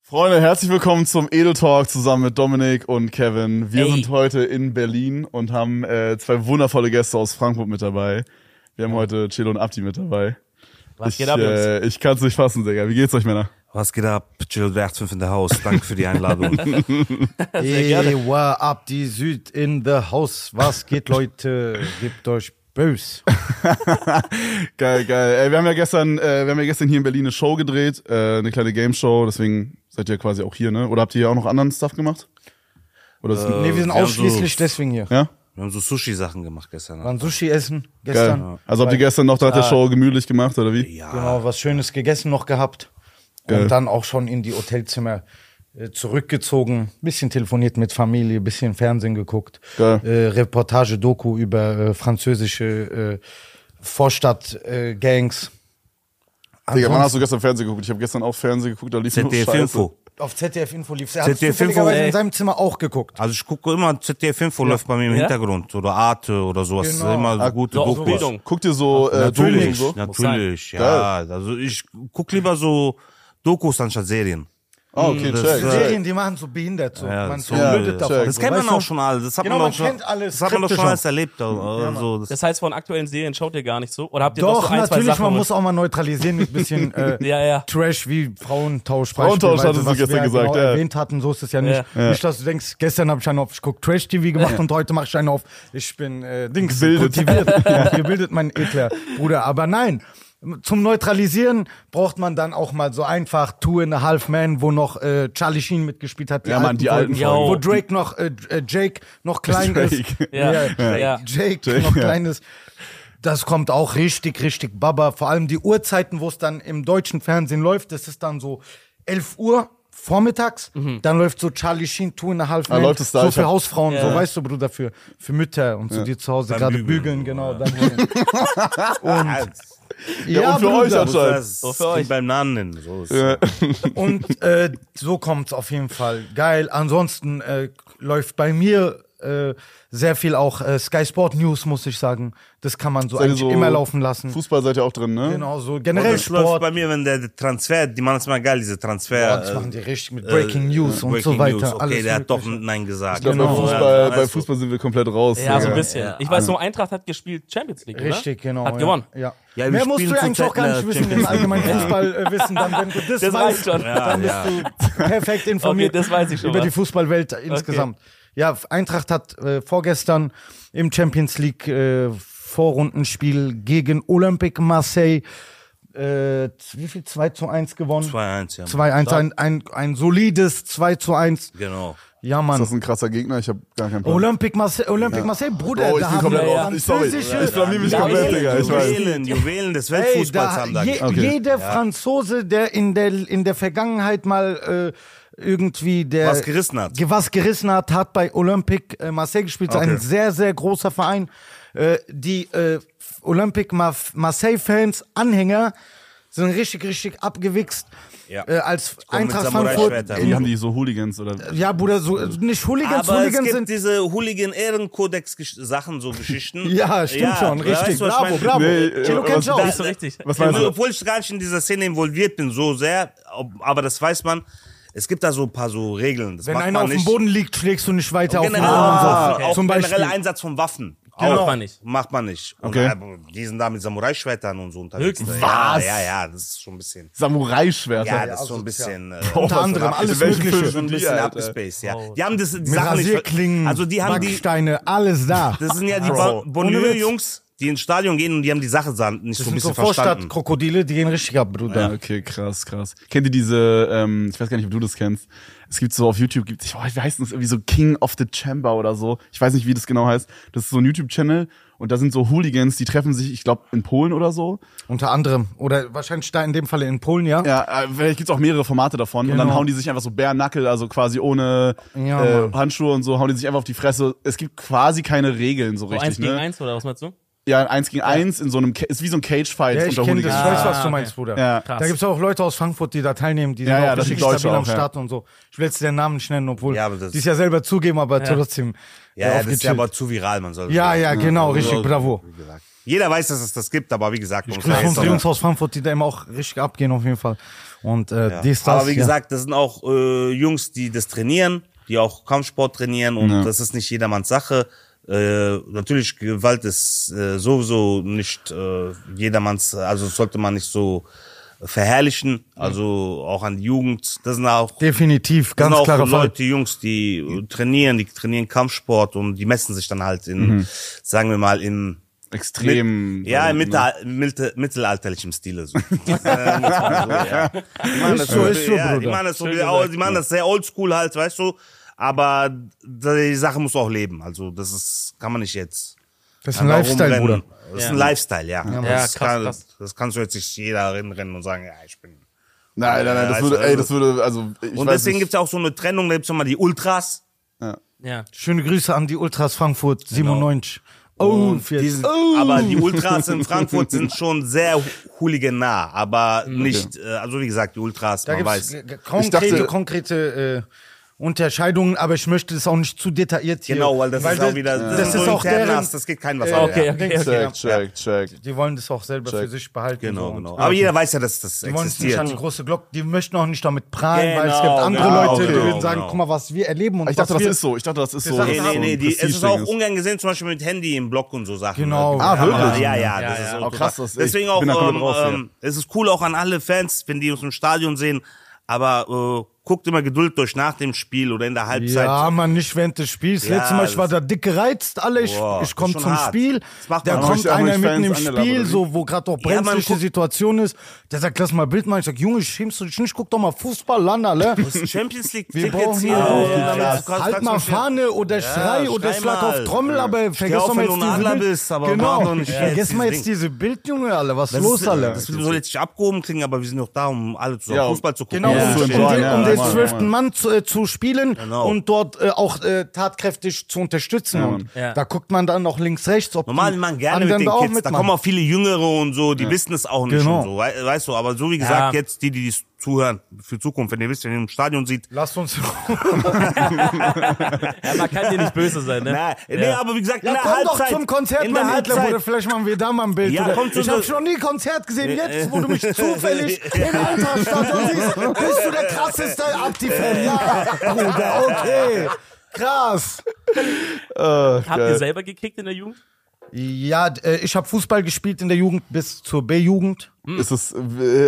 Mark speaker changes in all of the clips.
Speaker 1: Freunde, herzlich willkommen zum Edel Talk zusammen mit Dominik und Kevin. Wir
Speaker 2: Ey.
Speaker 1: sind heute in Berlin und haben äh, zwei wundervolle Gäste aus Frankfurt mit dabei. Wir haben heute Chelo und Abdi mit dabei.
Speaker 2: Was
Speaker 1: ich,
Speaker 2: geht ab, Jungs?
Speaker 1: äh, Ich kann's nicht fassen, Digga. Wie geht's euch, Männer?
Speaker 3: Was geht ab? Jill Wertz 5 in der Haus. Danke für die Einladung.
Speaker 2: gerne.
Speaker 4: Ewa, ab die Süd in the house. Was geht, Leute? Gebt euch bös.
Speaker 1: Geil, geil. Ey, wir haben ja gestern, äh, wir haben ja gestern hier in Berlin eine Show gedreht, äh, eine kleine Game Show. Deswegen seid ihr quasi auch hier, ne? Oder habt ihr hier auch noch anderen Stuff gemacht? Oder ist-
Speaker 4: Äh, Nee, wir sind
Speaker 3: wir haben
Speaker 4: ausschließlich
Speaker 3: so-
Speaker 4: deswegen hier.
Speaker 1: ja?
Speaker 3: Wir haben so Sushi-Sachen gemacht gestern.
Speaker 4: Waren Sushi essen
Speaker 1: Geil.
Speaker 4: gestern.
Speaker 1: Also habt ihr gestern noch nach der Show gemütlich gemacht oder wie?
Speaker 3: Ja.
Speaker 4: Genau, was Schönes gegessen noch gehabt.
Speaker 1: Geil.
Speaker 4: Und dann auch schon in die Hotelzimmer äh, zurückgezogen. Bisschen telefoniert mit Familie, bisschen Fernsehen geguckt.
Speaker 1: Geil.
Speaker 4: Äh, Reportage, Doku über äh, französische äh, Vorstadt-Gangs. Äh, Gangs.
Speaker 1: Digga, wann hast
Speaker 4: Ansonsten-
Speaker 1: du gestern Fernsehen geguckt? Ich habe gestern auch Fernsehen geguckt, da lief nur
Speaker 3: ZDF
Speaker 1: Scheiße.
Speaker 3: Info.
Speaker 4: auf ZDF Info lief. Er hat
Speaker 3: ZDF Info,
Speaker 4: zufälligerweise
Speaker 3: ey.
Speaker 4: in seinem Zimmer auch geguckt.
Speaker 3: Also ich gucke immer, ZDF Info läuft bei mir im
Speaker 2: Ja?
Speaker 3: Hintergrund. Oder Arte oder sowas. Das
Speaker 4: Genau.
Speaker 3: ist immer so gute
Speaker 2: so auf
Speaker 3: Dokus.
Speaker 2: Bildung.
Speaker 1: Guckt ihr so äh, Dokus und
Speaker 3: Natürlich,
Speaker 1: so?
Speaker 3: natürlich. Ja, also ich gucke lieber so Dokus anstatt Serien.
Speaker 1: Ah, okay,
Speaker 3: Das,
Speaker 1: check.
Speaker 3: äh,
Speaker 1: check.
Speaker 4: Serien, die machen so behindert. So.
Speaker 3: Ja,
Speaker 4: man
Speaker 3: so,
Speaker 4: verblödet
Speaker 3: äh,
Speaker 4: davon.
Speaker 3: Das
Speaker 4: so,
Speaker 3: kennt man
Speaker 4: weißt du?
Speaker 3: auch schon alles. Das hat
Speaker 4: Genau,
Speaker 3: man
Speaker 4: man
Speaker 3: auch schon,
Speaker 4: kennt alles.
Speaker 3: das hat man doch schon
Speaker 4: Skripte
Speaker 3: alles erlebt. Also, das,
Speaker 2: Das heißt, von aktuellen Serien schaut ihr gar nicht so? Oder habt ihr doch,
Speaker 4: Doch,
Speaker 2: so ein, zwei
Speaker 4: natürlich,
Speaker 2: Sachen?
Speaker 4: man
Speaker 2: wo-
Speaker 4: muss auch mal neutralisieren mit bisschen äh,
Speaker 2: Ja, ja.
Speaker 4: Trash wie Frauentausch.
Speaker 1: Frauentausch
Speaker 4: beispielsweise,
Speaker 1: hattest du
Speaker 4: was wir
Speaker 1: gestern gesagt,
Speaker 4: genau
Speaker 1: ja.
Speaker 4: erwähnt hatten, so ist es ja nicht. Nicht, dass du denkst, gestern habe ich einen auf, ich guck Trash-TV gemacht und heute mache ich einen auf, ich bin äh, Dings,
Speaker 1: Gebildet.
Speaker 4: kultiviert, Ja, gebildet, mein ekler Bruder. Aber nein, zum Neutralisieren braucht man dann auch mal so einfach Two and a Half Man, wo noch äh, Charlie Sheen mitgespielt hat. Die
Speaker 1: Ja, Mann, die alten
Speaker 2: Folgen.
Speaker 4: Wo Drake noch, äh, äh, Jake noch klein ist.
Speaker 1: Drake.
Speaker 2: Ja, ja.
Speaker 4: Jake,
Speaker 1: Jake,
Speaker 4: noch
Speaker 1: ja.
Speaker 4: kleines. Das kommt auch richtig, richtig Baba. Vor allem die Uhrzeiten, wo es dann im deutschen Fernsehen läuft, das ist dann so 11 Uhr vormittags,
Speaker 3: Mhm.
Speaker 4: dann läuft so Charlie Sheen, Two and a Half
Speaker 1: Ah,
Speaker 4: Men,
Speaker 1: läuft es da?
Speaker 4: so
Speaker 1: Ich
Speaker 4: für
Speaker 1: hab-
Speaker 4: Hausfrauen,
Speaker 2: Ja.
Speaker 4: so weißt du, Bruder, für, für Mütter und so, die zu Hause
Speaker 3: Beim
Speaker 4: gerade bügeln,
Speaker 3: Bügeln.
Speaker 4: genau. Dann und, ja,
Speaker 1: und für euch halt.
Speaker 4: Bruder.
Speaker 1: hat's-
Speaker 3: das,
Speaker 2: So
Speaker 3: das
Speaker 2: für euch.
Speaker 3: liegt beim Namen nennen. So ist
Speaker 4: Und äh, so kommt's auf jeden Fall. Geil. Ansonsten äh, läuft bei mir äh, sehr viel auch äh, Sky Sport News, muss ich sagen. Das kann man so
Speaker 1: Seid ihr
Speaker 4: eigentlich
Speaker 1: so-
Speaker 4: immer laufen lassen.
Speaker 1: Fußball seid ihr auch drin, ne?
Speaker 4: Genau, so
Speaker 3: Und
Speaker 4: generell
Speaker 3: Oh, das läuft bei
Speaker 4: Sport.
Speaker 3: mir, wenn der Transfer, die machen es mal geil, diese Transfer.
Speaker 4: Das
Speaker 3: äh,
Speaker 4: machen die richtig mit Breaking
Speaker 3: äh,
Speaker 4: News und
Speaker 3: Breaking
Speaker 4: so weiter.
Speaker 3: News. Okay,
Speaker 4: Alles
Speaker 3: der hat doch
Speaker 4: Mögliche.
Speaker 3: Nein gesagt.
Speaker 1: Ich glaub,
Speaker 4: Genau.
Speaker 1: bei, Fußball, bei
Speaker 3: Weißt du.
Speaker 1: Fußball sind wir komplett raus.
Speaker 2: ja, so ein
Speaker 1: Digga.
Speaker 2: bisschen. Ich weiß nur, Eintracht hat gespielt Champions League,
Speaker 4: Richtig,
Speaker 2: oder?
Speaker 4: genau.
Speaker 2: Hat
Speaker 4: ja.
Speaker 2: gewonnen.
Speaker 4: Ja.
Speaker 3: ne? Ja, wir
Speaker 4: Mehr musst du
Speaker 3: spielen
Speaker 4: ja eigentlich
Speaker 3: zurzeit
Speaker 4: auch gar nicht
Speaker 3: in der
Speaker 4: wissen,
Speaker 3: Champions
Speaker 4: im allgemeinen
Speaker 3: League.
Speaker 4: Fußball äh, wissen. Dann, wenn du das,
Speaker 2: Das reicht
Speaker 4: weißt,
Speaker 2: schon.
Speaker 3: Ja,
Speaker 4: dann
Speaker 3: ja.
Speaker 4: bist du perfekt informiert
Speaker 2: Okay, das weiß ich schon,
Speaker 4: über
Speaker 2: was.
Speaker 4: die Fußballwelt insgesamt. Ja, Eintracht hat äh, vorgestern im Champions League äh, Vorrundenspiel gegen Olympique Marseille äh, wie viel? 2 zu 1 gewonnen?
Speaker 3: 2-1, ja.
Speaker 4: 2-1, ein, ein, ein solides 2 zu 1.
Speaker 3: Genau.
Speaker 4: Ja,
Speaker 1: Ist
Speaker 4: Mann.
Speaker 1: das ein krasser Gegner? Ich habe gar keinen Plan.
Speaker 4: Olympique Marseille, Olympique Marseille, Bruder,
Speaker 1: Oh, ich
Speaker 4: da
Speaker 1: bin
Speaker 4: haben
Speaker 1: komplett
Speaker 2: wir
Speaker 1: raus.
Speaker 2: ja
Speaker 1: Ich, sorry.
Speaker 4: französische-
Speaker 1: Ich blamier mich
Speaker 2: Ja,
Speaker 1: komplett,
Speaker 2: Juwelen,
Speaker 1: Digga. Ich weiß.
Speaker 3: Juwelen, Juwelen des
Speaker 4: Ey,
Speaker 3: Weltfußballs
Speaker 4: da,
Speaker 3: haben da
Speaker 4: je,
Speaker 3: gespielt.
Speaker 4: Jeder Franzose, der in der, in der Vergangenheit mal äh, irgendwie der
Speaker 3: Was gerissen hat.
Speaker 4: ge- was gerissen hat, hat bei Olympique äh, Marseille gespielt. Das ist Ein
Speaker 3: Okay.
Speaker 4: sehr, sehr großer Verein. Äh, die äh, Olympique Mar Marseille-Fans, Anhänger, sind richtig, richtig abgewichst.
Speaker 3: Ja.
Speaker 4: Äh, als
Speaker 3: mit
Speaker 4: Eintracht
Speaker 3: Samurai-Schwertern.
Speaker 4: Frankfurt.
Speaker 1: Die haben die so Hooligans oder.
Speaker 4: Ja, Bruder, so, nicht Hooligans,
Speaker 3: Aber es
Speaker 4: Hooligans
Speaker 3: gibt
Speaker 4: sind.
Speaker 3: diese Hooligan-Ehrenkodex-Sachen, so Geschichten.
Speaker 4: Ja, stimmt schon,
Speaker 3: weißt
Speaker 4: richtig.
Speaker 3: du, was ich
Speaker 4: bravo,
Speaker 3: meine?
Speaker 4: bravo.
Speaker 1: Nee, äh,
Speaker 4: Cello kennst du
Speaker 3: was-
Speaker 4: auch.
Speaker 2: Ist so richtig.
Speaker 1: Was meinst
Speaker 3: Also,
Speaker 1: du?
Speaker 3: obwohl ich gar nicht in dieser Szene involviert bin, so sehr, ob- aber das weiß man. Es gibt da so ein paar so Regeln. Das
Speaker 4: Wenn
Speaker 3: macht
Speaker 4: einer
Speaker 3: man
Speaker 4: auf dem
Speaker 3: nicht.
Speaker 4: Boden liegt, schlägst du nicht weiter auf den
Speaker 3: generell,
Speaker 4: Boden. und so.
Speaker 3: auch
Speaker 4: Zum Beispiel.
Speaker 3: generell Einsatz von Waffen.
Speaker 2: Genau.
Speaker 3: Auch
Speaker 2: Macht man nicht.
Speaker 3: Macht man nicht. Und
Speaker 1: Okay.
Speaker 3: äh, die sind da mit Samurai-Schwertern und so unterwegs.
Speaker 2: Wirklich?
Speaker 3: Ja,
Speaker 1: Was?
Speaker 3: ja, ja, das ist schon ein bisschen.
Speaker 1: Samurai-Schwerter.
Speaker 3: Ja, das ist so ein bisschen. Äh,
Speaker 4: also, Unter anderem alles Mögliche.
Speaker 3: Schon ein
Speaker 1: Die,
Speaker 3: bisschen
Speaker 1: Alter.
Speaker 3: abgespaced, ja. Die haben das, die
Speaker 4: Mit
Speaker 3: Sachen nicht.
Speaker 4: Rasierklingen,
Speaker 3: ver- Also die haben die,
Speaker 4: Backsteine, alles da.
Speaker 3: das sind ja die
Speaker 1: Bro.
Speaker 3: Ba-
Speaker 4: Ohne Witz.
Speaker 3: Bonnieu-Jungs, die ins Stadion gehen und die haben die Sache sa- nicht so ein
Speaker 4: sind so
Speaker 3: bisschen verstanden.
Speaker 4: Vorstadtkrokodile, die gehen richtig ab, Bruder.
Speaker 1: Ja, okay, krass, krass. Kennt ihr diese, ähm, ich weiß gar nicht, ob du das kennst. Es gibt so auf YouTube, gibt ich, oh, wie heißt das irgendwie so King of the Chamber oder so. Ich weiß nicht, wie das genau heißt. Das ist so ein YouTube-Channel und da sind so Hooligans, die treffen sich, ich glaube, in Polen oder so.
Speaker 4: Unter anderem. Oder wahrscheinlich da in dem Falle in Polen, ja?
Speaker 1: Ja, äh, vielleicht gibt's auch mehrere Formate davon. Und dann
Speaker 4: Genau.
Speaker 1: hauen die sich einfach so Bärnackel, also quasi ohne
Speaker 4: Ja,
Speaker 1: äh,
Speaker 4: Mann.
Speaker 1: Handschuhe und so, hauen die sich einfach auf die Fresse. Es gibt quasi keine Regeln so
Speaker 2: So
Speaker 1: richtig.
Speaker 2: eins gegen
Speaker 1: ne?
Speaker 2: eins, oder was meinst du?
Speaker 1: Ja, eins gegen eins in so einem, Ca- ist wie so ein Cage-Fight
Speaker 4: Ja, ich
Speaker 1: unter
Speaker 4: kenne das. Ich
Speaker 1: Hooligans.
Speaker 4: weiß, was
Speaker 2: Ah,
Speaker 4: du
Speaker 2: okay.
Speaker 4: meinst, Bruder.
Speaker 1: Ja.
Speaker 2: Krass.
Speaker 4: Da gibt's auch Leute aus Frankfurt, die da teilnehmen, die
Speaker 1: Ja,
Speaker 4: sind
Speaker 1: ja,
Speaker 4: auch
Speaker 1: das
Speaker 4: richtig
Speaker 1: sind Deutsche
Speaker 4: stabil am
Speaker 1: auch, ja.
Speaker 4: Start und so. Ich will jetzt den Namen nicht nennen, obwohl
Speaker 3: Ja, aber das-
Speaker 4: die es ja selber zugeben, aber trotzdem. äh,
Speaker 3: Ja, das ist
Speaker 4: aufgechillt.
Speaker 3: ja aber zu viral, man soll.
Speaker 4: ja, ja, genau,
Speaker 3: Also,
Speaker 4: richtig, bravo.
Speaker 3: wie gesagt. Jeder weiß, dass es das gibt, aber wie gesagt,
Speaker 4: Ich
Speaker 3: uns
Speaker 4: grüße
Speaker 3: weiß
Speaker 4: unsere
Speaker 3: doch-
Speaker 4: Jungs aus Frankfurt, die da immer auch richtig abgehen, auf jeden Fall. Und äh,
Speaker 3: Ja.
Speaker 4: dies, das.
Speaker 3: Aber wie
Speaker 4: ja.
Speaker 3: gesagt, das sind auch äh, Jungs, die das trainieren, die auch Kampfsport trainieren und das ist nicht jedermanns Sache. Äh, natürlich, Gewalt ist äh, sowieso nicht äh, jedermanns, also sollte man nicht so verherrlichen, also auch an die Jugend. Das sind auch, das
Speaker 4: definitiv,
Speaker 3: sind
Speaker 4: ganz
Speaker 3: auch
Speaker 4: klarer Fall.
Speaker 3: Leute, Jungs, die äh, trainieren, die trainieren Kampfsport und die messen sich dann halt in,
Speaker 4: Mhm.
Speaker 3: sagen wir mal, in
Speaker 1: Extrem.
Speaker 3: ja,
Speaker 1: also,
Speaker 3: im
Speaker 1: ne?
Speaker 3: Mittel, Mitte, mittelalterlichem Stile. So. Äh, muss man so, ja. Die machen das
Speaker 4: Ist so, ist so,
Speaker 3: ja, die
Speaker 4: Bruder.
Speaker 3: machen das, so,
Speaker 2: Schön
Speaker 3: die, au- die
Speaker 2: gesagt,
Speaker 3: machen das sehr oldschool halt, weißt du. Aber die Sache muss auch leben. Also das ist, kann man nicht jetzt.
Speaker 4: Das ist ein Lifestyle, Bruder.
Speaker 3: Das ist
Speaker 2: Ja.
Speaker 3: ein Lifestyle, ja. das,
Speaker 2: krass,
Speaker 3: kann,
Speaker 2: krass.
Speaker 3: das kannst du jetzt nicht jeder rennen und sagen, ja, ich bin.
Speaker 1: Nein, nein, nein, das
Speaker 3: Ja,
Speaker 1: würde,
Speaker 3: also-
Speaker 1: ey, das würde, also, ich
Speaker 3: Und
Speaker 1: weiß
Speaker 3: deswegen
Speaker 1: nicht.
Speaker 3: gibt's ja auch so eine Trennung, da gibt's nochmal die Ultras.
Speaker 2: Ja.
Speaker 4: Schöne Grüße an die Ultras Frankfurt 97. Oh,
Speaker 3: Genau. Und die sind, Aber die Ultras in Frankfurt sind schon sehr hooligan nah, aber nicht, äh, also wie gesagt, die Ultras,
Speaker 4: Da
Speaker 3: man
Speaker 4: gibt
Speaker 3: weiß.
Speaker 4: es
Speaker 1: Ich
Speaker 4: konkrete,
Speaker 1: dachte-
Speaker 4: konkrete äh, Unterscheidungen, aber ich möchte das auch nicht zu detailliert hier.
Speaker 3: Genau, weil das ist auch
Speaker 4: das-
Speaker 3: wieder, das,
Speaker 4: das
Speaker 3: ist
Speaker 4: ist
Speaker 3: so
Speaker 4: auch
Speaker 3: intern
Speaker 4: deren-
Speaker 3: Hass, das geht keinem was
Speaker 4: äh,
Speaker 3: an.
Speaker 2: Okay,
Speaker 3: ja.
Speaker 2: okay,
Speaker 4: Dings,
Speaker 2: okay.
Speaker 1: Check, check, check.
Speaker 4: Die wollen das auch selber für sich behalten.
Speaker 3: Genau,
Speaker 4: so und-
Speaker 3: genau. Aber jeder weiß ja, dass das
Speaker 4: Die wollen es nicht
Speaker 3: existiert.
Speaker 4: an die große Glocke, die möchten auch nicht damit prahlen, weil es gibt
Speaker 3: Genau,
Speaker 4: andere
Speaker 3: genau,
Speaker 4: Leute, die
Speaker 3: genau,
Speaker 4: würden sagen,
Speaker 3: genau.
Speaker 4: guck mal, was wir erleben und
Speaker 1: Ich dachte,
Speaker 4: was
Speaker 1: das
Speaker 4: wir
Speaker 1: ist so. Ich dachte, das ist so. dass
Speaker 3: Nee,
Speaker 4: sagen-
Speaker 1: das
Speaker 3: nee,
Speaker 1: so ein
Speaker 3: nee, die, es ist
Speaker 1: Prestigeding
Speaker 3: auch ungern gesehen, zum Beispiel mit Handy im Block und so Sachen.
Speaker 4: Genau.
Speaker 3: Die
Speaker 4: Ah,
Speaker 3: Kamera.
Speaker 1: wirklich?
Speaker 3: Ja, ja,
Speaker 2: Ja,
Speaker 3: das ist
Speaker 2: ja.
Speaker 3: so
Speaker 1: Oh, krass, das- ich
Speaker 3: Deswegen
Speaker 1: bin da
Speaker 3: auch,
Speaker 1: komplett
Speaker 3: ähm,
Speaker 1: raus,
Speaker 3: ähm, es ist cool auch an alle Fans, wenn die uns im Stadion sehen, aber äh, guckt immer Geduld durch nach dem Spiel oder in der Halbzeit.
Speaker 4: Ja, man, nicht während des Spiels.
Speaker 3: Ja,
Speaker 4: Letztes Mal, ich war
Speaker 3: das-
Speaker 4: da dick gereizt, alle. Ich,
Speaker 3: Boah,
Speaker 4: ich komme
Speaker 3: schon
Speaker 4: zum
Speaker 3: hart.
Speaker 4: Spiel.
Speaker 3: Das macht
Speaker 4: Da
Speaker 3: man auch.
Speaker 1: Haben
Speaker 4: kommt
Speaker 1: euch- haben
Speaker 4: einer
Speaker 1: euch
Speaker 4: mitten
Speaker 1: Fans
Speaker 4: im
Speaker 1: angelabert,
Speaker 4: Spiel,
Speaker 1: oder wie?
Speaker 4: so, wo gerade auch
Speaker 3: Ja, man
Speaker 4: brenzliche
Speaker 3: guckt-
Speaker 4: Situation ist. Der sagt, lass mal Bild machen. Ich sag, Junge, schämst du dich nicht? Guck doch mal Fußball an, alle.
Speaker 3: Champions League
Speaker 4: Wir
Speaker 3: Tickets
Speaker 4: brauchen
Speaker 3: hier.
Speaker 4: ja auch die
Speaker 3: das kannst-
Speaker 4: Halt
Speaker 3: kannst
Speaker 4: mal
Speaker 3: du schon-
Speaker 4: Fahne oder Schrei oder
Speaker 3: schrei
Speaker 4: Schlag
Speaker 3: mal.
Speaker 4: auf Trommel, aber vergiss
Speaker 3: auf,
Speaker 4: doch mal
Speaker 3: wenn
Speaker 4: jetzt
Speaker 3: du ein
Speaker 4: diese
Speaker 3: Adler
Speaker 4: Bild.
Speaker 3: bist, aber mach
Speaker 4: genau.
Speaker 3: doch nicht jetzt
Speaker 4: Vergiss mal
Speaker 3: dieses
Speaker 4: jetzt
Speaker 3: Ding.
Speaker 4: diese Bild, Junge, alle. Was
Speaker 3: Das
Speaker 4: los,
Speaker 3: ist,
Speaker 4: alle?
Speaker 3: Das soll jetzt nicht abgehoben klingen, aber wir sind doch da, um alle zusammen
Speaker 1: Ja, um-
Speaker 3: Fußball zu gucken.
Speaker 4: Genau,
Speaker 1: Ja,
Speaker 4: um,
Speaker 1: zu
Speaker 4: um,
Speaker 1: enjoyen,
Speaker 4: den,
Speaker 1: ja,
Speaker 4: um den
Speaker 1: Mann,
Speaker 4: zwölften
Speaker 1: Mann.
Speaker 4: Mann zu, äh, zu spielen
Speaker 3: Genau.
Speaker 4: und dort äh, auch äh, tatkräftig zu unterstützen. und
Speaker 2: Ja.
Speaker 4: da guckt man dann noch links, rechts, ob
Speaker 3: Normal,
Speaker 4: die
Speaker 3: man gerne mit
Speaker 4: anderen
Speaker 3: den
Speaker 4: da auch
Speaker 3: Kids. Da
Speaker 4: mitmachen.
Speaker 3: kommen auch viele Jüngere und so, die wissen es auch nicht
Speaker 4: Genau.
Speaker 3: und so, wei- weißt du. Aber so wie gesagt,
Speaker 2: Ja.
Speaker 3: jetzt die, die dies zuhören, für Zukunft, wenn ihr wisst, wenn ihr im Stadion sieht.
Speaker 4: Lasst uns.
Speaker 2: ja, man kann dir nicht böse sein, ne?
Speaker 3: Na, nee,
Speaker 2: Ja.
Speaker 3: aber wie gesagt,
Speaker 4: Ja,
Speaker 3: in der
Speaker 4: komm
Speaker 3: Halbzeit.
Speaker 4: doch zum Konzert,
Speaker 3: in der
Speaker 4: mein Hitler, Bruder.
Speaker 3: Halbzeit.
Speaker 4: Vielleicht machen wir da mal ein Bild.
Speaker 3: Ja,
Speaker 4: oder?
Speaker 3: komm zu
Speaker 4: ich
Speaker 3: der-
Speaker 4: habe schon nie Konzert gesehen. Jetzt, wo du mich zufällig in Altersstadion siehst, bist du der krasseste Abdi-Fan. Ja, Bruder, okay. Krass.
Speaker 2: Habt ihr selber gekickt in der Jugend?
Speaker 4: Ja, d- äh, ich habe Fußball gespielt in der Jugend bis zur B-Jugend.
Speaker 1: ist es, äh,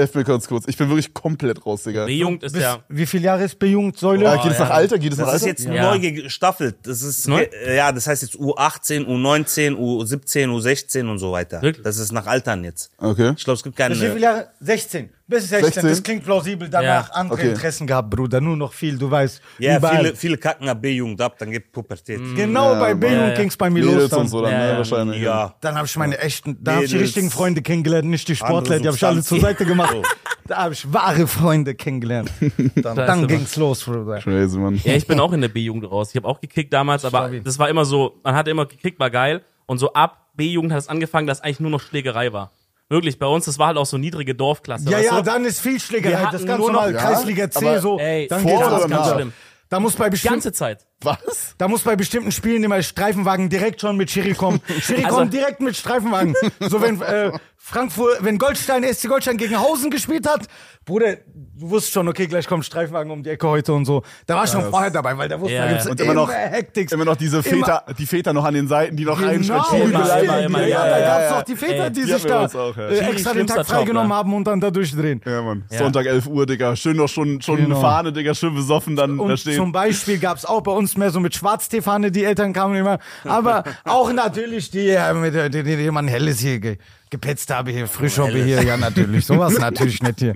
Speaker 1: helft mir kurz kurz. Ich bin wirklich komplett raus, Digga.
Speaker 2: B-Jugend ist ja.
Speaker 4: Wie viel Jahre ist B-Jugendsäule?
Speaker 1: Ja, geht es
Speaker 2: ja.
Speaker 1: nach Alter? Geht es nach
Speaker 3: Das ist
Speaker 1: Alter?
Speaker 3: jetzt
Speaker 2: Ja.
Speaker 3: neu gestaffelt. Das ist,
Speaker 2: Neu?
Speaker 3: äh, ja, das heißt jetzt U18, U19, U17, U16 und so weiter.
Speaker 2: Wirklich?
Speaker 3: Das ist nach Altern jetzt.
Speaker 1: Okay.
Speaker 3: Ich glaube, es gibt äh, keine.
Speaker 4: Bis wie viele Jahre? 16. Bis 16.
Speaker 1: 16.
Speaker 4: Das klingt plausibel. Danach
Speaker 2: Ja.
Speaker 4: andere
Speaker 1: Okay.
Speaker 4: Interessen gehabt, Bruder. Nur noch viel, du weißt.
Speaker 3: Ja,
Speaker 4: überall.
Speaker 3: viele, viele kacken ab B-Jugend ab, dann gibt Pubertät.
Speaker 4: Genau bei B
Speaker 2: Ja,
Speaker 4: und
Speaker 2: ja.
Speaker 4: ging's bei mir los.
Speaker 1: Mädels
Speaker 4: Dann,
Speaker 1: und so dann,
Speaker 2: Ja,
Speaker 1: ne?
Speaker 2: ja.
Speaker 1: Wahrscheinlich.
Speaker 3: Ja.
Speaker 4: dann habe ich meine echten, da habe ich die
Speaker 3: Mädels.
Speaker 4: richtigen Freunde kennengelernt, nicht die Sportler, die habe ich alle zur
Speaker 3: Substanzen.
Speaker 4: Seite gemacht.
Speaker 2: Oh.
Speaker 4: Da habe ich wahre Freunde kennengelernt. Dann, dann
Speaker 2: Mann.
Speaker 4: ging's los, Bruder.
Speaker 1: Crazy, Mann.
Speaker 2: Ja, ich bin auch in der B-Jugend raus. Ich habe auch gekickt damals, aber
Speaker 4: Stabil.
Speaker 2: das war immer so, man hatte immer gekickt, war geil. Und so ab B-Jugend hat es angefangen, dass eigentlich nur noch Schlägerei war. Wirklich, bei uns, das war halt auch so niedrige Dorfklasse.
Speaker 4: Ja,
Speaker 2: weißt
Speaker 4: ja,
Speaker 2: du?
Speaker 4: dann ist viel
Speaker 2: Wir
Speaker 4: Schlägerei.
Speaker 2: hatten
Speaker 4: Das ganz
Speaker 2: nur noch-
Speaker 4: normal.
Speaker 2: Ja,
Speaker 4: Kreisliga C,
Speaker 1: aber-
Speaker 4: so.
Speaker 2: Ey,
Speaker 4: dann
Speaker 2: vor
Speaker 4: geht's
Speaker 1: oder
Speaker 4: los,
Speaker 1: danach?
Speaker 4: ganz schlimm.
Speaker 2: Schlimm.
Speaker 4: Da muss bei
Speaker 2: Die
Speaker 4: bestimmten
Speaker 2: ganze Zeit.
Speaker 1: Was?
Speaker 4: Da muss bei bestimmten Spielen immer Streifenwagen direkt schon mit Schiri kommen. Schiri
Speaker 2: Also-
Speaker 4: kommt direkt mit Streifenwagen. So wenn äh, Frankfurt, wenn Goldstein SC Goldstein gegen Hausen gespielt hat, Bruder, du wusstest schon, okay, gleich kommt Streifenwagen um die Ecke heute und so. Da war ich schon vorher dabei, weil da wusste
Speaker 2: Ja,
Speaker 4: da gibt's
Speaker 2: ja.
Speaker 1: Und
Speaker 4: immer,
Speaker 1: immer noch-
Speaker 4: Hektik.
Speaker 1: Immer noch diese Väter, die Väter noch an den Seiten, die noch
Speaker 4: Genau,
Speaker 1: reinschreiten.
Speaker 2: immer,
Speaker 1: Schwurbeleien.
Speaker 2: immer, immer,
Speaker 4: ja,
Speaker 2: ja,
Speaker 4: da
Speaker 2: ja,
Speaker 4: gab's
Speaker 1: ja.
Speaker 4: noch die Väter,
Speaker 2: Ey,
Speaker 4: die
Speaker 1: die
Speaker 4: sich
Speaker 1: hatten wir
Speaker 4: da
Speaker 1: uns auch, ja.
Speaker 4: äh,
Speaker 2: Schiri,
Speaker 4: extra den
Speaker 2: schlimmster ne?
Speaker 4: Tag freigenommen
Speaker 2: Topler.
Speaker 4: haben und dann da durchdrehen.
Speaker 1: Ja, Mann. Sonntag 11 Uhr, Digga. Schön noch schon, schon
Speaker 4: Genau.
Speaker 1: eine Fahne, Digga. Schön besoffen dann da
Speaker 4: Und zum
Speaker 1: stehen.
Speaker 4: Beispiel gab's auch bei uns mehr so mit Schwarztefahne, die Eltern kamen immer. Aber auch natürlich die, äh, mit der- die, die, die man Helles hier ge, gepetzt habe, hier Frischhoppe hier, ja natürlich. Sowas natürlich nicht hier.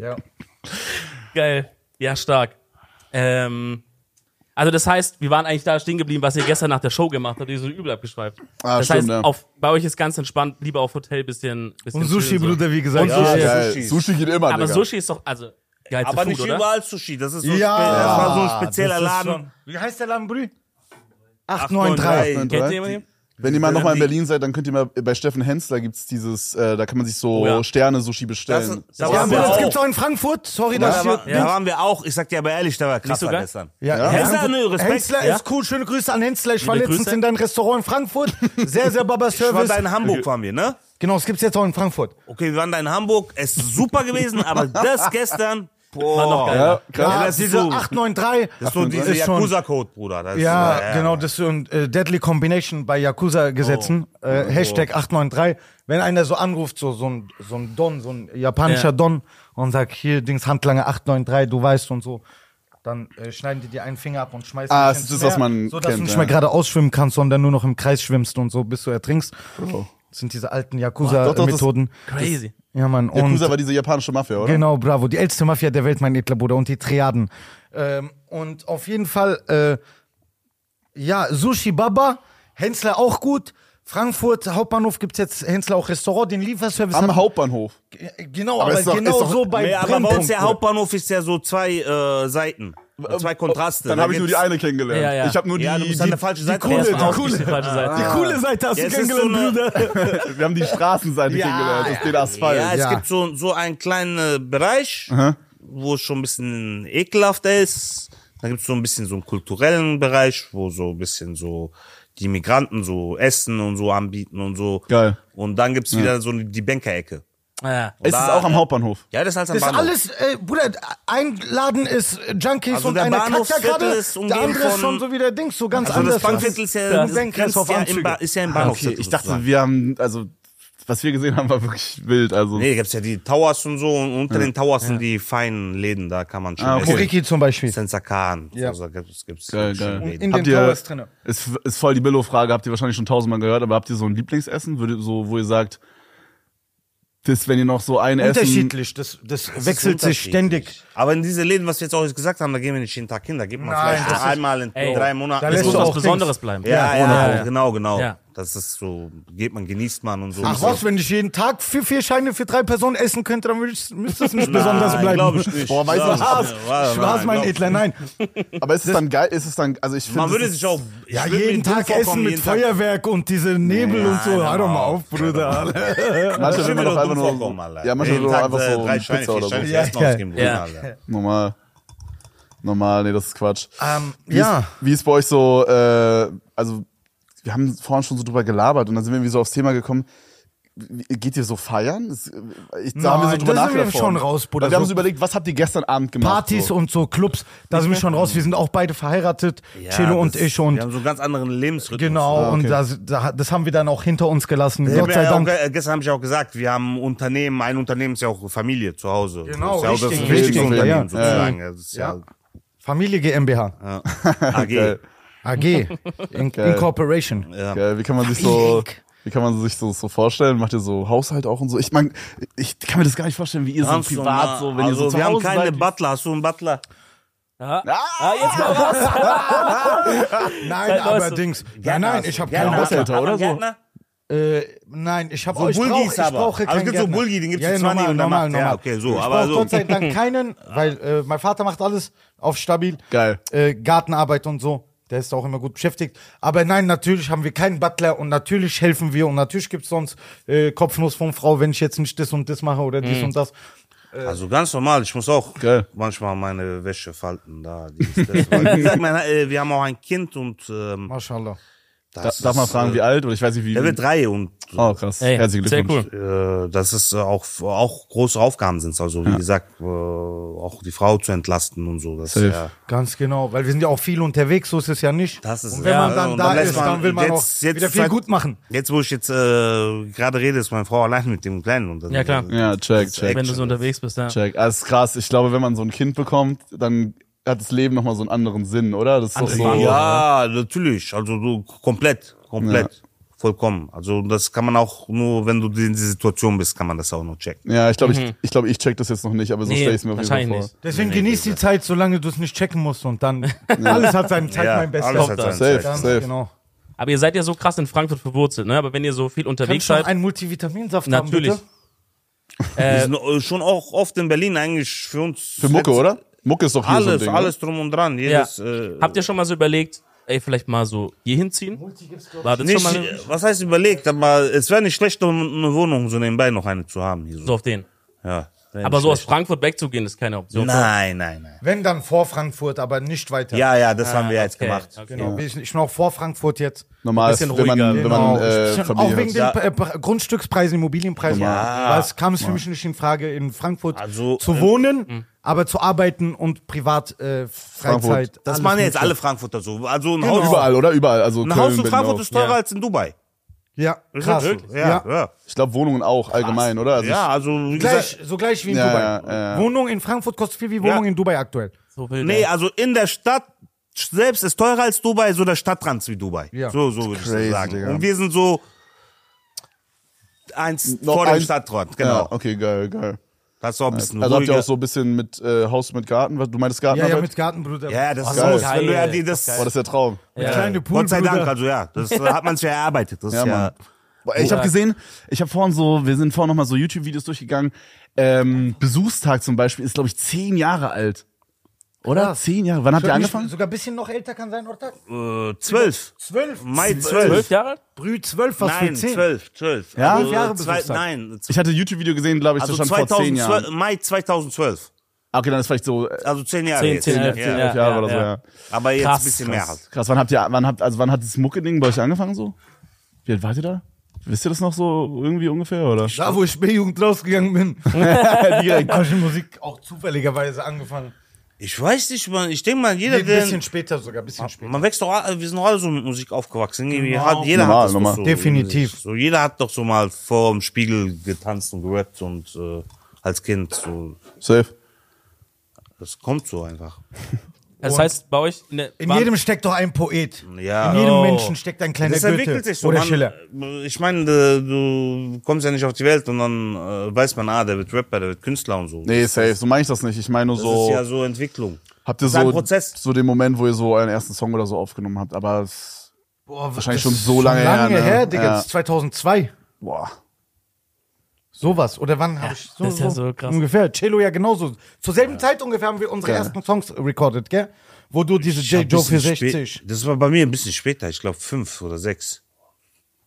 Speaker 4: Ja.
Speaker 2: Geil. Ja, stark. Ähm, also das heißt, wir waren eigentlich da stehen geblieben, was ihr gestern nach der Show gemacht habt, ihr so übel abgeschweift.
Speaker 1: Ah,
Speaker 2: das
Speaker 1: stimmt,
Speaker 2: heißt,
Speaker 1: ja.
Speaker 2: auf, bei euch ist ganz entspannt, lieber auf Hotel, bisschen, bisschen
Speaker 4: Und Sushi,
Speaker 2: chillen, so.
Speaker 4: Bruder, wie gesagt.
Speaker 2: Und
Speaker 4: ja,
Speaker 2: Sushi.
Speaker 4: ja.
Speaker 1: Geil.
Speaker 3: Sushi.
Speaker 1: Sushi geht immer,
Speaker 2: Aber
Speaker 1: Digga.
Speaker 2: Sushi ist doch, also, geil
Speaker 3: Aber
Speaker 2: Food,
Speaker 3: nicht
Speaker 2: oder?
Speaker 3: überall Sushi. Das ist so,
Speaker 4: Ja.
Speaker 3: spe- das war so ein spezieller
Speaker 4: Das ist
Speaker 3: Laden.
Speaker 4: schon- Wie heißt der Laden, Brü?
Speaker 3: 893.
Speaker 4: 893.
Speaker 2: Kennt ihr jemanden?
Speaker 1: Wenn ihr mal nochmal in
Speaker 3: die-
Speaker 1: Berlin seid, dann könnt ihr mal bei Steffen Hensler gibt's dieses, äh, da kann man sich so
Speaker 2: Oh, ja.
Speaker 1: Sterne-Sushi bestellen.
Speaker 3: Das- da
Speaker 4: Ja,
Speaker 3: waren
Speaker 4: Bruder,
Speaker 3: wir
Speaker 4: das
Speaker 3: auch.
Speaker 4: gibt's auch in Frankfurt. Sorry, dass
Speaker 3: Da,
Speaker 4: hier.
Speaker 3: war, da waren wir auch. Ich sag dir aber ehrlich, da war krasser
Speaker 2: so geil?
Speaker 3: gestern.
Speaker 4: Ja.
Speaker 3: Hensler, ne, Respekt.
Speaker 4: Hensler
Speaker 2: Ja.
Speaker 4: ist cool. Schöne Grüße an Hensler. Ich war
Speaker 2: Liebe
Speaker 4: letztens
Speaker 2: Grüße.
Speaker 4: in deinem Restaurant in Frankfurt. Sehr, sehr Baba
Speaker 3: Ich war
Speaker 4: Service.
Speaker 3: da in Hamburg, waren wir, ne?
Speaker 4: Genau, es gibt's jetzt auch in Frankfurt. Ah,
Speaker 3: Okay, wir waren da in Hamburg, es ist super gewesen, aber das gestern, boah.
Speaker 2: War noch geil.
Speaker 1: Ja, krass.
Speaker 4: Ja,
Speaker 3: das ist
Speaker 4: diese
Speaker 3: so-
Speaker 4: 893.
Speaker 3: Das ist so dieser
Speaker 4: ist schon-
Speaker 3: Yakuza-Code, Bruder. Das
Speaker 4: Ja,
Speaker 3: ist,
Speaker 4: genau, das ist so ein äh, Deadly Combination bei Yakuza-Gesetzen.
Speaker 1: Oh.
Speaker 4: Äh, Hashtag 893. Wenn einer so anruft, so, so, ein, so ein Don, so ein japanischer
Speaker 2: Ja.
Speaker 4: Don und sagt, hier, Dings, Handlanger 893, du weißt und so, dann äh, schneiden die dir einen Finger ab und schmeißen
Speaker 1: Ah,
Speaker 4: dich
Speaker 1: es
Speaker 4: ins
Speaker 1: ist das,
Speaker 4: Meer,
Speaker 1: was man
Speaker 4: So, dass
Speaker 1: kennt,
Speaker 4: du nicht
Speaker 1: ja.
Speaker 4: mehr gerade ausschwimmen kannst, sondern nur noch im Kreis schwimmst und so, bis du ertrinkst.
Speaker 1: Bro.
Speaker 4: Das sind diese alten
Speaker 1: Doch, Oh. doch, das-
Speaker 4: Yakuza-Methoden.
Speaker 2: Crazy.
Speaker 4: Ja, Mann. Und
Speaker 1: Yakuza war diese japanische Mafia, oder?
Speaker 4: Genau, bravo. Die älteste Mafia der Welt, mein edler Bruder, und die Triaden. Ähm, und auf jeden Fall, äh, ja, Sushi Baba, Hensler auch gut. Frankfurt Hauptbahnhof gibt's jetzt Hensler auch Restaurant, den Lieferservice.
Speaker 1: Am
Speaker 4: haben-
Speaker 1: Hauptbahnhof.
Speaker 4: G- Genau,
Speaker 1: Aber
Speaker 4: aber,
Speaker 1: ist doch-
Speaker 4: genau
Speaker 1: ist doch-
Speaker 4: so bei
Speaker 3: Nee, aber bei uns
Speaker 4: Brennpunkt,
Speaker 3: der
Speaker 4: Bruder.
Speaker 3: Hauptbahnhof ist ja so zwei äh, Seiten, zwei Kontraste.
Speaker 1: Dann
Speaker 3: Da
Speaker 1: habe ich nur die
Speaker 3: gibt's-
Speaker 1: eine kennengelernt.
Speaker 2: Ja, ja.
Speaker 1: Ich habe nur
Speaker 3: Ja,
Speaker 1: die,
Speaker 3: du bist
Speaker 1: die,
Speaker 3: an der falschen Seite.
Speaker 4: coole-
Speaker 3: erstmal.
Speaker 2: Erstmal auf die falsche Seite.
Speaker 4: Die coole Seite hast
Speaker 3: Ja,
Speaker 4: du
Speaker 3: es ist so
Speaker 4: kennengelernt,
Speaker 3: eine-
Speaker 4: Bruder.
Speaker 1: wir haben die Straßenseite
Speaker 4: Ja,
Speaker 1: kennengelernt, das ist den Asphalt.
Speaker 3: Ja, es
Speaker 4: Ja.
Speaker 3: gibt so, so einen kleinen äh, Bereich, wo es schon ein bisschen ekelhafter ist. Da gibt es so ein bisschen so einen kulturellen Bereich, wo so ein bisschen so die Migranten so Essen und so anbieten und so.
Speaker 1: Geil.
Speaker 3: Und dann gibt's wieder so die Bankerecke.
Speaker 2: Ja.
Speaker 1: Ist es
Speaker 3: Da-
Speaker 1: auch am Hauptbahnhof?
Speaker 3: Ja, das ist halt am
Speaker 4: Das ist
Speaker 3: Bahnhof.
Speaker 4: alles, äh, Bruder, ein Laden ist äh, Junkies
Speaker 3: Also
Speaker 4: und
Speaker 3: der
Speaker 4: einer kackt ja
Speaker 3: Bahnhofsviertel
Speaker 4: gerade,
Speaker 3: ist
Speaker 4: der
Speaker 3: umgeben
Speaker 4: andere ist
Speaker 3: von-
Speaker 4: schon so wieder Dings, so ganz
Speaker 3: also das
Speaker 4: anders.
Speaker 3: Bankviertel ist ja,
Speaker 4: Du denkst
Speaker 3: grenzt
Speaker 4: auf
Speaker 3: ja, im
Speaker 4: Anzüge. Ah,
Speaker 3: ba ist ja im Bahnhof.
Speaker 1: Okay, ich dachte, wir haben, also, was wir gesehen haben, war wirklich wild. Also,
Speaker 3: Nee, da gibt's ja die Towers und so und unter den Towers sind die feinen Läden, da kann man schon
Speaker 1: Ah, okay.
Speaker 4: Oriki zum Beispiel.
Speaker 3: Sensakan.
Speaker 4: Ja.
Speaker 3: So, da gibt's, gibt's
Speaker 1: Geil,
Speaker 3: schon
Speaker 1: geil.
Speaker 3: Läden.
Speaker 4: In
Speaker 1: habt
Speaker 4: den
Speaker 1: ihr,
Speaker 4: Towers drinne.
Speaker 1: ist, ist voll die Billo-Frage, habt ihr wahrscheinlich schon tausendmal gehört, aber habt ihr so ein Lieblingsessen, Würde- so, wo ihr sagt, das, wenn ihr noch so ein Essen...
Speaker 4: Unterschiedlich, das, das
Speaker 3: Das ist
Speaker 4: wechselt sich
Speaker 3: unterschiedlich.
Speaker 4: ständig.
Speaker 3: Aber in diese Läden, was wir jetzt auch jetzt gesagt haben, da gehen wir nicht jeden Tag hin, da geht man
Speaker 4: Nein,
Speaker 3: vielleicht
Speaker 4: das
Speaker 3: nur einmal in
Speaker 2: Ey,
Speaker 3: drei Monaten.
Speaker 4: da
Speaker 2: Es
Speaker 4: lässt
Speaker 2: muss
Speaker 4: du
Speaker 2: was
Speaker 4: auch
Speaker 2: Besonderes
Speaker 4: Dings.
Speaker 2: bleiben.
Speaker 3: ja, ja, ja,
Speaker 2: ja.
Speaker 3: genau, genau.
Speaker 2: Ja.
Speaker 3: Das ist so, geht man, genießt man und so.
Speaker 4: Ach
Speaker 3: so.
Speaker 4: was, wenn ich jeden Tag vier, vier Scheine für drei Personen essen könnte, dann würde ich- müsste es nicht
Speaker 3: Nein,
Speaker 4: besonders bleiben.
Speaker 3: glaub ich nicht.
Speaker 1: Boah, weißt du
Speaker 3: Glaub
Speaker 1: was?
Speaker 3: ich nicht. Warte,
Speaker 4: Spaß,
Speaker 3: warte,
Speaker 4: mein
Speaker 3: glaub-
Speaker 4: Edler, nein.
Speaker 1: Aber ist es dann geil, ist es dann, also ich finde...
Speaker 3: Man würde
Speaker 1: es
Speaker 3: sich auch, ich
Speaker 4: Ja,
Speaker 3: würde mir
Speaker 4: jeden
Speaker 3: dumm
Speaker 4: Tag
Speaker 3: vorkommen,
Speaker 4: essen mit
Speaker 3: jeden Tag-
Speaker 4: Feuerwerk und diese Nebel und so.
Speaker 3: nein,
Speaker 4: Hör doch mal
Speaker 3: aber-
Speaker 4: auf, Bruder.
Speaker 1: manchmal
Speaker 3: Ich
Speaker 1: will
Speaker 3: würde
Speaker 1: man doch
Speaker 3: mir doch
Speaker 1: einfach
Speaker 3: dumm
Speaker 1: nur...
Speaker 3: vorkommen, Alter.
Speaker 1: Ja, manchmal
Speaker 3: Jeden
Speaker 1: will man
Speaker 3: Tag,
Speaker 1: einfach
Speaker 3: äh,
Speaker 1: so
Speaker 3: drei
Speaker 1: eine
Speaker 3: Scheine,
Speaker 1: Pizza
Speaker 3: vier
Speaker 1: oder so.
Speaker 3: Scheine
Speaker 4: Ja,
Speaker 3: essen ausgeben,
Speaker 2: ja.
Speaker 3: Bruder, Alter.
Speaker 1: Normal. Normal, nee, das ist Quatsch.
Speaker 4: Ähm,
Speaker 1: Wie
Speaker 4: ja.
Speaker 1: Ist, wie ist bei euch so, äh, also wir haben vorhin schon so drüber gelabert und dann sind wir irgendwie so aufs Thema gekommen. Wie- Geht ihr so feiern? Das, äh, Ich, da haben wir so drüber
Speaker 4: Nein, da sind wir
Speaker 1: nachgedacht
Speaker 4: schon
Speaker 1: vorhin.
Speaker 4: raus, Bruder.
Speaker 1: Weil Wir haben uns
Speaker 4: So-
Speaker 1: überlegt, was habt ihr gestern Abend gemacht?
Speaker 4: Partys
Speaker 1: so.
Speaker 4: und so, Clubs, da sind wir schon raus. Wir sind auch beide verheiratet,
Speaker 3: Ja,
Speaker 4: Chelo und
Speaker 3: das-
Speaker 4: ich. Und
Speaker 3: Wir haben so einen ganz anderen Lebensrhythmus.
Speaker 4: genau,
Speaker 1: okay.
Speaker 4: und das, da- das haben wir dann auch hinter uns gelassen.
Speaker 3: Ich hab
Speaker 4: Gott sei
Speaker 3: ja
Speaker 4: Dank.
Speaker 3: Auch, äh, gestern habe ich auch gesagt, wir haben ein Unternehmen, ein Unternehmen ist ja auch Familie zu Hause.
Speaker 4: Genau,
Speaker 3: ist ja auch das
Speaker 4: richtig,
Speaker 3: wichtigste
Speaker 1: richtig,
Speaker 3: Unternehmen
Speaker 1: ja.
Speaker 3: sozusagen. Das ist ja,
Speaker 4: Ja. Familie GmbH.
Speaker 3: ja.
Speaker 1: Geil.
Speaker 3: AG.
Speaker 4: AG. In, Incorporation.
Speaker 3: Ja.
Speaker 1: Geil, wie kann man sich so,
Speaker 4: Erik.
Speaker 1: wie kann man sich so, so vorstellen? Macht ihr so Haushalt auch und so? Ich meine, ich kann mir das gar nicht vorstellen, wie ihr so
Speaker 3: Ganz normal.
Speaker 1: privat so, wenn
Speaker 3: also,
Speaker 1: ihr so zu
Speaker 3: wir haben
Speaker 1: Hause
Speaker 3: keine
Speaker 1: seid.
Speaker 3: Butler. Hast du einen Butler?
Speaker 2: Ja. Ah, jetzt kommt was.
Speaker 4: Nein,
Speaker 2: Seit neuestem.
Speaker 4: allerdings. Nein, nein, ich habe keinen
Speaker 1: Gärtner.
Speaker 4: Haushalt.
Speaker 1: Haushälter, oder so?
Speaker 3: Gärtner?
Speaker 4: Äh, nein, ich habe
Speaker 3: So
Speaker 4: ich
Speaker 3: Bulgis
Speaker 4: brauch, ich
Speaker 3: aber.
Speaker 4: brauche
Speaker 3: Also es
Speaker 4: keinen
Speaker 3: gibt so
Speaker 4: Gärtner.
Speaker 3: Bulgi, den gibt's
Speaker 4: ja,
Speaker 3: für 20
Speaker 4: normal,
Speaker 3: und der
Speaker 4: normal,
Speaker 3: macht- ja,
Speaker 4: normal.
Speaker 3: okay, so,
Speaker 4: ich
Speaker 3: aber
Speaker 4: brauche
Speaker 3: so-
Speaker 4: Gott sei Dank keinen, weil äh, mein Vater macht alles auf stabil.
Speaker 1: Geil.
Speaker 4: Äh, Gartenarbeit und so. Der ist auch immer gut beschäftigt. Aber nein, natürlich haben wir keinen Butler und natürlich helfen wir und natürlich gibt's sonst äh, Kopfnuss von Frau, wenn ich jetzt nicht das und das mache oder dies
Speaker 3: Mhm.
Speaker 4: und das. Äh.
Speaker 3: Also ganz normal, ich muss auch
Speaker 1: Geil.
Speaker 3: manchmal meine Wäsche falten da. Dies, das. Weil, wie gesagt, mein, äh, wir haben auch ein Kind und ähm,
Speaker 4: Maschallah.
Speaker 1: Da,
Speaker 3: das
Speaker 1: darf man
Speaker 3: ist,
Speaker 1: fragen,
Speaker 3: äh,
Speaker 1: wie alt? Oder ich weiß nicht, wie.
Speaker 3: Der wird drei und
Speaker 1: Oh, krass.
Speaker 2: Ey,
Speaker 1: Herzlichen
Speaker 2: sehr
Speaker 1: Glückwunsch.
Speaker 2: cool.
Speaker 3: äh, das ist äh, auch auch große Aufgaben sind. Also wie gesagt, äh, auch die Frau zu entlasten und so. Das ist
Speaker 1: Safe.
Speaker 3: ja,
Speaker 4: Ganz genau, weil wir sind ja auch viel unterwegs, so ist es ja nicht.
Speaker 3: das ist
Speaker 4: und wenn
Speaker 3: ja,
Speaker 4: man dann
Speaker 3: und
Speaker 4: da
Speaker 3: lässt
Speaker 4: ist, dann will man auch wieder viel
Speaker 3: seit-
Speaker 4: gut machen.
Speaker 3: Jetzt, wo ich jetzt äh, gerade rede, ist meine Frau allein mit dem Kleinen. Und dann,
Speaker 2: Ja, klar.
Speaker 1: Ja, check, check.
Speaker 2: Wenn du so unterwegs bist, ja.
Speaker 1: Check. Ah, Das ist krass. Ich glaube, wenn man so ein Kind bekommt, dann hat das Leben nochmal so einen anderen Sinn, oder? Das ist doch so.
Speaker 3: ne? Ja, natürlich. Also du komplett, komplett, vollkommen. Also das kann man auch nur, wenn du in die Situation bist, kann man das auch noch checken.
Speaker 1: Ja, ich glaube, ich, ich, glaube, ich check das jetzt noch nicht, aber so
Speaker 2: Nee,
Speaker 1: stelle ich es mir auf jeden Fall
Speaker 2: wahrscheinlich
Speaker 1: vor.
Speaker 4: Deswegen genieß die Zeit, solange du es nicht checken musst und dann alles hat seine Zeit, mein Bester.
Speaker 3: alles
Speaker 2: Kommt
Speaker 3: hat seine
Speaker 1: da.
Speaker 3: Zeit.
Speaker 1: Safe.
Speaker 4: Ganz Genau.
Speaker 2: Aber ihr seid ja so krass in Frankfurt verwurzelt, ne? Aber wenn ihr so viel unterwegs
Speaker 4: Kannst du noch
Speaker 2: seid,
Speaker 4: einen Multivitaminsaft
Speaker 2: natürlich.
Speaker 4: haben, bitte?
Speaker 3: Wir sind äh, schon auch oft in Berlin eigentlich für uns.
Speaker 1: Für Mucke,
Speaker 3: letzt-
Speaker 1: oder? Mucke ist doch hier so ein
Speaker 3: Alles,
Speaker 1: Ding. ne?
Speaker 3: alles drum und dran.
Speaker 2: ja.
Speaker 3: Jedes, äh,
Speaker 2: Habt ihr schon mal so überlegt, ey, vielleicht mal so hier hinziehen? War das schon
Speaker 3: nicht,
Speaker 2: mal
Speaker 3: was heißt überlegt, aber es wäre nicht schlecht, um eine Wohnung so nebenbei noch eine zu haben. Hier so.
Speaker 2: so auf den?
Speaker 3: Ja. Wäre
Speaker 2: Aber
Speaker 3: nicht
Speaker 2: so aus
Speaker 3: schlecht.
Speaker 2: Frankfurt wegzugehen, ist keine Option.
Speaker 3: Nein, nein, nein.
Speaker 4: Wenn dann vor Frankfurt, aber nicht weiter.
Speaker 3: Ja, ja, das haben wir
Speaker 2: Ah,
Speaker 3: jetzt
Speaker 2: okay,
Speaker 3: gemacht.
Speaker 2: okay.
Speaker 4: Genau. Ich, ich bin auch vor Frankfurt jetzt.
Speaker 1: Normal,
Speaker 2: bisschen
Speaker 1: wenn man,
Speaker 2: ruhiger.
Speaker 1: wenn
Speaker 4: Genau.
Speaker 1: man äh,
Speaker 4: auch
Speaker 1: Familie
Speaker 4: wegen
Speaker 1: hat.
Speaker 3: Ja.
Speaker 4: den äh, Pr- Grundstückspreisen, Immobilienpreisen.
Speaker 3: Ja.
Speaker 4: Was kam es für mich nicht in Frage, in Frankfurt
Speaker 3: Also,
Speaker 4: zu
Speaker 3: äh,
Speaker 4: wohnen, aber zu arbeiten und privat, äh, Freizeit.
Speaker 1: Frankfurt.
Speaker 3: Das
Speaker 4: alles
Speaker 3: machen jetzt
Speaker 4: Mögliche.
Speaker 3: alle Frankfurter so. Also ein Haus,
Speaker 1: Genau. Überall, oder? Überall. Also
Speaker 3: ein
Speaker 1: Köln,
Speaker 3: Haus in
Speaker 1: Berlin
Speaker 3: Frankfurt
Speaker 1: auch.
Speaker 3: ist teurer
Speaker 2: Ja.
Speaker 3: als in Dubai.
Speaker 4: Ja,
Speaker 3: Ist
Speaker 4: krass.
Speaker 3: das so?
Speaker 4: Ja.
Speaker 3: Ja, ja.
Speaker 1: Ich glaube, Wohnungen auch allgemein, oder? Also
Speaker 3: Ja, also wie gesagt,
Speaker 4: Gleich, so gleich wie in
Speaker 1: Ja,
Speaker 4: Dubai.
Speaker 1: ja, ja.
Speaker 4: Wohnung in Frankfurt kostet viel wie Wohnung
Speaker 3: Ja.
Speaker 4: in Dubai aktuell.
Speaker 2: So wild,
Speaker 3: nee,
Speaker 2: ey.
Speaker 3: also in der Stadt selbst ist teurer als Dubai, so der Stadtrand wie Dubai.
Speaker 4: Ja.
Speaker 3: So, so würde ich
Speaker 1: Crazy,
Speaker 3: das sagen.
Speaker 1: Digga.
Speaker 3: Und wir sind so eins
Speaker 1: Noch
Speaker 3: vor dem
Speaker 1: eins-
Speaker 3: Stadtrand,
Speaker 1: Ja,
Speaker 3: genau.
Speaker 1: okay, geil, geil.
Speaker 3: Das ist auch ein bisschen
Speaker 1: Also habt ihr
Speaker 3: ruhiger.
Speaker 1: auch so ein bisschen mit äh, Haus mit Garten, was- du meinst
Speaker 4: Ja,
Speaker 1: Gartenarbeit?
Speaker 4: ja, mit Gartenbruder.
Speaker 3: ja, das
Speaker 2: Oh,
Speaker 3: ist
Speaker 2: geil.
Speaker 3: muss, wenn du ja
Speaker 2: Geil.
Speaker 3: die, das,
Speaker 1: Boah, das ist der Traum.
Speaker 2: Ja.
Speaker 4: Kleine Pool,
Speaker 3: Gott sei Dank,
Speaker 4: Bruder.
Speaker 3: also ja, das hat man sich ja erarbeitet. Das
Speaker 1: Ja,
Speaker 3: ja,
Speaker 1: Mann.
Speaker 3: ja,
Speaker 1: Boah, ey, ich habe gesehen, ich habe vorhin so, wir sind vorhin nochmal so YouTube-Videos durchgegangen. Ähm, Besuchstag zum Beispiel ist, glaube ich, zehn Jahre alt. Oder?
Speaker 4: Krass.
Speaker 1: Zehn Jahre. Wann habt ihr
Speaker 4: Nicht-
Speaker 1: angefangen?
Speaker 4: Sogar ein bisschen noch älter kann sein, oder?
Speaker 3: äh, zwölf.
Speaker 4: Zwölf.
Speaker 3: Mai
Speaker 2: Zwölf
Speaker 3: zwölf.
Speaker 2: Jahre?
Speaker 4: Brü, zwölf, was für
Speaker 3: Nein,
Speaker 4: zehn?
Speaker 3: zwölf, zwölf.
Speaker 1: Ja?
Speaker 3: Also,
Speaker 1: Zwölf
Speaker 4: Jahre
Speaker 3: zwei,
Speaker 4: Besuchstag.
Speaker 3: nein,
Speaker 1: Ich hatte ein YouTube-video gesehen, glaube ich,
Speaker 3: also
Speaker 1: das stand vor zehn Jahren.
Speaker 3: 2012, Mai 2012.
Speaker 1: Ah, Okay, dann ist vielleicht so äh,
Speaker 3: Also zehn Jahre
Speaker 2: Zehn,
Speaker 3: jetzt.
Speaker 2: zehn,
Speaker 3: ja.
Speaker 2: elf, zehn
Speaker 3: ja.
Speaker 1: elf Jahre
Speaker 2: ja,
Speaker 1: oder so,
Speaker 2: ja.
Speaker 1: ja.
Speaker 3: Aber jetzt
Speaker 2: Krass,
Speaker 3: ein bisschen
Speaker 2: krass.
Speaker 3: mehr halt.
Speaker 1: Krass, wann habt ihr, wann habt, also wann hat das Mucke-Ding bei euch angefangen so? Wie alt wart ihr da? Wisst ihr das noch so irgendwie ungefähr, oder?
Speaker 4: Da, wo ich B-Jugend rausgegangen bin,
Speaker 1: Direkt.
Speaker 4: habe ich die Musik auch zufälligerweise angefangen.
Speaker 3: Ich weiß nicht, man, ich denke mal, jeder,
Speaker 4: Ein
Speaker 3: der,
Speaker 4: bisschen später sogar,
Speaker 3: Ah,
Speaker 4: ein bisschen später.
Speaker 3: man wächst doch, alle- wir sind doch alle so mit Musik aufgewachsen. Irgendwie
Speaker 4: Genau.
Speaker 3: Hat, jeder
Speaker 1: Normal,
Speaker 3: hat das doch
Speaker 1: normal.
Speaker 3: so.
Speaker 4: Definitiv.
Speaker 3: So, jeder hat doch so mal vor dem Spiegel getanzt und gerappt und, äh, als Kind, so,
Speaker 1: Safe.
Speaker 3: das kommt so einfach.
Speaker 2: Das heißt, bei euch in, der,
Speaker 4: In
Speaker 2: waren-
Speaker 4: jedem steckt doch ein Poet.
Speaker 3: Ja.
Speaker 4: In jedem
Speaker 2: Oh.
Speaker 4: Menschen steckt ein kleiner
Speaker 3: Das entwickelt
Speaker 4: Goethe
Speaker 3: sich so.
Speaker 4: oder
Speaker 3: man, äh,
Speaker 4: Schiller.
Speaker 3: Ich meine, du du kommst ja nicht auf die Welt und dann äh, weiß man, ah, der wird Rapper, der wird Künstler und so.
Speaker 1: Nee, safe. So meine ich das nicht. Ich meine nur
Speaker 3: das
Speaker 1: so.
Speaker 3: ist ja so Entwicklung.
Speaker 1: Habt ihr
Speaker 3: Sein
Speaker 1: so,
Speaker 3: Prozess.
Speaker 1: so den Moment, wo ihr so euren ersten Song oder so aufgenommen habt, aber es,
Speaker 4: Boah,
Speaker 1: Wahrscheinlich
Speaker 4: das
Speaker 1: schon
Speaker 4: ist
Speaker 1: so lange her,
Speaker 4: lange
Speaker 1: ne?
Speaker 4: her, Digga,
Speaker 1: Ja.
Speaker 4: das ist 2002.
Speaker 1: boah.
Speaker 4: Sowas. Oder wann habe ich so,
Speaker 2: das ist ja so krass.
Speaker 4: Ungefähr. Cello ja genauso. Zur selben Zeit ungefähr haben wir unsere
Speaker 1: Ja.
Speaker 4: ersten Songs recorded, gell? Wo du diese
Speaker 3: Ja,
Speaker 4: J.
Speaker 3: ein
Speaker 4: Joe
Speaker 3: bisschen
Speaker 4: für
Speaker 3: spä-
Speaker 4: 60.
Speaker 3: Das war bei mir ein bisschen später, ich glaube fünf oder sechs.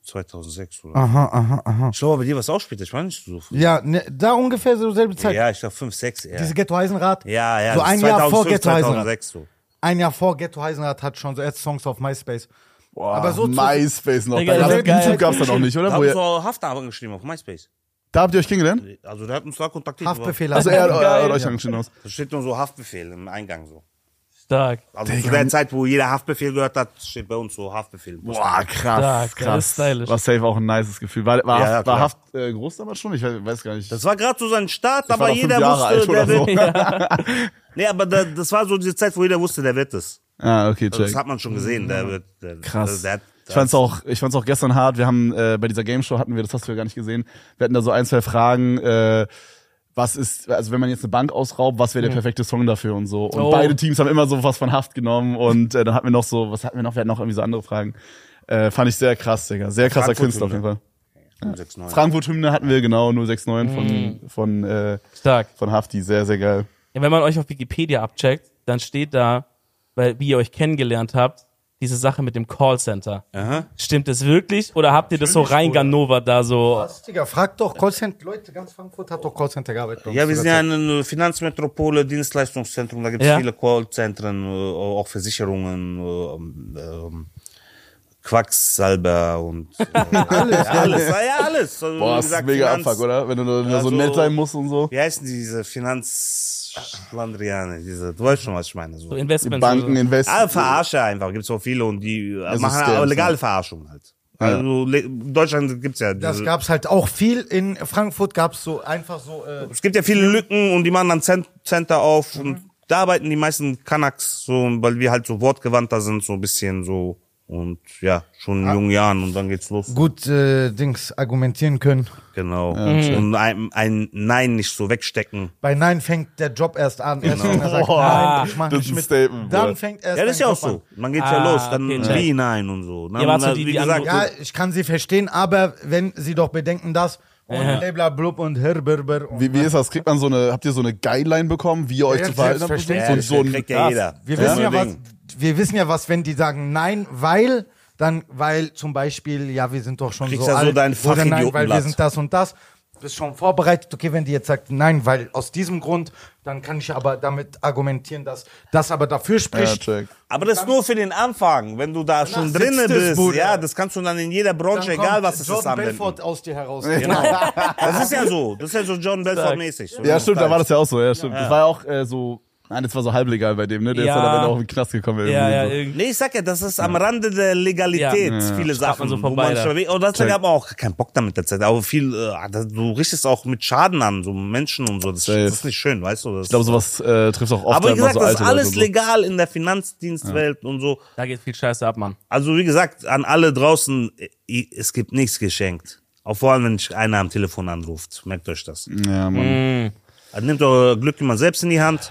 Speaker 3: 2006 oder
Speaker 4: Aha, aha, aha.
Speaker 3: Ich glaube, bei dir war es auch später, ich war nicht so früh.
Speaker 4: Ja, ne, da ungefähr so selbe Zeit.
Speaker 3: Ja, ich glaube fünf, sechs eher.
Speaker 4: halt. Diese Ghetto Eisenrad.
Speaker 3: ja, ja,
Speaker 4: So
Speaker 3: das
Speaker 4: ein
Speaker 3: ist
Speaker 4: Jahr vor
Speaker 3: 2005,
Speaker 4: Ghetto Eisenrad.
Speaker 3: 2006 so.
Speaker 4: Ein Jahr vor Ghetto Eisenrad hat schon so erste Songs auf MySpace.
Speaker 1: boah.
Speaker 4: Aber so zu-
Speaker 1: MySpace noch.
Speaker 2: Digga,
Speaker 1: Da
Speaker 2: das
Speaker 1: gab's,
Speaker 2: ist geil.
Speaker 1: YouTube gab's da noch nicht,
Speaker 3: Da
Speaker 1: oder? Wo
Speaker 3: haben
Speaker 1: ihr,
Speaker 3: so Haftarbeit angeschrieben auf MySpace.
Speaker 1: da habt ihr euch kennengelernt?
Speaker 3: Also der hat uns da kontaktiert.
Speaker 4: Haftbefehl.
Speaker 1: Also
Speaker 4: hat-
Speaker 1: er hat
Speaker 2: Geil.
Speaker 1: hat euch angeschrieben. aus.
Speaker 3: Da steht nur so Haftbefehl im Eingang so.
Speaker 2: Stark.
Speaker 3: Also zu der Zeit, wo jeder Haftbefehl gehört hat, steht bei uns so Haftbefehl.
Speaker 1: Boah, krass,
Speaker 2: Stark, das ist
Speaker 1: krass.
Speaker 2: stylisch.
Speaker 1: War safe auch ein nices Gefühl. War, war
Speaker 3: Ja,
Speaker 1: Haft, war
Speaker 3: klar.
Speaker 1: Haft äh, groß damals schon? Ich weiß, weiß gar nicht.
Speaker 3: Das war gerade so sein Start,
Speaker 1: war
Speaker 3: aber
Speaker 1: doch fünf
Speaker 3: jeder
Speaker 1: Jahre alt
Speaker 3: wusste,
Speaker 1: oder
Speaker 3: der wird.
Speaker 1: so.
Speaker 3: Nee, aber da, das war so diese Zeit, wo jeder wusste, der wird es.
Speaker 1: ah, okay,
Speaker 3: Also
Speaker 1: check.
Speaker 3: das hat man schon gesehen, der wird. Der,
Speaker 1: Mhm. Krass.
Speaker 3: Der, der,
Speaker 1: Ich fand's auch, ich fand's auch gestern hart. Wir haben äh, bei dieser Game Show hatten wir, das hast du ja gar nicht gesehen. Wir hatten da so ein, zwei Fragen. Äh, was ist, also wenn man jetzt eine Bank ausraubt, was wäre der perfekte Song dafür und so. Und
Speaker 2: Oh.
Speaker 1: beide Teams haben immer so was von Haft genommen und äh, dann hatten wir noch so, was hatten wir noch? Wir hatten noch irgendwie so andere Fragen. Äh, fand ich sehr krass, Digga. Sehr krasser
Speaker 3: Frankfurt
Speaker 1: Künstler auf jeden Fall.
Speaker 3: um 6,9.
Speaker 1: Frankfurt-Hymne hatten wir, genau, 069 von, von, äh,
Speaker 2: Stark.
Speaker 1: von Hafti. Sehr, sehr geil.
Speaker 2: Ja, wenn man euch auf Wikipedia abcheckt, dann steht da, weil wie ihr euch kennengelernt habt, diese Sache mit dem Callcenter.
Speaker 3: Aha.
Speaker 2: Stimmt das wirklich oder habt ihr das so rein Ganova da so?
Speaker 4: Was, Digga, frag doch Callcenter. Leute, ganz Frankfurt hat doch Callcenter gearbeitet.
Speaker 3: Ja, wir sind ja eine Finanzmetropole, Dienstleistungszentrum, da gibt es
Speaker 2: Ja.
Speaker 3: viele Callzentren, äh, auch Versicherungen, äh, ähm, Quacksalber und äh, alles, ja, alles, ja, alles. Also,
Speaker 1: Boah,
Speaker 3: wie
Speaker 1: das ist
Speaker 3: gesagt,
Speaker 1: mega
Speaker 3: Finanz-
Speaker 1: Abfuck, oder? Wenn du da so
Speaker 3: Also-
Speaker 1: nett sein musst und so.
Speaker 3: Wie heißen diese Finanzlandriane? Diese, du weißt schon, was ich meine. So.
Speaker 2: so
Speaker 1: Die
Speaker 2: Investments?
Speaker 1: Banken,
Speaker 2: oder
Speaker 1: Invest.
Speaker 3: Ah, Verarsche einfach, gibt's auch viele und die äh,
Speaker 1: Also
Speaker 3: machen
Speaker 1: Scams,
Speaker 3: aber legale
Speaker 1: ja.
Speaker 3: Verarschung halt. Also le- in Deutschland gibt's ja diese,
Speaker 4: Das gab's halt auch viel. In Frankfurt gab's so einfach so. Äh,
Speaker 3: es gibt ja viele Lücken und die machen dann Cent Center auf und da arbeiten die meisten Kanaks so, weil wir halt so wortgewandter sind, so ein bisschen so und ja, schon in jungen Jahren und dann geht's los.
Speaker 4: gut äh, Dings argumentieren können.
Speaker 3: Genau. Und ein, ein Nein nicht so wegstecken.
Speaker 4: Bei Nein fängt der Job erst an. Erst wenn er sagt,
Speaker 1: Genau. Boah,
Speaker 4: nein, ich mach
Speaker 1: das
Speaker 4: nicht
Speaker 1: ist ein
Speaker 4: mit.
Speaker 1: Statement,
Speaker 4: Dann
Speaker 1: Bruder.
Speaker 4: fängt erst
Speaker 3: Ja, das ist
Speaker 4: dein
Speaker 3: ja auch
Speaker 4: Job an.
Speaker 3: so. Man geht ja
Speaker 2: Ah,
Speaker 3: los, dann
Speaker 2: okay, check.
Speaker 3: wie nein und so. Na,
Speaker 2: Ihr wart
Speaker 3: na,
Speaker 2: so die,
Speaker 3: wie
Speaker 2: die
Speaker 3: gesagt,
Speaker 2: angeboten-
Speaker 4: Ja, ich kann sie verstehen, aber wenn sie doch bedenken das und äh. blub und herberber und
Speaker 1: Wie, wie ist das? Kriegt man so eine, habt ihr so eine Guideline bekommen, wie ihr euch
Speaker 4: Ja,
Speaker 1: zu verhalten habt?
Speaker 4: selbstverständlich.
Speaker 1: Und
Speaker 3: ja,
Speaker 1: so ein,
Speaker 3: kriegt ja jeder.
Speaker 4: wir
Speaker 3: Das
Speaker 4: wissen
Speaker 3: ist
Speaker 4: ja
Speaker 3: so ein
Speaker 4: was,
Speaker 3: Ding.
Speaker 4: wir wissen ja was, wenn die sagen nein, weil dann weil zum Beispiel ja wir sind doch schon
Speaker 3: Kriegst
Speaker 4: so
Speaker 3: ja so
Speaker 4: alt
Speaker 3: dein
Speaker 4: oder nein, weil wir
Speaker 3: Fachidiotenblatt.
Speaker 4: sind das und das. bist schon vorbereitet. Okay, wenn die jetzt sagt, nein, weil aus diesem Grund, dann kann ich aber damit argumentieren, dass das aber dafür
Speaker 1: Ja,
Speaker 4: spricht.
Speaker 1: check.
Speaker 3: Aber das ist nur für den Anfang, wenn du da schon
Speaker 4: sitzt
Speaker 3: drinnen
Speaker 4: es,
Speaker 3: bist.
Speaker 4: Bruder.
Speaker 3: Ja, das kannst du dann in jeder
Speaker 4: dann
Speaker 3: Branche, egal
Speaker 4: kommt
Speaker 3: was es ist,
Speaker 4: Jordan
Speaker 3: anwenden.
Speaker 4: Belfort aus dir heraus.
Speaker 3: Genau. Das ist ja so. Das ist ja so John Belfort-mäßig. So.
Speaker 1: Ja, stimmt, da war das ja auch so, ja, stimmt. Das war ja auch äh, so, nein, das war so halblegal bei dem, ne? Der ist
Speaker 2: Ja.
Speaker 1: ja dann auch in den Knast gekommen.
Speaker 2: Ja,
Speaker 1: irgendwie
Speaker 2: ja,
Speaker 1: so.
Speaker 2: irgendwie.
Speaker 3: Nee, ich sag ja, das ist am Rande der Legalität,
Speaker 2: Ja.
Speaker 3: viele
Speaker 2: Strahlt
Speaker 3: Sachen.
Speaker 2: man so
Speaker 3: wo
Speaker 2: vorbei
Speaker 3: man
Speaker 2: da.
Speaker 3: schon- Oh, und deswegen
Speaker 1: Check.
Speaker 3: haben wir auch keinen Bock damit der Zeit. Aber viel, äh, das- du richtest auch mit Schaden an, so Menschen und so. Das,
Speaker 1: Safe.
Speaker 3: das ist nicht schön, weißt du? Das,
Speaker 1: Ich glaube, sowas äh, trifft auch oft
Speaker 3: aber wie
Speaker 1: dann mal
Speaker 3: gesagt,
Speaker 1: so
Speaker 3: das
Speaker 1: alte
Speaker 3: ist alles
Speaker 1: Leute.
Speaker 3: legal in der Finanzdienstwelt und so.
Speaker 2: Da geht viel Scheiße ab, Mann.
Speaker 3: Also wie gesagt, an alle draußen, i- es gibt nichts geschenkt. Auch vor allem, wenn dich einer am Telefon anruft. Merkt euch das.
Speaker 1: und So. Ja, Mann.
Speaker 3: Also nehmt euer Glück immer selbst in die Hand.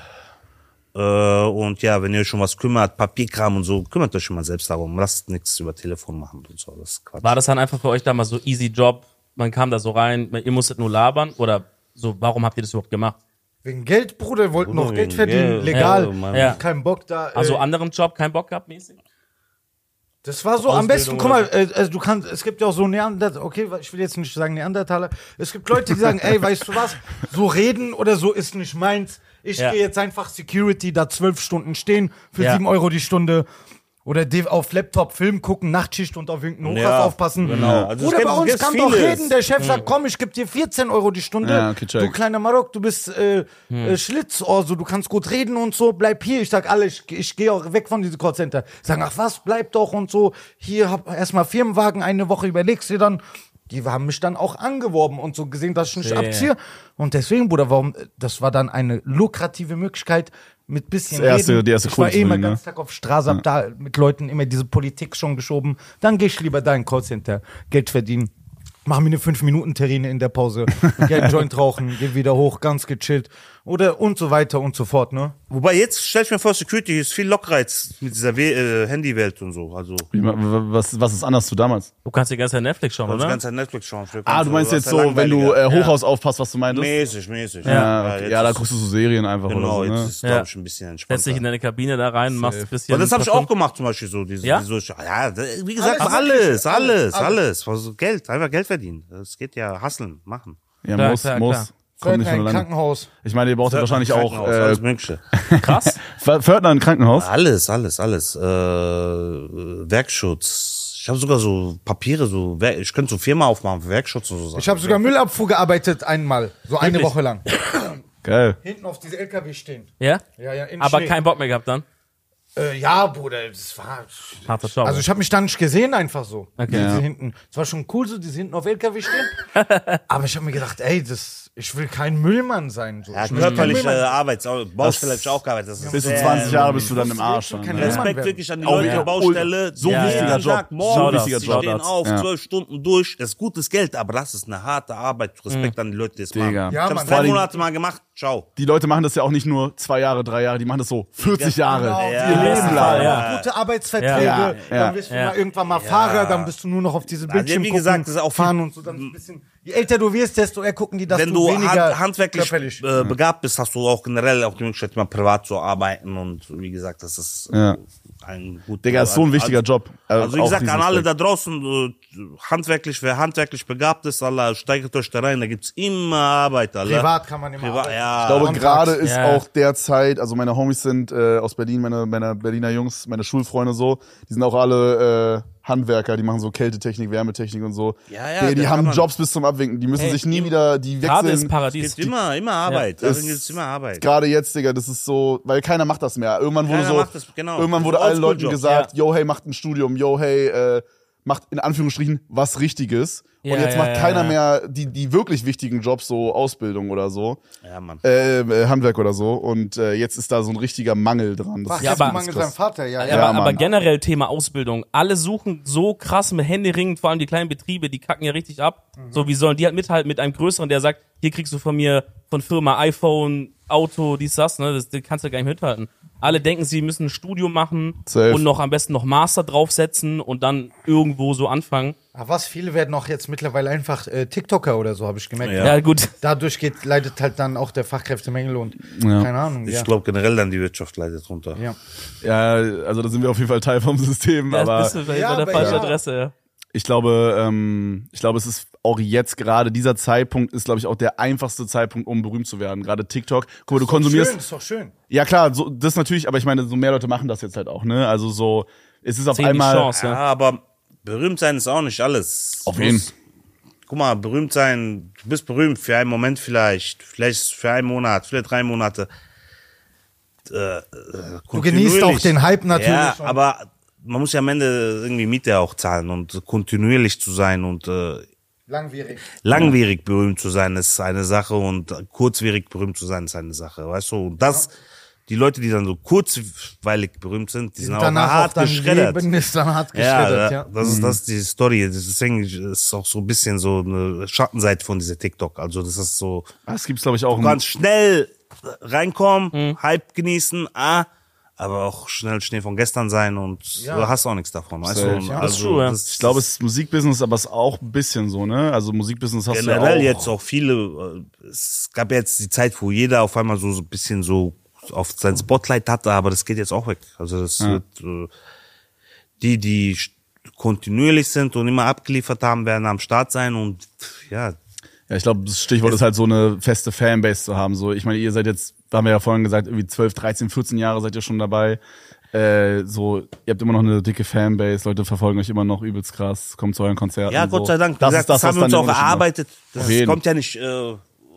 Speaker 3: Äh, und ja, wenn ihr euch schon was kümmert, Papierkram und so, kümmert euch immer selbst darum. Lasst nichts über Telefon machen und so. Das ist Quatsch.
Speaker 2: War das dann einfach für euch damals so easy Job? Man kam da so rein, man- ihr musstet nur labern? Oder so, warum habt ihr das überhaupt gemacht?
Speaker 4: Wegen Geld, Bruder, wir wollten
Speaker 3: Bruder,
Speaker 4: noch Geld
Speaker 3: wegen
Speaker 4: verdienen,
Speaker 3: Geld.
Speaker 4: legal.
Speaker 3: Ja, Mann.
Speaker 2: Ja.
Speaker 4: Kein Bock da. äh,
Speaker 2: Also anderen Job, kein Bock gehabt mäßig?
Speaker 4: Das war so
Speaker 2: Ausbildung
Speaker 4: am besten, guck mal,
Speaker 2: oder
Speaker 4: äh, also du kannst, es gibt ja auch so Neandertaler, okay, ich will jetzt nicht sagen Neandertaler, es gibt Leute, die sagen, ey, weißt du was, so reden oder so ist nicht meins. Ich
Speaker 2: Ja.
Speaker 4: gehe jetzt einfach Security da zwölf Stunden stehen für
Speaker 2: Ja.
Speaker 4: sieben Euro die Stunde oder die auf Laptop Film gucken, Nachtschicht und auf irgendeinen Hochhaus
Speaker 3: Ja,
Speaker 4: aufpassen.
Speaker 3: genau. Also es
Speaker 4: oder
Speaker 3: gibt-
Speaker 4: bei uns
Speaker 3: gibt's
Speaker 4: kann doch
Speaker 3: vieles.
Speaker 4: reden, der Chef sagt, komm, ich gebe dir 14 Euro die Stunde.
Speaker 1: Ja, okay, check.
Speaker 4: du kleiner Marok, du bist äh, äh, Schlitzohr, so, du kannst gut reden und so, bleib hier. Ich sag alle, ich, ich gehe auch weg von diesem Callcenter. Sagen, ach was, bleib doch und so. Hier, hab erstmal Firmenwagen, eine Woche überlegst dir dann. Die haben mich dann auch angeworben und so gesehen, dass ich nicht
Speaker 2: Verstehe.
Speaker 4: abziehe. Und deswegen, Bruder, warum, äh, das war dann eine lukrative Möglichkeit mit bisschen
Speaker 1: Das erste-
Speaker 4: reden.
Speaker 1: die erste
Speaker 4: Ich war
Speaker 1: Kohle
Speaker 4: eh immer
Speaker 1: verdienen, ne?
Speaker 4: ganz Tag auf Straße, hab da mit Leuten immer diese Politik schon geschoben. Dann geh ich lieber da in Callcenter, Geld verdienen. Mach mir eine 5-Minuten-Terrine in der Pause, Geld Joint rauchen, geh wieder hoch, ganz gechillt. Oder und so weiter und so fort, ne?
Speaker 3: Wobei jetzt, stell ich mir vor, Security ist viel lockerer jetzt mit dieser We äh, Handywelt und so. Also,
Speaker 1: Wie ma- Was, was ist anders zu damals?
Speaker 2: Du kannst die ganze Zeit Netflix schauen,
Speaker 3: das
Speaker 2: oder?
Speaker 3: ganze Netflix schauen.
Speaker 1: Ah, du meinst jetzt so, wenn du äh, Hochhaus aufpasst, was du meintest?
Speaker 3: Mäßig, mäßig.
Speaker 1: Ja, okay.
Speaker 3: jetzt
Speaker 1: ja, da
Speaker 3: ist-
Speaker 1: guckst du so Serien einfach
Speaker 3: Genau,
Speaker 1: oder so,
Speaker 3: jetzt
Speaker 1: ne?
Speaker 3: ist, glaube
Speaker 2: Ja.
Speaker 3: ich, ein bisschen entspannter.
Speaker 2: Setz dich in deine Kabine da rein, machst ein bisschen.
Speaker 3: Und das habe ich
Speaker 2: paar
Speaker 3: auch gemacht, zum Beispiel so. Diese,
Speaker 2: Ja?
Speaker 3: diese, ah, ja, d- wie gesagt, alles,
Speaker 4: Alles,
Speaker 3: alles, alles.
Speaker 4: alles,
Speaker 3: Also Geld, einfach Geld verdienen. Es geht ja hasseln, machen.
Speaker 1: Ja,
Speaker 2: Klar,
Speaker 1: muss,
Speaker 2: klar,
Speaker 1: muss.
Speaker 2: klar.
Speaker 1: Kommt nicht
Speaker 4: Fährt
Speaker 1: von
Speaker 4: ein
Speaker 1: alleine.
Speaker 4: Krankenhaus.
Speaker 1: Ich meine, ihr braucht ja wahrscheinlich auch
Speaker 3: Krankenhaus,
Speaker 1: äh,
Speaker 3: alles Mögliche.
Speaker 2: Stunden. Krass.
Speaker 1: Fördner ein Krankenhaus.
Speaker 3: Alles, alles, alles. Äh, Werkschutz. Ich habe sogar so Papiere, so Wer- ich könnte so Firma aufmachen für Werkschutz und so Sachen.
Speaker 4: Ich habe sogar Müllabfuhr gearbeitet einmal, so eine
Speaker 2: Wirklich?
Speaker 4: Woche lang.
Speaker 1: Geil.
Speaker 4: Hinten auf diese LKW stehen.
Speaker 2: Ja?
Speaker 4: Ja, ja, in
Speaker 2: Aber
Speaker 4: Schnee.
Speaker 2: kein Bock mehr gehabt dann.
Speaker 4: Äh, ja, Bruder, das war.
Speaker 2: Harter Schau.
Speaker 4: Also ich habe mich dann nicht gesehen einfach so.
Speaker 2: Okay.
Speaker 4: Diese
Speaker 1: Ja.
Speaker 4: hinten. Es war schon cool so, diese hinten auf LKW stehen. aber ich habe mir gedacht, ey, das, ich will kein Müllmann sein. So.
Speaker 3: ja,
Speaker 4: ich möchte kein
Speaker 3: körperliche
Speaker 4: Müllmann
Speaker 3: äh,
Speaker 4: sein.
Speaker 3: Arbeits Baustelle hab ich auch gearbeitet. Das ist
Speaker 1: Bis zu
Speaker 3: sehr-
Speaker 1: 20 Jahre bist du dann im Arsch.
Speaker 4: Frustriert
Speaker 1: Dann, ne?
Speaker 4: schon keine
Speaker 1: ja.
Speaker 4: Ahnung.
Speaker 3: Respekt
Speaker 4: werden.
Speaker 3: wirklich an die
Speaker 1: Oh,
Speaker 3: Leute
Speaker 1: ja.
Speaker 3: der Baustelle.
Speaker 1: So
Speaker 2: Ja,
Speaker 1: wichtiger
Speaker 2: ja.
Speaker 1: Job. So
Speaker 3: morgens,
Speaker 1: wichtiger
Speaker 3: die
Speaker 1: Job.
Speaker 3: stehen auf,
Speaker 1: Ja.
Speaker 3: zwölf Stunden durch. Das ist gut, ist Geld, aber das ist eine harte Arbeit. Respekt an die Leute, die es machen.
Speaker 1: Hm. Digga.
Speaker 3: Ich
Speaker 4: Ja,
Speaker 3: habe
Speaker 4: Mann.
Speaker 3: zwei
Speaker 4: Vor
Speaker 1: allem-
Speaker 3: Monate mal gemacht. Ciao.
Speaker 1: Die Leute machen das ja auch nicht nur zwei Jahre, drei Jahre, die machen das so 40 Jahre.
Speaker 4: Genau,
Speaker 1: Ihr
Speaker 4: ja.
Speaker 1: Leben
Speaker 2: Ja.
Speaker 1: lang.
Speaker 2: Ja.
Speaker 4: Auch Gute Arbeitsverträge,
Speaker 1: Ja, ja.
Speaker 4: dann bist du
Speaker 2: Ja.
Speaker 4: mal irgendwann mal Fahrer, dann bist du nur noch auf diese
Speaker 3: Also, ja,
Speaker 4: Bildschirm
Speaker 3: wie
Speaker 4: gucken,
Speaker 3: gesagt, das ist auch viel-
Speaker 4: fahren und so. Dann ein bisschen, je älter du wirst, desto eher gucken die, dass
Speaker 3: Wenn du
Speaker 4: weniger
Speaker 3: hand, handwerklich
Speaker 4: körperlich.
Speaker 3: äh, begabt bist, hast du auch generell auch die Möglichkeit, mal privat zu arbeiten. Und wie gesagt, das ist äh,
Speaker 1: Ja.
Speaker 3: ein guter
Speaker 1: Digga, ist so ein wichtiger
Speaker 3: also,
Speaker 1: Job. Äh,
Speaker 3: Also wie
Speaker 1: auch
Speaker 3: gesagt,
Speaker 1: diesen
Speaker 3: an alle
Speaker 1: Respekt.
Speaker 3: da draußen, äh, handwerklich, wer handwerklich begabt ist, Allah, steigert euch da rein, da gibt's immer Arbeit, Allah.
Speaker 4: Privat kann man immer
Speaker 3: Privat,
Speaker 4: arbeiten.
Speaker 3: ja.
Speaker 1: Ich glaube,
Speaker 4: Antrags-
Speaker 1: gerade ist
Speaker 2: Ja.
Speaker 1: auch derzeit, also meine Homies sind äh, aus Berlin, meine, meine Berliner Jungs, meine Schulfreunde so, die sind auch alle äh, Handwerker, die machen so Kältetechnik, Wärmetechnik und so.
Speaker 3: Ja, ja,
Speaker 1: die, die
Speaker 3: da
Speaker 1: haben
Speaker 3: kann man-
Speaker 1: Jobs bis zum Abwinken, die müssen
Speaker 2: Ey,
Speaker 1: sich nie
Speaker 2: im-
Speaker 1: wieder, die
Speaker 2: Gerade ist
Speaker 1: wechseln.
Speaker 2: Paradies.
Speaker 3: Gibt's immer, immer Arbeit.
Speaker 1: Ja.
Speaker 3: Ja,
Speaker 1: Ist-
Speaker 3: gibt es immer Arbeit.
Speaker 1: Gerade jetzt, Digga, das ist so, weil keiner macht das mehr. Irgendwann wurde
Speaker 3: Keiner
Speaker 1: so,
Speaker 3: macht das, genau.
Speaker 1: irgendwann
Speaker 3: Das
Speaker 1: wurde
Speaker 3: ist
Speaker 1: allen Leuten
Speaker 3: Oldschool-Job,
Speaker 1: gesagt, yo, hey, macht ein Studium, yo, hey, äh, macht in Anführungsstrichen was Richtiges.
Speaker 2: Ja,
Speaker 1: und jetzt
Speaker 2: ja,
Speaker 1: macht
Speaker 2: ja,
Speaker 1: keiner
Speaker 2: ja.
Speaker 1: mehr die, die wirklich wichtigen Jobs, so Ausbildung oder so.
Speaker 3: Ja, Mann.
Speaker 1: äh, äh, Handwerk oder so und äh, jetzt ist da so ein richtiger Mangel dran. Das
Speaker 4: Ach,
Speaker 1: ist
Speaker 2: Ja,
Speaker 4: ja,
Speaker 2: aber-
Speaker 1: ganz
Speaker 4: Mangel
Speaker 1: krass.
Speaker 4: sein Vater, ja.
Speaker 2: Ja,
Speaker 4: ja.
Speaker 1: Ja,
Speaker 2: aber, aber
Speaker 1: Mann.
Speaker 2: generell Thema Ausbildung. Alle suchen so krass mit Händeringend, vor allem die kleinen Betriebe, die kacken ja richtig ab. So, wie sollen die halt mithalten mit einem größeren, der sagt, hier kriegst du von mir von Firma iPhone, Auto, dies, das, ne? Das, das kannst du gar nicht mithalten. Alle denken, sie müssen ein Studium machen
Speaker 1: Safe.
Speaker 2: und noch am besten noch Master draufsetzen und dann irgendwo so anfangen.
Speaker 4: Aber was, viele werden auch jetzt mittlerweile einfach äh, TikToker oder so, habe ich gemerkt.
Speaker 2: Ja, gut.
Speaker 4: Dadurch geht, leidet halt dann auch der Fachkräftemangel und keine Ahnung.
Speaker 3: Ich
Speaker 4: ja.
Speaker 3: glaube generell dann die Wirtschaft leidet runter.
Speaker 4: Ja.
Speaker 1: Ja, also da sind wir auf jeden Fall Teil vom System,
Speaker 2: Ja,
Speaker 1: aber
Speaker 2: das bist du vielleicht
Speaker 4: Ja,
Speaker 2: bei der
Speaker 4: aber
Speaker 2: falschen
Speaker 4: ja.
Speaker 2: Adresse.
Speaker 1: Ich glaube, ähm, ich glaube, es ist auch jetzt gerade dieser Zeitpunkt ist, glaube ich, auch der einfachste Zeitpunkt, um berühmt zu werden. Gerade TikTok. Guck mal, du konsumierst.
Speaker 4: Schön, ist doch schön.
Speaker 1: Ja klar, so, das natürlich, aber ich meine, so mehr Leute machen das jetzt halt auch, ne? Also so, es ist auf
Speaker 2: Sehen die
Speaker 1: einmal.
Speaker 2: Chance,
Speaker 3: Ja,
Speaker 2: ja.
Speaker 3: aber berühmt sein ist auch nicht alles.
Speaker 1: Auf
Speaker 3: Du
Speaker 1: jeden.
Speaker 3: musst- Guck mal, berühmt sein, du bist berühmt für einen Moment vielleicht, vielleicht für einen Monat, vielleicht drei Monate. Äh, äh,
Speaker 4: Du genießt auch
Speaker 3: kontinuierlich.
Speaker 4: den Hype natürlich.
Speaker 3: Ja,
Speaker 4: und-
Speaker 3: aber man muss ja am Ende irgendwie Miete auch zahlen und kontinuierlich zu sein und äh,
Speaker 4: langwierig.
Speaker 3: langwierig berühmt zu sein ist eine Sache und kurzwierig berühmt zu sein ist eine Sache, weißt du? Und das, die Leute, die dann so kurzweilig berühmt sind, die sind, auch
Speaker 4: Danach auch
Speaker 3: hart
Speaker 4: dann
Speaker 3: geschreddert.
Speaker 4: Leben ist dann hart
Speaker 3: Ja,
Speaker 4: geschreddert, ja.
Speaker 3: da- das ist das ist die Story. Deswegen ist auch so ein bisschen so eine Schattenseite von dieser TikTok. Also das ist so
Speaker 1: Das Ah, gibt's, glaube ich, auch. im-
Speaker 3: du kannst schnell reinkommen, Hype genießen, ah, aber auch schnell Schnee von gestern sein und du hast auch nichts davon. Weißt du? Also,
Speaker 1: Safe.
Speaker 3: Und
Speaker 1: Ja,
Speaker 2: das ist true, ja.
Speaker 1: Ich glaube, es ist Musikbusiness, aber es ist auch ein bisschen so, ne? Also Musikbusiness hast
Speaker 3: generell
Speaker 1: du ja auch.
Speaker 3: jetzt auch viele. äh, Es gab jetzt die Zeit, wo jeder auf einmal so so ein bisschen so auf sein Spotlight hatte, aber das geht jetzt auch weg. Also das wird äh, die, die st- kontinuierlich sind und immer abgeliefert haben, werden am Start sein und ja,
Speaker 1: Ja, ich glaube, das Stichwort ist halt so eine feste Fanbase zu haben. So, ich meine, ihr seid jetzt, haben wir ja vorhin gesagt, irgendwie 12, 13, 14 Jahre seid ihr schon dabei. Äh, so, ihr habt immer noch eine dicke Fanbase, Leute verfolgen euch immer noch übelst krass, kommt zu euren Konzerten.
Speaker 3: ja, Gott sei Dank.
Speaker 1: So. Das,
Speaker 3: Wie
Speaker 1: ist das,
Speaker 3: das haben
Speaker 1: was
Speaker 3: wir uns
Speaker 1: dann
Speaker 3: auch
Speaker 1: den Unterschied macht.
Speaker 3: erarbeitet. Das
Speaker 1: Auf jeden.
Speaker 3: kommt ja nicht äh,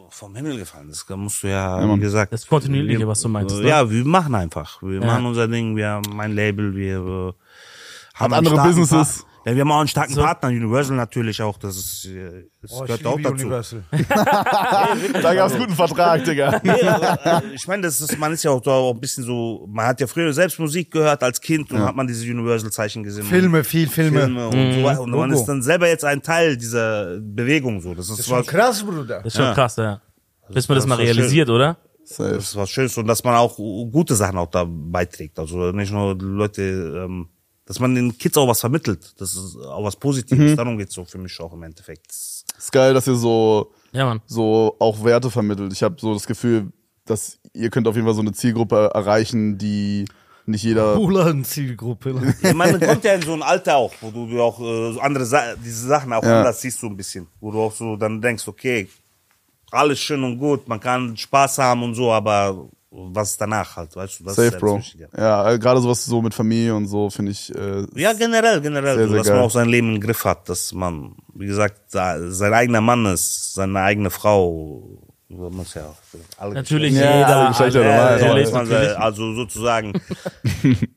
Speaker 3: vom Himmel gefallen. Das musst du ja,
Speaker 1: Mann.
Speaker 3: wie gesagt.
Speaker 2: Das Kontinuierliche, was du meintest, ne?
Speaker 3: Ja, wir machen einfach. Wir machen unser Ding. Wir haben mein Label. Wir äh, haben einen
Speaker 1: andere
Speaker 3: starken
Speaker 1: Businesses.
Speaker 3: Part- Ja, wir haben auch einen starken
Speaker 2: So.
Speaker 3: Partner, Universal natürlich auch. Das, ist, äh, das
Speaker 4: Oh, ich
Speaker 3: gehört auch
Speaker 4: liebe
Speaker 3: dazu.
Speaker 4: Universal.
Speaker 1: Da gab's einen guten Vertrag, Digga.
Speaker 3: Nee, also, ich meine, das ist, man ist ja auch, da auch ein bisschen so, man hat ja früher selbst Musik gehört als Kind und hat man diese Universal-Zeichen gesehen.
Speaker 4: Filme, viel Filme.
Speaker 3: Filme und so weiter. Und man
Speaker 4: Logo.
Speaker 3: ist dann selber jetzt ein Teil dieser Bewegung so. Das ist,
Speaker 4: Das war
Speaker 3: was,
Speaker 4: krass, Bruder.
Speaker 2: Das ist schon
Speaker 3: Ja.
Speaker 2: krass, ja. Bis man das,
Speaker 3: das
Speaker 2: mal
Speaker 3: ist schön.
Speaker 2: realisiert, oder?
Speaker 1: Safe.
Speaker 3: das ist was Schönes und dass man auch gute Sachen auch da beiträgt. Also nicht nur Leute, ähm, dass man den Kids auch was vermittelt. Das ist auch was Positives.
Speaker 1: Mhm.
Speaker 3: Darum geht's so für mich auch im Endeffekt. Das-
Speaker 1: Ist geil, dass ihr so,
Speaker 2: Ja, Mann.
Speaker 1: so auch Werte vermittelt. Ich habe so das Gefühl, dass ihr könnt auf jeden Fall so eine Zielgruppe erreichen, die nicht jeder.
Speaker 4: Bulan-Zielgruppe.
Speaker 3: Ja, man kommt ja in so ein Alter auch, wo du auch äh, so andere Sa diese Sachen auch
Speaker 1: Ja.
Speaker 3: anders siehst so ein bisschen. Wo du auch so dann denkst, okay, alles schön und gut, man kann Spaß haben und so, aber was danach halt, weißt du? Das
Speaker 1: Safe,
Speaker 3: ja
Speaker 1: Bro.
Speaker 3: das Wichtige.
Speaker 1: Ja, äh, gerade sowas so mit Familie und so finde ich. Äh,
Speaker 3: Ja, generell, generell,
Speaker 1: Sehr,
Speaker 3: so,
Speaker 1: sehr
Speaker 3: dass
Speaker 1: geil.
Speaker 3: man auch sein Leben im Griff hat, dass man, wie gesagt, da- sein eigener Mann ist, seine eigene Frau. Man muss ja auch alle
Speaker 2: Natürlich
Speaker 1: Ja, alle
Speaker 2: jeder.
Speaker 1: Geschlechter,
Speaker 2: alle,
Speaker 1: normal,
Speaker 3: ja,
Speaker 1: normal.
Speaker 2: natürlich,
Speaker 3: muss man
Speaker 2: natürlich.
Speaker 3: sagen, also sozusagen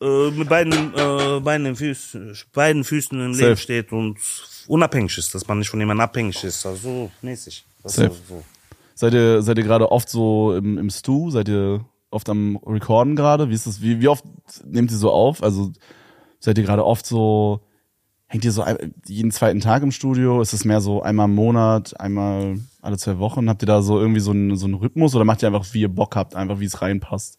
Speaker 3: äh, mit beiden, äh, beiden, den Füßen, beiden Füßen im Leben
Speaker 1: Safe.
Speaker 3: steht und unabhängig ist, dass man nicht von jemandem abhängig ist. Also so mäßig. Das ist
Speaker 1: Safe.
Speaker 3: So.
Speaker 1: Seid ihr, seid ihr gerade oft so im, im Stu? Seid ihr oft am Recorden gerade? Wie ist das? Wie, wie oft nehmt ihr so auf? Also seid ihr gerade oft so, hängt ihr so ein, jeden zweiten Tag im Studio? Ist es mehr so einmal im Monat, einmal alle zwei Wochen? Habt ihr da so irgendwie so einen, so einen Rhythmus oder macht ihr einfach, wie ihr Bock habt, einfach wie es reinpasst?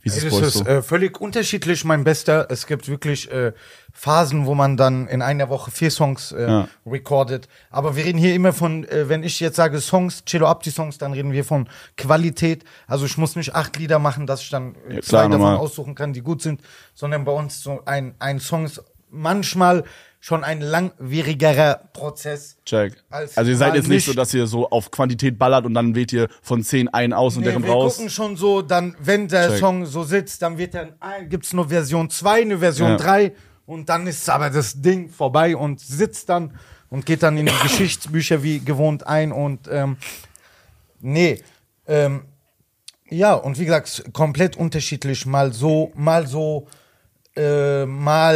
Speaker 1: Wie ist
Speaker 4: Es
Speaker 1: es
Speaker 4: ist
Speaker 1: bei euch
Speaker 4: es,
Speaker 1: so?
Speaker 4: äh, völlig unterschiedlich, mein Bester. Es gibt wirklich äh, Phasen, wo man dann in einer Woche vier Songs äh,
Speaker 1: Ja.
Speaker 4: recordet. Aber wir reden hier immer von, äh, wenn ich jetzt sage Songs, Cello ab die Songs, dann reden wir von Qualität. Also ich muss nicht acht Lieder machen, dass ich dann äh,
Speaker 1: Ja,
Speaker 4: zwei
Speaker 1: klar,
Speaker 4: davon
Speaker 1: normal.
Speaker 4: aussuchen kann, die gut sind, sondern bei uns so ein, ein Song ist manchmal schon ein langwierigerer Prozess.
Speaker 1: Check.
Speaker 4: als
Speaker 1: Also ihr seid
Speaker 4: mal
Speaker 1: jetzt nicht so,
Speaker 4: nicht-
Speaker 1: dass ihr so auf Quantität ballert und dann wählt ihr von zehn einen aus und
Speaker 4: Nee,
Speaker 1: deren
Speaker 4: wir
Speaker 1: raus.
Speaker 4: gucken schon so, dann, wenn der
Speaker 1: Check.
Speaker 4: Song so sitzt, dann wird dann, ah, gibt's nur Version 2, eine Version
Speaker 1: Ja.
Speaker 4: 3 und dann ist aber das Ding vorbei und sitzt dann und geht dann in die Geschichtsbücher wie gewohnt ein und ähm, nee, ähm, ja, und wie gesagt, komplett unterschiedlich, mal so, mal so, äh, mal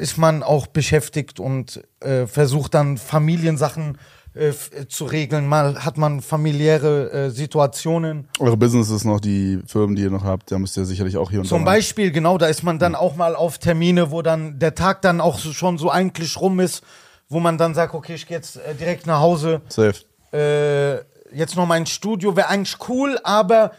Speaker 4: ist man auch beschäftigt und äh, versucht dann Familiensachen äh, f- zu regeln, mal hat man familiäre äh, Situationen.
Speaker 1: Eure Business ist noch die Firmen, die ihr noch habt, da müsst ihr sicherlich auch hier und
Speaker 4: Zum
Speaker 1: da mal-
Speaker 4: Beispiel, genau, da ist man dann auch mal auf Termine, wo dann der Tag dann auch so, schon so eigentlich rum ist, wo man dann sagt, okay, ich gehe jetzt äh, direkt nach Hause.
Speaker 1: Safe.
Speaker 4: Äh, jetzt noch mein Studio wäre eigentlich cool, aber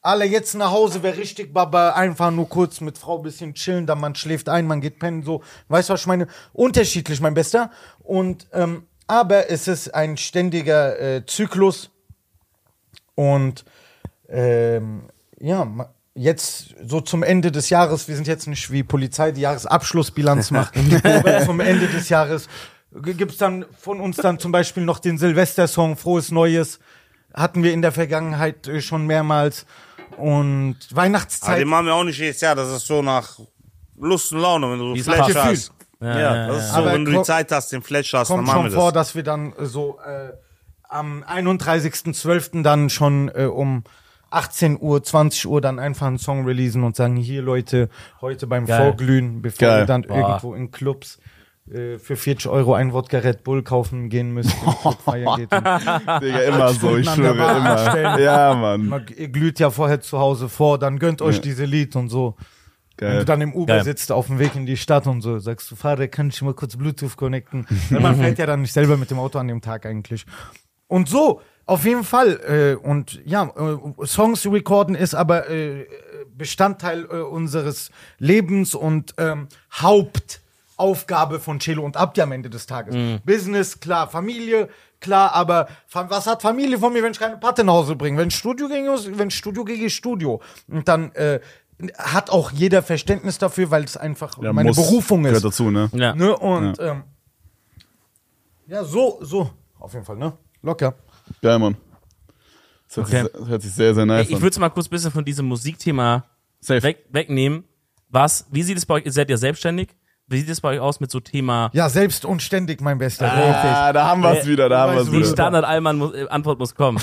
Speaker 4: alle jetzt nach Hause wäre richtig, Baba, einfach nur kurz mit Frau ein bisschen chillen, dann man schläft ein, man geht pennen, so. Weißt du, was ich meine? Unterschiedlich, mein Bester. Und, ähm, aber es ist ein ständiger äh, Zyklus und ähm, ja, ma- jetzt so zum Ende des Jahres, wir sind jetzt nicht wie Polizei, die Jahresabschlussbilanz macht, aber zum Ende des Jahres Gibt es dann von uns dann zum Beispiel noch den Silvester-Song Frohes Neues? Hatten wir in der Vergangenheit äh, schon mehrmals. Und
Speaker 3: Aber
Speaker 4: Weihnachtszeit.
Speaker 3: den machen wir auch nicht jedes Jahr. Das ist so nach Lust und Laune, wenn du so
Speaker 2: es
Speaker 3: Flash
Speaker 2: passt.
Speaker 3: hast. Ja,
Speaker 2: ja,
Speaker 3: das ist
Speaker 4: ja.
Speaker 3: so,
Speaker 4: Aber
Speaker 3: wenn du die
Speaker 4: kommt-
Speaker 3: Zeit hast, den Flash hast, dann
Speaker 4: kommt
Speaker 3: machen
Speaker 4: schon
Speaker 3: wir
Speaker 4: vor,
Speaker 3: das.
Speaker 4: dass wir dann so äh, am 31.12. dann schon äh, um 18 Uhr, 20 Uhr dann einfach einen Song releasen und sagen, hier Leute, heute beim
Speaker 2: Geil.
Speaker 4: Vorglühen, bevor
Speaker 1: Geil.
Speaker 4: ihr dann
Speaker 2: Boah.
Speaker 4: irgendwo in Clubs äh, für 40 Euro ein Wodka Red Bull kaufen gehen müsst, wenn ihr feiern geht. Und
Speaker 1: Digga, immer so, ich
Speaker 4: Stunden
Speaker 1: schwöre,
Speaker 4: an der Bar
Speaker 1: immer.
Speaker 4: anstellen.
Speaker 1: Ja, Mann.
Speaker 4: man g- ihr glüht ja vorher zu Hause vor, dann gönnt euch diese Lied und so. Wenn
Speaker 1: Geil.
Speaker 4: du dann im Uber
Speaker 2: Geil.
Speaker 4: sitzt, auf dem Weg in die Stadt und so, sagst du, Fahrer, kann ich mal kurz Bluetooth connecten? Weil man fährt ja dann nicht selber mit dem Auto an dem Tag eigentlich. Und so, auf jeden Fall. Äh, und ja, äh, Songs recorden ist aber äh, Bestandteil äh, unseres Lebens und ähm, Hauptaufgabe von Celo und Abdi am Ende des Tages.
Speaker 1: Mhm.
Speaker 4: Business, klar, Familie, klar, aber fa- was hat Familie von mir, wenn ich keine Patte nach Hause bringe? Wenn Studio ginge, wenn Studio ginge, Studio. Und dann äh, hat auch jeder Verständnis dafür, weil es einfach
Speaker 1: Ja,
Speaker 4: meine
Speaker 1: muss,
Speaker 4: Berufung ist.
Speaker 1: Gehört dazu, ne?
Speaker 2: Ja.
Speaker 4: Ne? Und ja. Ähm, ja, so, so. Auf jeden Fall, ne? Locker.
Speaker 1: Geil, Mann. Das hört,
Speaker 2: Okay.
Speaker 1: sich, das hört sich sehr, sehr nice
Speaker 2: Ich
Speaker 1: an.
Speaker 2: würde mal kurz ein bisschen von diesem Musikthema
Speaker 1: Safe.
Speaker 2: weg, wegnehmen. Was, wie sieht es bei euch, ihr seid ihr selbstständig? Wie sieht es bei euch aus mit so Thema,
Speaker 4: Ja, selbst und ständig, mein Bester.
Speaker 1: Ah, da haben wir's
Speaker 2: Äh,
Speaker 1: wieder, da haben wir's
Speaker 4: weißt du,
Speaker 2: die
Speaker 1: wieder.
Speaker 2: Standard-Allmann-Antwort äh, muss kommen.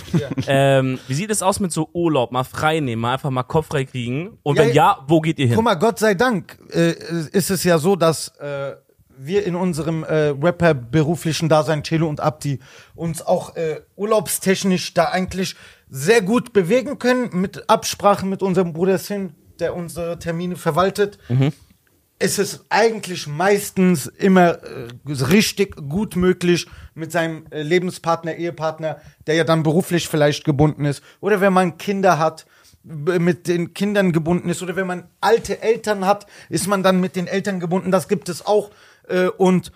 Speaker 2: ähm, wie sieht es aus mit so Urlaub, mal frei nehmen, mal einfach mal Kopf frei kriegen? Und
Speaker 4: Ja,
Speaker 2: wenn ja, wo geht ihr hin?
Speaker 4: Guck mal, Gott sei Dank äh, ist es ja so, dass äh, wir in unserem äh, Rapper-beruflichen Dasein, Chelo und Abdi, uns auch äh, urlaubstechnisch da eigentlich sehr gut bewegen können, mit Absprachen mit unserem Bruder Sin, der unsere Termine verwaltet. Es ist eigentlich meistens immer äh, richtig gut möglich mit seinem äh, Lebenspartner, Ehepartner, der ja dann beruflich vielleicht gebunden ist. Oder wenn man Kinder hat, b- mit den Kindern gebunden ist. Oder wenn man alte Eltern hat, ist man dann mit den Eltern gebunden. Das gibt es auch. Äh, und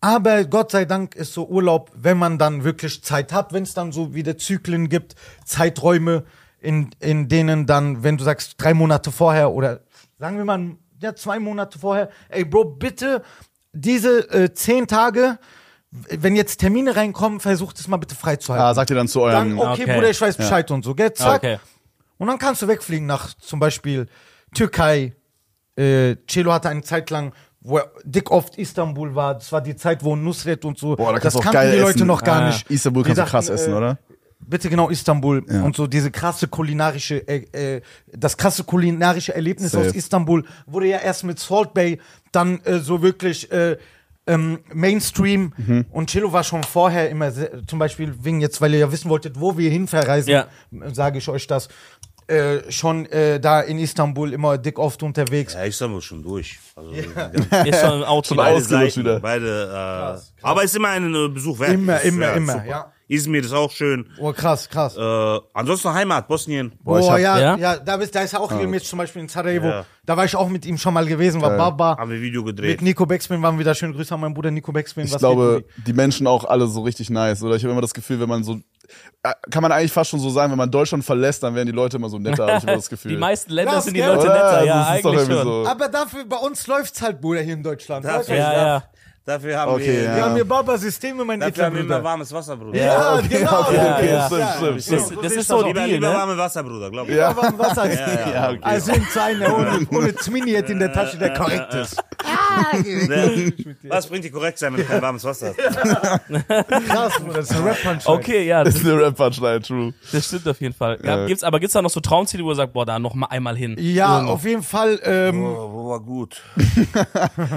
Speaker 4: aber Gott sei Dank ist so Urlaub, wenn man dann wirklich Zeit hat, wenn es dann so wieder Zyklen gibt, Zeiträume, in, in denen dann, wenn du sagst, drei Monate vorher oder sagen wir mal, ja, zwei Monate vorher, ey Bro, bitte diese äh, zehn Tage, wenn jetzt Termine reinkommen, versucht es mal bitte freizuhalten.
Speaker 1: Ah, sagt ihr dann zu eurem.
Speaker 4: dann, okay,
Speaker 2: Okay.
Speaker 4: Bruder, ich weiß Bescheid und so, gell? Zack.
Speaker 2: okay.
Speaker 4: Und dann kannst du wegfliegen nach zum Beispiel Türkei. Äh, Celo hatte eine Zeit lang, wo er dick oft Istanbul war. Das war die Zeit, wo Nusret und so.
Speaker 1: Boah, da kannst
Speaker 4: das
Speaker 1: du auch
Speaker 4: kannten
Speaker 1: geil
Speaker 4: die Leute
Speaker 1: essen.
Speaker 4: noch gar
Speaker 2: Ah.
Speaker 4: nicht.
Speaker 1: Istanbul
Speaker 4: Die
Speaker 1: kannst du
Speaker 4: dachten,
Speaker 1: krass essen,
Speaker 4: äh,
Speaker 1: oder?
Speaker 4: Bitte genau Istanbul
Speaker 1: Ja.
Speaker 4: und so diese krasse kulinarische, äh, äh, das krasse kulinarische Erlebnis
Speaker 1: Safe.
Speaker 4: aus Istanbul wurde ja erst mit Salt Bay dann äh, so wirklich äh, ähm, Mainstream und Chilo war schon vorher immer, sehr, zum Beispiel wegen jetzt, weil ihr ja wissen wolltet, wo wir hin verreisen,
Speaker 2: Ja.
Speaker 4: sage ich euch das, äh, schon äh, da in Istanbul immer dick oft unterwegs.
Speaker 3: Ja, ich sag mal schon durch. Also,
Speaker 2: Ist schon ein Auto.
Speaker 3: Beide
Speaker 1: Ausgelöst
Speaker 3: Seiten,
Speaker 1: wieder.
Speaker 3: beide. Äh, Aber ist immer ein äh, Besuch wert.
Speaker 4: Immer,
Speaker 3: Ist,
Speaker 4: immer,
Speaker 3: ja,
Speaker 4: immer,
Speaker 3: super.
Speaker 4: ja.
Speaker 3: Izmir ist auch schön.
Speaker 4: Oh, krass, krass.
Speaker 3: Äh, ansonsten Heimat, Bosnien.
Speaker 1: Boah, ich
Speaker 4: Boah,
Speaker 1: hab-
Speaker 4: ja,
Speaker 2: Ja?
Speaker 4: ja, da, bist, da ist er auch regelmäßig, zum Beispiel in Sarajevo.
Speaker 3: Ja.
Speaker 4: Da war ich auch mit ihm schon mal gewesen, war Baba.
Speaker 3: Haben wir Video gedreht.
Speaker 4: Mit Nico Beckspin waren wir da. Schöne Grüße an meinen Bruder Nico Beckspin.
Speaker 1: Ich
Speaker 4: Was
Speaker 1: glaube,
Speaker 4: geht,
Speaker 1: die Menschen auch alle so richtig nice, oder? Ich habe immer das Gefühl, wenn man so. äh, Kann man eigentlich fast schon so sagen, wenn man Deutschland verlässt, dann werden die Leute immer so netter, habe ich immer das Gefühl.
Speaker 2: Die meisten Länder
Speaker 4: Krass,
Speaker 2: sind die
Speaker 4: gell?
Speaker 2: Leute
Speaker 1: Oder?
Speaker 2: netter,
Speaker 1: Also,
Speaker 2: ja,
Speaker 1: es ist doch
Speaker 2: eigentlich
Speaker 1: irgendwie
Speaker 2: schon.
Speaker 1: so-
Speaker 4: Nico? Aber dafür, bei uns läuft's halt, Bruder, hier in Deutschland.
Speaker 3: Das-
Speaker 4: Ja,
Speaker 2: Ja, ja.
Speaker 3: Dafür haben
Speaker 1: Okay,
Speaker 3: wir.
Speaker 1: ja.
Speaker 4: Wir haben hier Baba-Systeme, mein
Speaker 3: Dafür haben wir immer
Speaker 4: Bruder.
Speaker 3: warmes Wasser, Bruder.
Speaker 4: Ja,
Speaker 1: okay,
Speaker 4: genau.
Speaker 1: okay,
Speaker 4: ja,
Speaker 1: okay,
Speaker 4: ja,
Speaker 1: stimmt,
Speaker 4: ja.
Speaker 1: stimmt, stimmt.
Speaker 2: Das, das ist so
Speaker 3: So,
Speaker 2: ein
Speaker 3: lieber,
Speaker 2: Deal,
Speaker 3: lieber
Speaker 2: ne?
Speaker 3: warme Wasser, Bruder, glaub ich.
Speaker 1: Ja.
Speaker 4: Aber im Wasser ist
Speaker 1: Ja, okay.
Speaker 4: Also in seiner, ohne, ohne Zwinni hätte in der Tasche, der korrekt ist.
Speaker 3: Ne? Was bringt dir korrekt sein, wenn du kein warmes Wasser hast?
Speaker 4: Krass, Bruder, das ist ein rap
Speaker 2: Okay, ja,
Speaker 1: Das
Speaker 2: das,
Speaker 1: ist eine Rap-Punchline, true.
Speaker 2: das stimmt auf jeden Fall. Ja,
Speaker 1: Ja.
Speaker 2: Gibt's, aber gibt's da noch so Traumziele, wo ihr sagt, boah, da noch mal einmal hin?
Speaker 4: Ja, auf jeden Fall. Ähm,
Speaker 3: Boah, boah, war gut.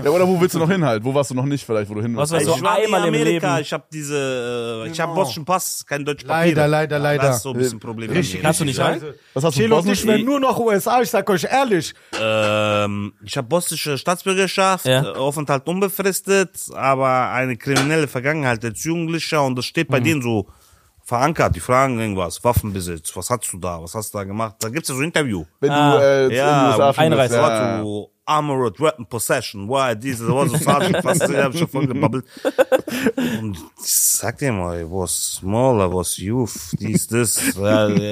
Speaker 1: Ja, oder wo willst du noch hin halt? Wo warst du noch nicht vielleicht, wo du hin
Speaker 2: Was
Speaker 1: willst?
Speaker 2: war so
Speaker 3: ich war nie in
Speaker 2: einmal im
Speaker 3: Amerika,
Speaker 2: Leben?
Speaker 3: ich habe diese, äh, ich habe
Speaker 4: Genau.
Speaker 3: bosnischen Pass, kein deutsches Papier.
Speaker 4: Leider, leider, leider.
Speaker 3: Das ist so ein bisschen Problem.
Speaker 4: Richtig,
Speaker 2: Kannst du
Speaker 4: richtig
Speaker 2: nicht rein?
Speaker 4: leise.
Speaker 1: Was hast du
Speaker 4: Chelo und
Speaker 1: Bosnien?
Speaker 4: ich wären nur noch USA, ich sag euch ehrlich.
Speaker 3: Ähm, ich habe bosnische Staatsbürgerschaft,
Speaker 2: Ja.
Speaker 3: äh, Aufenthalt unbefristet, aber eine kriminelle Vergangenheit als Jugendlicher und das steht
Speaker 2: Mhm.
Speaker 3: bei denen so verankert. Die fragen irgendwas, Waffenbesitz, was hast du da, was hast du da gemacht? Da gibt's ja so ein Interview.
Speaker 1: Wenn
Speaker 2: Ah,
Speaker 1: du äh, in den USA fliegst,
Speaker 2: Einreise.
Speaker 1: ja.
Speaker 3: Ja. So Armored Weapon Possession, why this, was so Sergeant, was ich hab schon voll gebabbelt. Und ich sag dir mal, it was smaller, was youth, dies, das, äh,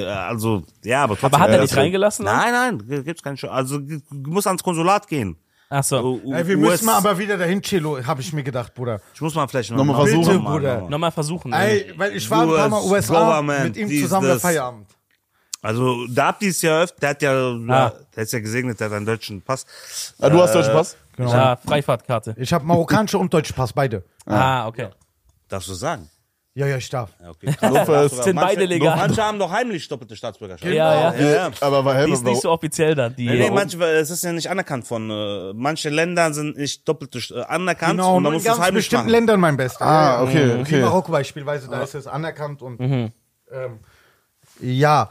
Speaker 3: also, ja, aber trotzdem.
Speaker 2: Aber hat
Speaker 3: ja,
Speaker 2: er nicht
Speaker 3: so-
Speaker 2: reingelassen?
Speaker 3: Nein, nein, gibt's keinen Sch Also, du musst ans Konsulat gehen.
Speaker 2: Ach so.
Speaker 3: U- U-
Speaker 4: Ey, wir
Speaker 3: US
Speaker 4: müssen mal aber wieder dahin, Chelo, habe ich mir gedacht, Bruder.
Speaker 3: ich muss mal vielleicht noch genau
Speaker 1: Nochmal
Speaker 3: mal-
Speaker 1: versuchen.
Speaker 3: Bitte,
Speaker 4: Bruder.
Speaker 3: Bruder.
Speaker 2: Nochmal versuchen. ne?
Speaker 4: Ey, weil ich war ein paar Mal
Speaker 3: US
Speaker 4: USA
Speaker 3: Government,
Speaker 4: mit ihm
Speaker 3: dies,
Speaker 4: zusammen der
Speaker 3: das.
Speaker 4: Feierabend.
Speaker 3: Also, da habt ihr es ja öfter, der hat ja,
Speaker 2: Ah.
Speaker 3: der ist ja gesegnet, der hat einen deutschen Pass.
Speaker 1: Ah, du hast deutschen Pass?
Speaker 4: Genau.
Speaker 2: Ja, Freifahrtkarte.
Speaker 4: Ich habe marokkanische und deutsche Pass, beide.
Speaker 2: Ah, okay.
Speaker 3: Darfst du sagen?
Speaker 4: Ja, ja, ich darf.
Speaker 3: Ja, okay. Krass.
Speaker 1: Notfalls-
Speaker 2: Sind beide legal.
Speaker 3: Manche haben doch heimlich doppelte Staatsbürgerschaft.
Speaker 2: Ja, ja.
Speaker 3: Ja, ja.
Speaker 1: Aber war
Speaker 2: Die ist nicht so offiziell dann. Die,
Speaker 3: Nee, manche, weil es ist ja nicht anerkannt von, äh, manche Länder sind nicht doppelt äh, anerkannt
Speaker 4: Genau,
Speaker 3: und
Speaker 4: und
Speaker 3: dann
Speaker 4: in
Speaker 3: musst du es
Speaker 4: ganz
Speaker 3: heimlich
Speaker 4: bestimmten
Speaker 3: machen.
Speaker 4: Ländern mein Bester.
Speaker 1: Ah,
Speaker 4: Ja, ja.
Speaker 1: okay, okay.
Speaker 4: Wie Marokko beispielsweise, da ist es anerkannt und ähm, ja,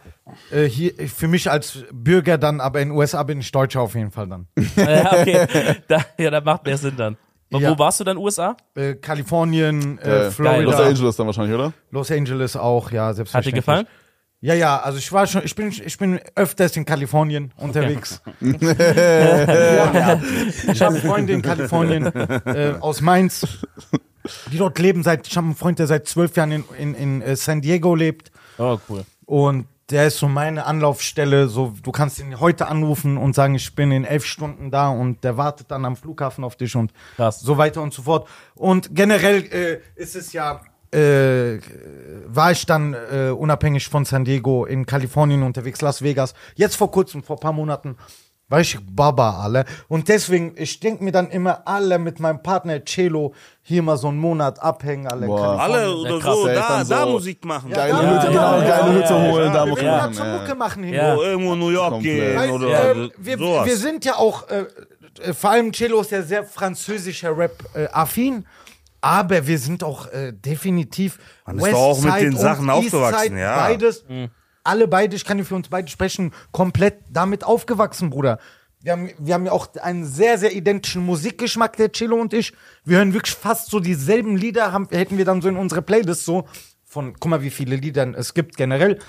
Speaker 4: äh, hier, für mich als Bürger dann, aber in den USA bin ich Deutscher auf jeden Fall dann.
Speaker 2: ja, okay. Da, ja, da macht mehr Sinn dann. Und
Speaker 4: Ja.
Speaker 2: wo warst du dann, USA?
Speaker 4: Äh, Kalifornien, äh,
Speaker 1: Geil.
Speaker 4: Florida,
Speaker 1: Los Angeles dann wahrscheinlich, oder?
Speaker 4: Los Angeles auch, ja,
Speaker 2: Hat dir
Speaker 4: selbstverständlich.
Speaker 2: gefallen?
Speaker 4: Ja, ja, also ich war schon, ich bin, ich bin öfters in Kalifornien unterwegs. ja, ich habe Freunde in Kalifornien äh, aus Mainz, die dort leben seit, ich habe einen Freund, der seit zwölf Jahren in, in, in äh, San Diego lebt
Speaker 2: Oh, cool.
Speaker 4: und der ist so meine Anlaufstelle, so, du kannst ihn heute anrufen und sagen, ich bin in elf Stunden da und der wartet dann am Flughafen auf dich und
Speaker 2: Krass.
Speaker 4: so weiter und so fort. Und generell äh, ist es ja, äh, war ich dann äh, unabhängig von San Diego in Kalifornien unterwegs, Las Vegas. Jetzt vor kurzem, vor paar Monaten, war ich Baba, alle. Und deswegen, ich denke mir dann immer, alle mit meinem Partner Celo hier mal so einen Monat abhängen, alle.
Speaker 1: Boah.
Speaker 4: Kalifornien.
Speaker 3: Alle oder
Speaker 2: krass,
Speaker 3: so,
Speaker 1: ey,
Speaker 3: da,
Speaker 1: dann so-
Speaker 3: da Musik machen.
Speaker 1: Geile
Speaker 4: ja,
Speaker 1: Hütte,
Speaker 2: ja,
Speaker 1: genau,
Speaker 2: ja,
Speaker 1: geile
Speaker 2: ja,
Speaker 1: Hütte
Speaker 2: ja,
Speaker 1: holen, da muss
Speaker 4: Wir
Speaker 1: man
Speaker 4: können ja
Speaker 1: machen.
Speaker 4: zur
Speaker 1: ja.
Speaker 4: Mucke machen hier.
Speaker 2: Ja.
Speaker 3: So, irgendwo in New York
Speaker 1: Komplett.
Speaker 3: gehen
Speaker 4: Weißt,
Speaker 3: oder
Speaker 4: äh, wir,
Speaker 3: also sowas.
Speaker 4: wir sind ja auch, äh, äh, vor allem Cello ist ja sehr französischer Rap-affin, aber wir sind auch äh, definitiv
Speaker 3: Man ist doch auch mit den
Speaker 4: und
Speaker 3: Sachen aufgewachsen,
Speaker 4: Eastside,
Speaker 3: ja.
Speaker 4: Beides, alle beide, ich kann ja für uns beide sprechen, komplett damit aufgewachsen, Bruder. Wir haben, wir haben ja auch einen sehr, sehr identischen Musikgeschmack, der Cello und ich. Wir hören wirklich fast so dieselben Lieder, haben, hätten wir dann so in unsere Playlist so von, guck mal, wie viele Lieder es gibt generell.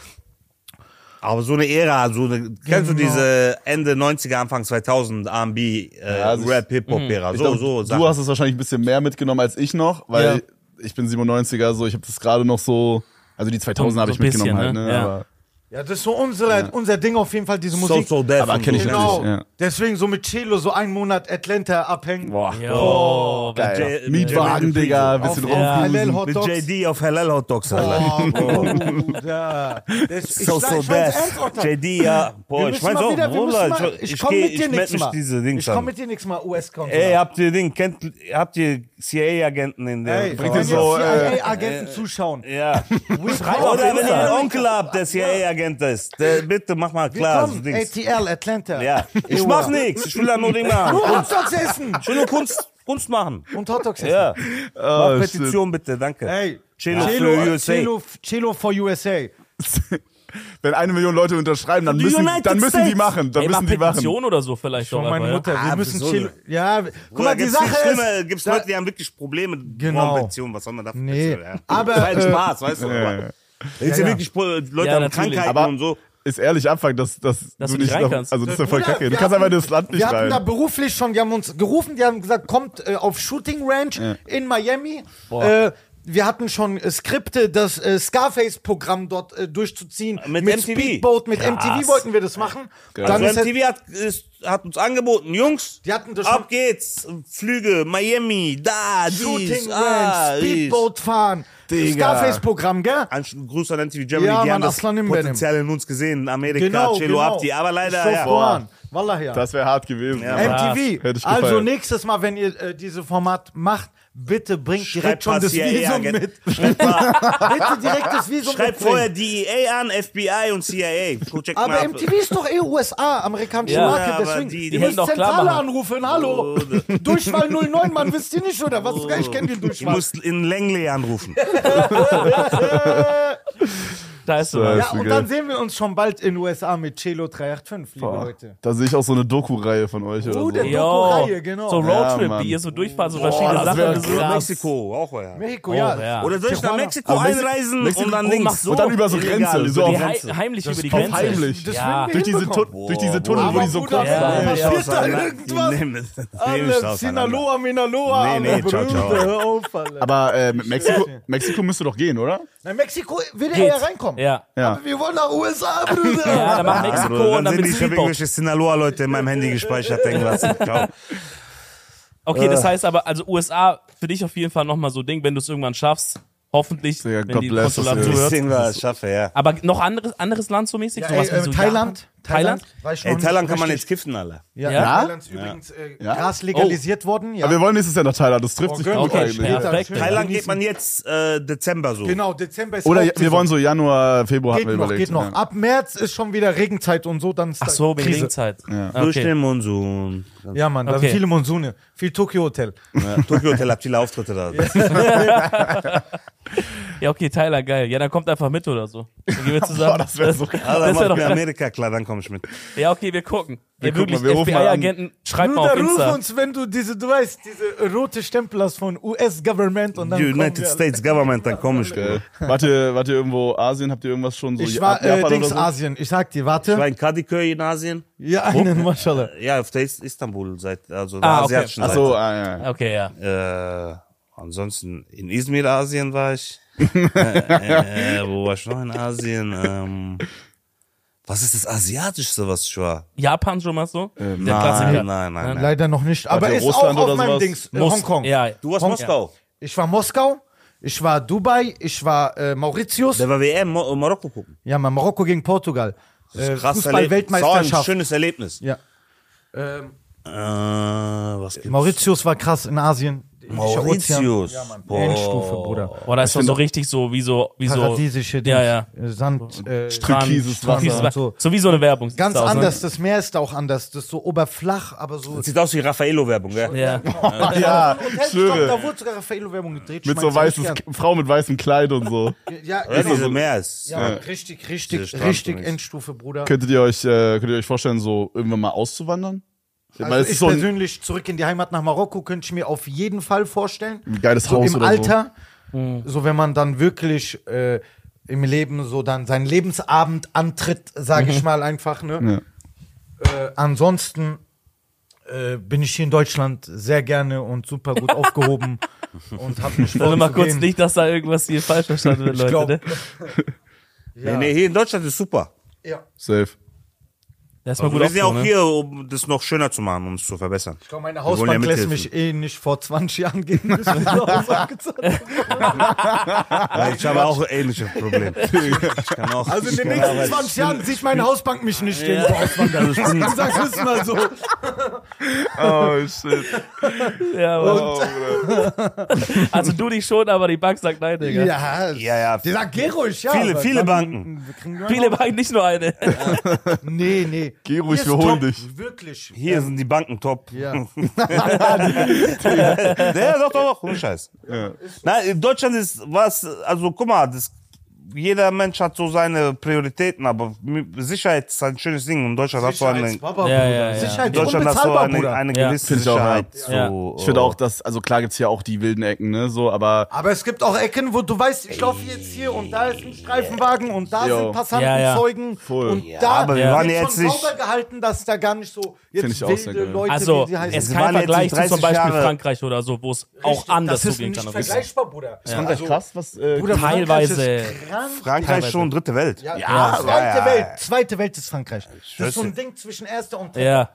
Speaker 3: Aber so eine Ära, so eine, kennst du
Speaker 4: Genau.
Speaker 3: diese Ende 90er, Anfang 2000 R&B, äh,
Speaker 1: also ich-
Speaker 3: Rap, Hip-Hop-Ära,
Speaker 1: Ich
Speaker 3: so,
Speaker 1: glaub,
Speaker 3: so
Speaker 1: du hast es wahrscheinlich ein bisschen mehr mitgenommen als ich noch, weil ich bin 97er, so ich habe das gerade noch so, also die 2000 habe
Speaker 2: So
Speaker 1: ich
Speaker 2: ein bisschen,
Speaker 1: mitgenommen halt,
Speaker 2: ne?
Speaker 1: ne?
Speaker 2: Ja.
Speaker 1: Aber,
Speaker 4: Ja, das ist so unsere, unser Ding auf jeden Fall, diese
Speaker 3: so,
Speaker 4: Musik.
Speaker 3: so Death
Speaker 1: aber
Speaker 3: und
Speaker 1: kenn ich
Speaker 3: so.
Speaker 4: Genau.
Speaker 1: natürlich, ja.
Speaker 4: Deswegen so mit Chelo so einen Monat Atlanta abhängen.
Speaker 1: boah,
Speaker 2: Oh,
Speaker 1: geil.
Speaker 3: J-
Speaker 1: Mietwagen,
Speaker 3: Jermaine Dupri
Speaker 1: Digga,
Speaker 3: so.
Speaker 1: bisschen
Speaker 4: Auf-
Speaker 1: drauf.
Speaker 4: Halal Hot
Speaker 3: Mit
Speaker 4: Dogs.
Speaker 3: JD auf Halal Hot Dogs. Alter.
Speaker 4: Oh, Bruder. Das, ich
Speaker 3: So,
Speaker 4: sag-
Speaker 3: so
Speaker 4: ich mein's
Speaker 3: Death.
Speaker 4: ernst, Otter.
Speaker 3: JD, ja. Boah,
Speaker 4: Wir
Speaker 3: ich
Speaker 4: müssen
Speaker 3: mein's
Speaker 4: mal
Speaker 3: auch,
Speaker 4: wieder, wir müssen
Speaker 3: Bruder.
Speaker 4: mal,
Speaker 3: ich,
Speaker 4: ich
Speaker 3: ich,
Speaker 4: komm
Speaker 3: geh-
Speaker 4: mit dir
Speaker 3: ich meld
Speaker 4: nix
Speaker 3: mich
Speaker 4: mal.
Speaker 3: diese Dings
Speaker 4: Ich komm
Speaker 3: an.
Speaker 4: mit dir nix mal
Speaker 3: Ey,
Speaker 4: US-Konsulat.
Speaker 3: habt ihr Ding, kennt, habt ihr CIA-Agenten in der...
Speaker 1: bringt
Speaker 4: wenn
Speaker 1: ihr so,
Speaker 4: jetzt
Speaker 1: äh,
Speaker 4: CIA-Agenten zuschauen.
Speaker 3: Ja.
Speaker 4: schreiben auf
Speaker 3: Oder wenn ihr
Speaker 4: Insta.
Speaker 3: einen Onkel habt, der CIA-Agent ist, der, bitte mach mal
Speaker 4: Wir
Speaker 3: klar. so
Speaker 4: kommen,
Speaker 3: Dings.
Speaker 4: ATL, Atlanta.
Speaker 3: Ja. Ich
Speaker 4: Ewa.
Speaker 3: mach nix, ich will da nur Ding machen.
Speaker 4: Nur Hot Dogs essen.
Speaker 3: Ich will nur Kunst, Kunst machen.
Speaker 4: Und Hot Dogs essen.
Speaker 3: Ja.
Speaker 1: Oh,
Speaker 3: Mach
Speaker 1: shit.
Speaker 3: Petition bitte, danke.
Speaker 4: Ey,
Speaker 3: Chelo
Speaker 4: Chelo-
Speaker 3: for USA.
Speaker 4: Chelo- Chelo for USA.
Speaker 1: Wenn eine Million Leute unterschreiben, dann
Speaker 3: The
Speaker 1: müssen,
Speaker 3: United
Speaker 1: dann müssen die
Speaker 3: States.
Speaker 1: machen, dann
Speaker 2: Ey, mach
Speaker 1: müssen die machen.
Speaker 2: Petition oder so vielleicht doch.
Speaker 4: Schon meine
Speaker 2: einfach,
Speaker 4: Mutter, wir
Speaker 3: Ah,
Speaker 4: müssen
Speaker 3: wieso?
Speaker 4: Chelo. Ja, guck
Speaker 3: Oder
Speaker 4: mal, die
Speaker 3: gibt's
Speaker 4: Sache
Speaker 3: nicht schlimmer,
Speaker 4: ist.
Speaker 3: gibt's
Speaker 4: da-
Speaker 3: Leute, die haben wirklich Probleme mit
Speaker 4: Genau.
Speaker 3: Petition, was soll man dafür
Speaker 4: Nee.
Speaker 3: erzählen, ja?
Speaker 4: Aber,
Speaker 3: Das war ein
Speaker 4: äh,
Speaker 3: Spaß, weißt du, aber
Speaker 1: Ja.
Speaker 3: Jetzt
Speaker 4: ja.
Speaker 3: sind wirklich Pro- Leute
Speaker 2: Ja,
Speaker 3: haben
Speaker 2: natürlich.
Speaker 3: Krankheiten
Speaker 1: Aber-
Speaker 3: und so.
Speaker 1: Ist ehrlich Abfuck, dass, dass,
Speaker 2: Dass
Speaker 1: du
Speaker 2: du nicht
Speaker 1: nicht
Speaker 2: rein
Speaker 1: noch,
Speaker 2: kannst.
Speaker 1: also das ist ja voll
Speaker 4: Bruder,
Speaker 1: kacke. Du
Speaker 4: wir
Speaker 1: kannst einfach
Speaker 4: hatten-
Speaker 1: das Land nicht
Speaker 4: Wir hatten
Speaker 1: rein.
Speaker 4: da beruflich schon, die haben uns gerufen, die haben gesagt, kommt äh, auf Shooting Ranch in Miami. Äh, wir hatten schon äh, Skripte, das äh, Scarface-Programm dort äh, durchzuziehen.
Speaker 3: Mit MTV.
Speaker 4: Speedboat, mit MTV wollten wir das machen. Dann
Speaker 3: Also
Speaker 4: ist halt,
Speaker 3: MTV hat, ist, hat uns angeboten, Jungs,
Speaker 4: Die hatten das schon-
Speaker 3: ab geht's, Flüge, Miami, da, dies,
Speaker 4: Shooting
Speaker 3: ah,
Speaker 4: Ranch, Speedboat fahren,
Speaker 3: Digga.
Speaker 4: Scarface-Programm, gell?
Speaker 3: Ein Gruß an MTV Germany,
Speaker 4: Ja,
Speaker 3: die
Speaker 4: Mann,
Speaker 3: haben das
Speaker 4: Aslan im Benem.
Speaker 3: Potenzial in uns gesehen, Amerika,
Speaker 4: Genau,
Speaker 3: Cello
Speaker 4: genau.
Speaker 3: Abdi, aber leider,
Speaker 4: Stoff
Speaker 3: ja.
Speaker 4: Juan, Wallah, ja.
Speaker 1: Das wäre hart gewesen.
Speaker 3: Ja.
Speaker 1: Aber-
Speaker 4: MTV.
Speaker 1: Hätte ich gefeiert.
Speaker 4: also nächstes Mal, wenn ihr äh, dieses Format macht, bitte bringt direkt schon
Speaker 3: mal
Speaker 4: das
Speaker 3: CIA
Speaker 4: Visum
Speaker 3: Agent.
Speaker 4: mit.
Speaker 3: Schreibt, mal,
Speaker 4: Bitte direkt das Visum
Speaker 3: genau. schreibt
Speaker 4: mitbringen.
Speaker 3: vorher DEA an, FBI und CIA. Guck, Check
Speaker 4: Aber
Speaker 3: mal ab.
Speaker 4: MTV ist doch eh USA, amerikanische
Speaker 2: Ja,
Speaker 4: Marke,
Speaker 3: aber
Speaker 4: deswegen.
Speaker 3: die- die
Speaker 4: ihr
Speaker 2: hätten
Speaker 4: müsst
Speaker 2: doch klar
Speaker 4: Zentrale
Speaker 2: machen.
Speaker 4: anrufen, hallo. Durchfall 09, Mann, wisst ihr nicht, oder? Was ist gar ich kenne den
Speaker 3: Ich
Speaker 4: Durchfall.
Speaker 3: muss in Langley anrufen.
Speaker 2: Da ist
Speaker 1: Ja.
Speaker 2: so.
Speaker 4: Ja, und dann sehen wir uns schon bald in USA mit Celo 385, liebe
Speaker 1: Boah,
Speaker 4: Leute.
Speaker 1: Da sehe ich auch so eine Doku-Reihe von euch
Speaker 4: Bruder,
Speaker 1: oder so.
Speaker 4: ja. Doku-Reihe, genau.
Speaker 2: So
Speaker 1: Ja,
Speaker 2: Roadtrip,
Speaker 1: Mann.
Speaker 2: die ihr so durchfahrt, so
Speaker 1: das
Speaker 2: verschiedene
Speaker 1: wär
Speaker 2: Sachen.
Speaker 1: krass.
Speaker 2: besucht.
Speaker 3: Mexiko, auch ja.
Speaker 4: Mexiko,
Speaker 2: Oh,
Speaker 4: ja.
Speaker 2: ja.
Speaker 3: Oder soll ich nach
Speaker 4: Tijuana.
Speaker 3: Mexiko
Speaker 1: Aber Mexi-
Speaker 3: einreisen
Speaker 1: Mexiko
Speaker 3: und
Speaker 4: oh,
Speaker 3: dann
Speaker 1: macht
Speaker 3: links?
Speaker 2: so
Speaker 1: und dann über so
Speaker 3: illegal,
Speaker 1: Grenze, so
Speaker 3: über
Speaker 1: auf
Speaker 2: Die
Speaker 1: Grenze.
Speaker 2: hei heimlich über die
Speaker 1: voll
Speaker 2: Grenze.
Speaker 1: heimlich.
Speaker 4: Das
Speaker 2: Ja.
Speaker 4: würden wir
Speaker 1: Durch diese,
Speaker 4: hinbekommen.
Speaker 1: Tun- durch diese Tunnel,
Speaker 4: Aber
Speaker 1: wo die so
Speaker 4: Bruder,
Speaker 1: krass
Speaker 2: Ja,
Speaker 1: waren.
Speaker 4: was
Speaker 2: ja,
Speaker 4: passiert da irgendwas?
Speaker 3: Nehmen es- nehmen es
Speaker 4: Alle,
Speaker 3: auseinander.
Speaker 4: Sinaloa, Minaloa,
Speaker 3: Nee, nee,
Speaker 4: alle
Speaker 3: ciao, ciao.
Speaker 4: Brüder, hör auf, alle.
Speaker 1: Aber äh, mit Mexiko, Mexiko müsste doch gehen, oder?
Speaker 4: Na, Mexiko will er ja
Speaker 2: Geht's.
Speaker 4: reinkommen.
Speaker 2: Ja.
Speaker 1: Ja.
Speaker 4: Aber wir wollen nach USA, Brüder.
Speaker 2: Ja, dann macht
Speaker 3: Ah,
Speaker 2: Mexiko
Speaker 3: Bruder,
Speaker 2: und dann
Speaker 3: sind
Speaker 2: mit
Speaker 3: die- Ich habe
Speaker 2: Speedboat.
Speaker 3: irgendwelche Sinaloa-Leute in meinem Handy gespeichert, denken lassen. Ciao.
Speaker 2: Okay, das heißt aber, also USA für dich auf jeden Fall nochmal so Ding, wenn du es irgendwann schaffst. Hoffentlich,
Speaker 1: Sehr
Speaker 2: wenn
Speaker 1: God
Speaker 2: die
Speaker 1: bless,
Speaker 2: Konsulat
Speaker 1: das ist-
Speaker 2: zuhört.
Speaker 3: Sehen wir, schaffe, ja.
Speaker 2: Aber noch anderes, anderes Land so mäßig?
Speaker 4: Ja,
Speaker 2: Sowas
Speaker 4: ey,
Speaker 2: wie
Speaker 4: äh,
Speaker 2: so
Speaker 4: Thailand?
Speaker 2: Thailand?
Speaker 4: War ich schon
Speaker 3: Ey, Thailand kann man
Speaker 4: richtig-
Speaker 3: jetzt kiffen, Alter.
Speaker 4: Ja,
Speaker 2: Ja? Oh.
Speaker 4: ja? Thailand ist übrigens äh,
Speaker 1: Ja?
Speaker 4: Gras legalisiert worden. Ja.
Speaker 1: Aber wir wollen nächstes Jahr nach Thailand, das trifft sich
Speaker 4: gönn
Speaker 1: gut
Speaker 4: euch,
Speaker 2: Okay,
Speaker 1: eigentlich.
Speaker 4: ja.
Speaker 2: perfekt.
Speaker 4: Schön.
Speaker 3: Thailand geht man jetzt äh, Dezember so.
Speaker 4: genau, Dezember ist
Speaker 1: Oder ja, wir
Speaker 4: Hauptsaison.
Speaker 1: wollen so Januar, Februar
Speaker 4: geht
Speaker 1: hatten wir
Speaker 4: noch,
Speaker 1: überlegt.
Speaker 4: geht noch.
Speaker 1: Ja.
Speaker 4: Ab März ist schon wieder Regenzeit und so, dann ist
Speaker 2: Ach
Speaker 4: da
Speaker 2: so, wegen
Speaker 4: Krise.
Speaker 2: Regenzeit.
Speaker 3: Durch den
Speaker 2: Okay.
Speaker 3: Monsun.
Speaker 4: Ja, Mann, da
Speaker 2: Okay.
Speaker 4: sind viele Monsune, viel Tokyo Hotel.
Speaker 3: Ja. Tokyo Hotel habt viele Auftritte da. Ah,
Speaker 2: Ja, okay, Thailand, geil. Ja, dann kommt einfach mit oder so. Dann gehen wir zusammen.
Speaker 1: Boah, das wäre so geil.
Speaker 3: Also,
Speaker 2: Das wär
Speaker 3: mach
Speaker 2: doch
Speaker 3: mir
Speaker 2: geil.
Speaker 3: Amerika klar, dann komm ich mit.
Speaker 2: Ja, okay, wir gucken. Wir ja,
Speaker 1: gucken
Speaker 2: wirklich,
Speaker 1: mal, wir rufen mal an.
Speaker 2: FBI-Agenten, schreibt mal
Speaker 4: Bruder,
Speaker 2: auf
Speaker 4: ruf
Speaker 2: Insta.
Speaker 4: uns, wenn du diese, du weißt, diese rote Stempel hast von US-Government und dann
Speaker 3: United
Speaker 4: kommen wir.
Speaker 3: States Government, dann komm ich.
Speaker 1: Geil.
Speaker 3: Bruder.
Speaker 1: Wart ihr, wart ihr irgendwo Asien? Habt ihr irgendwas schon so
Speaker 4: Ich war äh,
Speaker 1: Japan
Speaker 4: Dings
Speaker 1: oder so?
Speaker 4: Asien, ich sag dir,
Speaker 3: Ich war
Speaker 4: warte.
Speaker 3: in Kadıköy in Asien.
Speaker 4: Ja, einen, mashallah.
Speaker 3: Ja, auf der Ist- Istanbul, seit, also der
Speaker 2: Ah, okay.
Speaker 3: asiatischen
Speaker 1: Ach so, ah, ja. ja.
Speaker 2: Okay, ja.
Speaker 3: Seite. Äh, ansonsten in Izmir, Asien war ich. äh, äh, wo war ich noch in Asien? Ähm, was ist das Asiatischste, was ich war?
Speaker 2: Japan schon mal so?
Speaker 1: Ähm,
Speaker 2: Der Klassiker.
Speaker 3: Nein, nein, nein. nein.
Speaker 4: Leider noch nicht, aber
Speaker 1: Warte,
Speaker 4: ist
Speaker 1: Russland
Speaker 4: auch
Speaker 1: oder
Speaker 4: auf meinem
Speaker 1: sowas?
Speaker 4: Dings, äh,
Speaker 2: Muss-
Speaker 4: Hongkong.
Speaker 2: Ja,
Speaker 3: Du warst
Speaker 4: Hong-
Speaker 3: Moskau.
Speaker 4: Ich war Moskau, ich war Dubai, ich war äh, Mauritius.
Speaker 3: Da war WM Mo äh, Marokko gucken.
Speaker 2: Äh,
Speaker 4: Ja, mal Marokko gegen Portugal.
Speaker 3: Krass
Speaker 4: Äh,
Speaker 3: Erlebnis. So ein
Speaker 4: Fußball-Weltmeisterschaft.
Speaker 3: schönes Erlebnis.
Speaker 4: Ja. Ähm,
Speaker 3: Äh, was gibt's?
Speaker 4: Mauritius war krass in Asien. Indischer Ozean.
Speaker 3: Mauritius.
Speaker 4: Ja, Mann.
Speaker 3: Boah.
Speaker 4: Endstufe, Bruder.
Speaker 2: Boah, da ist doch so richtig so, wie so, wie so.
Speaker 4: Paradiesische
Speaker 2: Ja, ja.
Speaker 4: Dings, äh, Sand. Äh,
Speaker 1: Strand. Türkises Wasser.
Speaker 2: Strand, türkises Wa-
Speaker 4: So.
Speaker 2: So wie so eine Werbung. sieht's
Speaker 4: ganz
Speaker 2: aus, ne?
Speaker 4: anders. Das Meer ist auch anders. Das ist so oberflach, aber so.
Speaker 3: Das sieht aus wie Raffaello-Werbung, gell?
Speaker 2: Ja.
Speaker 1: Ah, ja,
Speaker 4: Hotelstopp,
Speaker 1: schwöre.
Speaker 4: Da wurde sogar Raffaello-Werbung gedreht.
Speaker 1: Mit
Speaker 4: schmeiß
Speaker 1: so
Speaker 4: ich
Speaker 1: weißes,
Speaker 4: gern.
Speaker 1: Frau mit weißem Kleid und so.
Speaker 3: Ja,
Speaker 4: Ja, genau.
Speaker 3: diese Meer ist.
Speaker 4: ja, richtig, richtig,
Speaker 3: Diese Strand-
Speaker 4: richtig
Speaker 3: und-
Speaker 4: Endstufe, Bruder.
Speaker 1: Könntet ihr euch, äh, könnt ihr euch vorstellen, so irgendwann mal auszuwandern?
Speaker 4: Also
Speaker 1: Weil es
Speaker 4: ich
Speaker 1: ist so ein
Speaker 4: persönlich zurück in die Heimat nach Marokko könnte ich mir auf jeden Fall vorstellen.
Speaker 1: geiles
Speaker 4: so
Speaker 1: Haus
Speaker 4: im
Speaker 1: oder
Speaker 4: Alter, so wenn man dann wirklich äh, im Leben so dann seinen Lebensabend antritt, sage ich mal einfach. Ne? Äh, ansonsten äh, bin ich hier in Deutschland sehr gerne und super gut aufgehoben und habe mich
Speaker 2: Also mal kurz
Speaker 4: vorzugehen.
Speaker 2: nicht, dass da irgendwas hier falsch verstanden wird, Leute.
Speaker 4: glaub-
Speaker 2: ne?
Speaker 3: Nee, nee, hier in Deutschland ist super.
Speaker 4: Ja,
Speaker 1: so. Safe.
Speaker 2: Das ist mal
Speaker 3: Also
Speaker 2: gut
Speaker 3: wir sind ja auch
Speaker 2: aufgehoben, ne?
Speaker 3: hier, um das noch schöner zu machen, um es zu verbessern.
Speaker 4: ich glaube, meine
Speaker 3: Wir wollen ja
Speaker 4: Hausbank lässt
Speaker 3: mithelfen.
Speaker 4: mich eh nicht vor 20 Jahren gehen. bis ich zu Hause angezogen bin.
Speaker 3: Weil ich habe auch ein ähnliches Problem. Ich kann auch,
Speaker 4: Also in
Speaker 3: ich
Speaker 4: den
Speaker 3: kann
Speaker 4: nächsten
Speaker 3: auch- Also
Speaker 4: 20 Jahren sieht meine Hausbank mich nicht stehen. Ja. Sag's es mal so.
Speaker 1: Oh, shit. Oh,
Speaker 2: Ja, Mann. also du dich schon, aber die Bank sagt nein, Digga.
Speaker 4: Ja,
Speaker 3: Ja, ja.
Speaker 4: Die ne? sagt, geh ruhig, ja.
Speaker 3: Viele,
Speaker 4: aber
Speaker 3: viele
Speaker 4: dann-
Speaker 3: Banken.
Speaker 4: Wir kriegen ja
Speaker 2: Viele Banken, nicht nur eine.
Speaker 4: noch- Nee, nee.
Speaker 1: Geh ruhig,
Speaker 4: Hier
Speaker 1: wir
Speaker 4: ist
Speaker 1: holen
Speaker 4: top.
Speaker 1: dich.
Speaker 4: Wirklich.
Speaker 3: Hier sind die Banken top.
Speaker 4: Ja.
Speaker 3: Ja, doch, doch, doch, ohne Scheiß.
Speaker 1: Ja.
Speaker 3: Na, in Deutschland ist was, also guck mal, das, jeder Mensch hat so seine Prioritäten, aber mi- Sicherheit ist ein schönes Ding. In Deutschland hast du eine, in
Speaker 4: Baba,
Speaker 2: Ja,
Speaker 4: Bruder.
Speaker 2: ja, ja.
Speaker 4: Sicherheit ist
Speaker 3: Deutschland hast du
Speaker 4: unbezahlbar,
Speaker 3: eine,
Speaker 4: Bruder.
Speaker 3: eine
Speaker 2: Ja.
Speaker 3: gewisse
Speaker 1: Find ich auch, ja.
Speaker 3: Sicherheit.
Speaker 2: Ja.
Speaker 3: So, äh,
Speaker 1: Ich finde auch, dass, also klar gibt's hier auch die wilden Ecken, ne, so, aber
Speaker 4: aber es gibt auch Ecken, wo du weißt, ich laufe jetzt hier und da ist ein Streifenwagen und da
Speaker 1: Yo.
Speaker 4: sind Passanten,
Speaker 2: Ja, ja.
Speaker 4: Zeugen
Speaker 1: Voll.
Speaker 4: und
Speaker 1: Ja,
Speaker 4: da
Speaker 3: aber wir
Speaker 4: wird
Speaker 3: waren jetzt
Speaker 4: schon
Speaker 3: nicht-
Speaker 4: sauber gehalten, dass da gar nicht so
Speaker 1: Find ich
Speaker 4: jetzt
Speaker 1: auch sehr
Speaker 4: wilde
Speaker 1: geil.
Speaker 4: Leute,
Speaker 2: Also,
Speaker 4: wie sie heißen.
Speaker 2: es ist
Speaker 3: Sie
Speaker 2: kein
Speaker 3: waren jetzt die
Speaker 2: Vergleich zu zum
Speaker 3: 30
Speaker 2: Beispiel
Speaker 3: Jahre-
Speaker 2: Frankreich oder so, wo es auch
Speaker 4: Richtig,
Speaker 2: anders
Speaker 4: Das ist
Speaker 2: zugehen
Speaker 4: nicht
Speaker 2: kann. auf jeden Fall.
Speaker 4: vergleichbar, Bruder. Ja.
Speaker 1: Frankreich krass, was, äh,
Speaker 4: also Bruder,
Speaker 2: Teilweise.
Speaker 4: Frankreich ist krank.
Speaker 3: Frankreich
Speaker 2: Teilweise.
Speaker 3: schon dritte Welt.
Speaker 4: Ja,
Speaker 2: Ja,
Speaker 4: zweite
Speaker 3: ja, ja.
Speaker 4: Welt, zweite Welt ist Frankreich. Das
Speaker 3: weiß
Speaker 4: ist so ein
Speaker 3: nicht.
Speaker 4: Ding zwischen erster und
Speaker 2: Ja.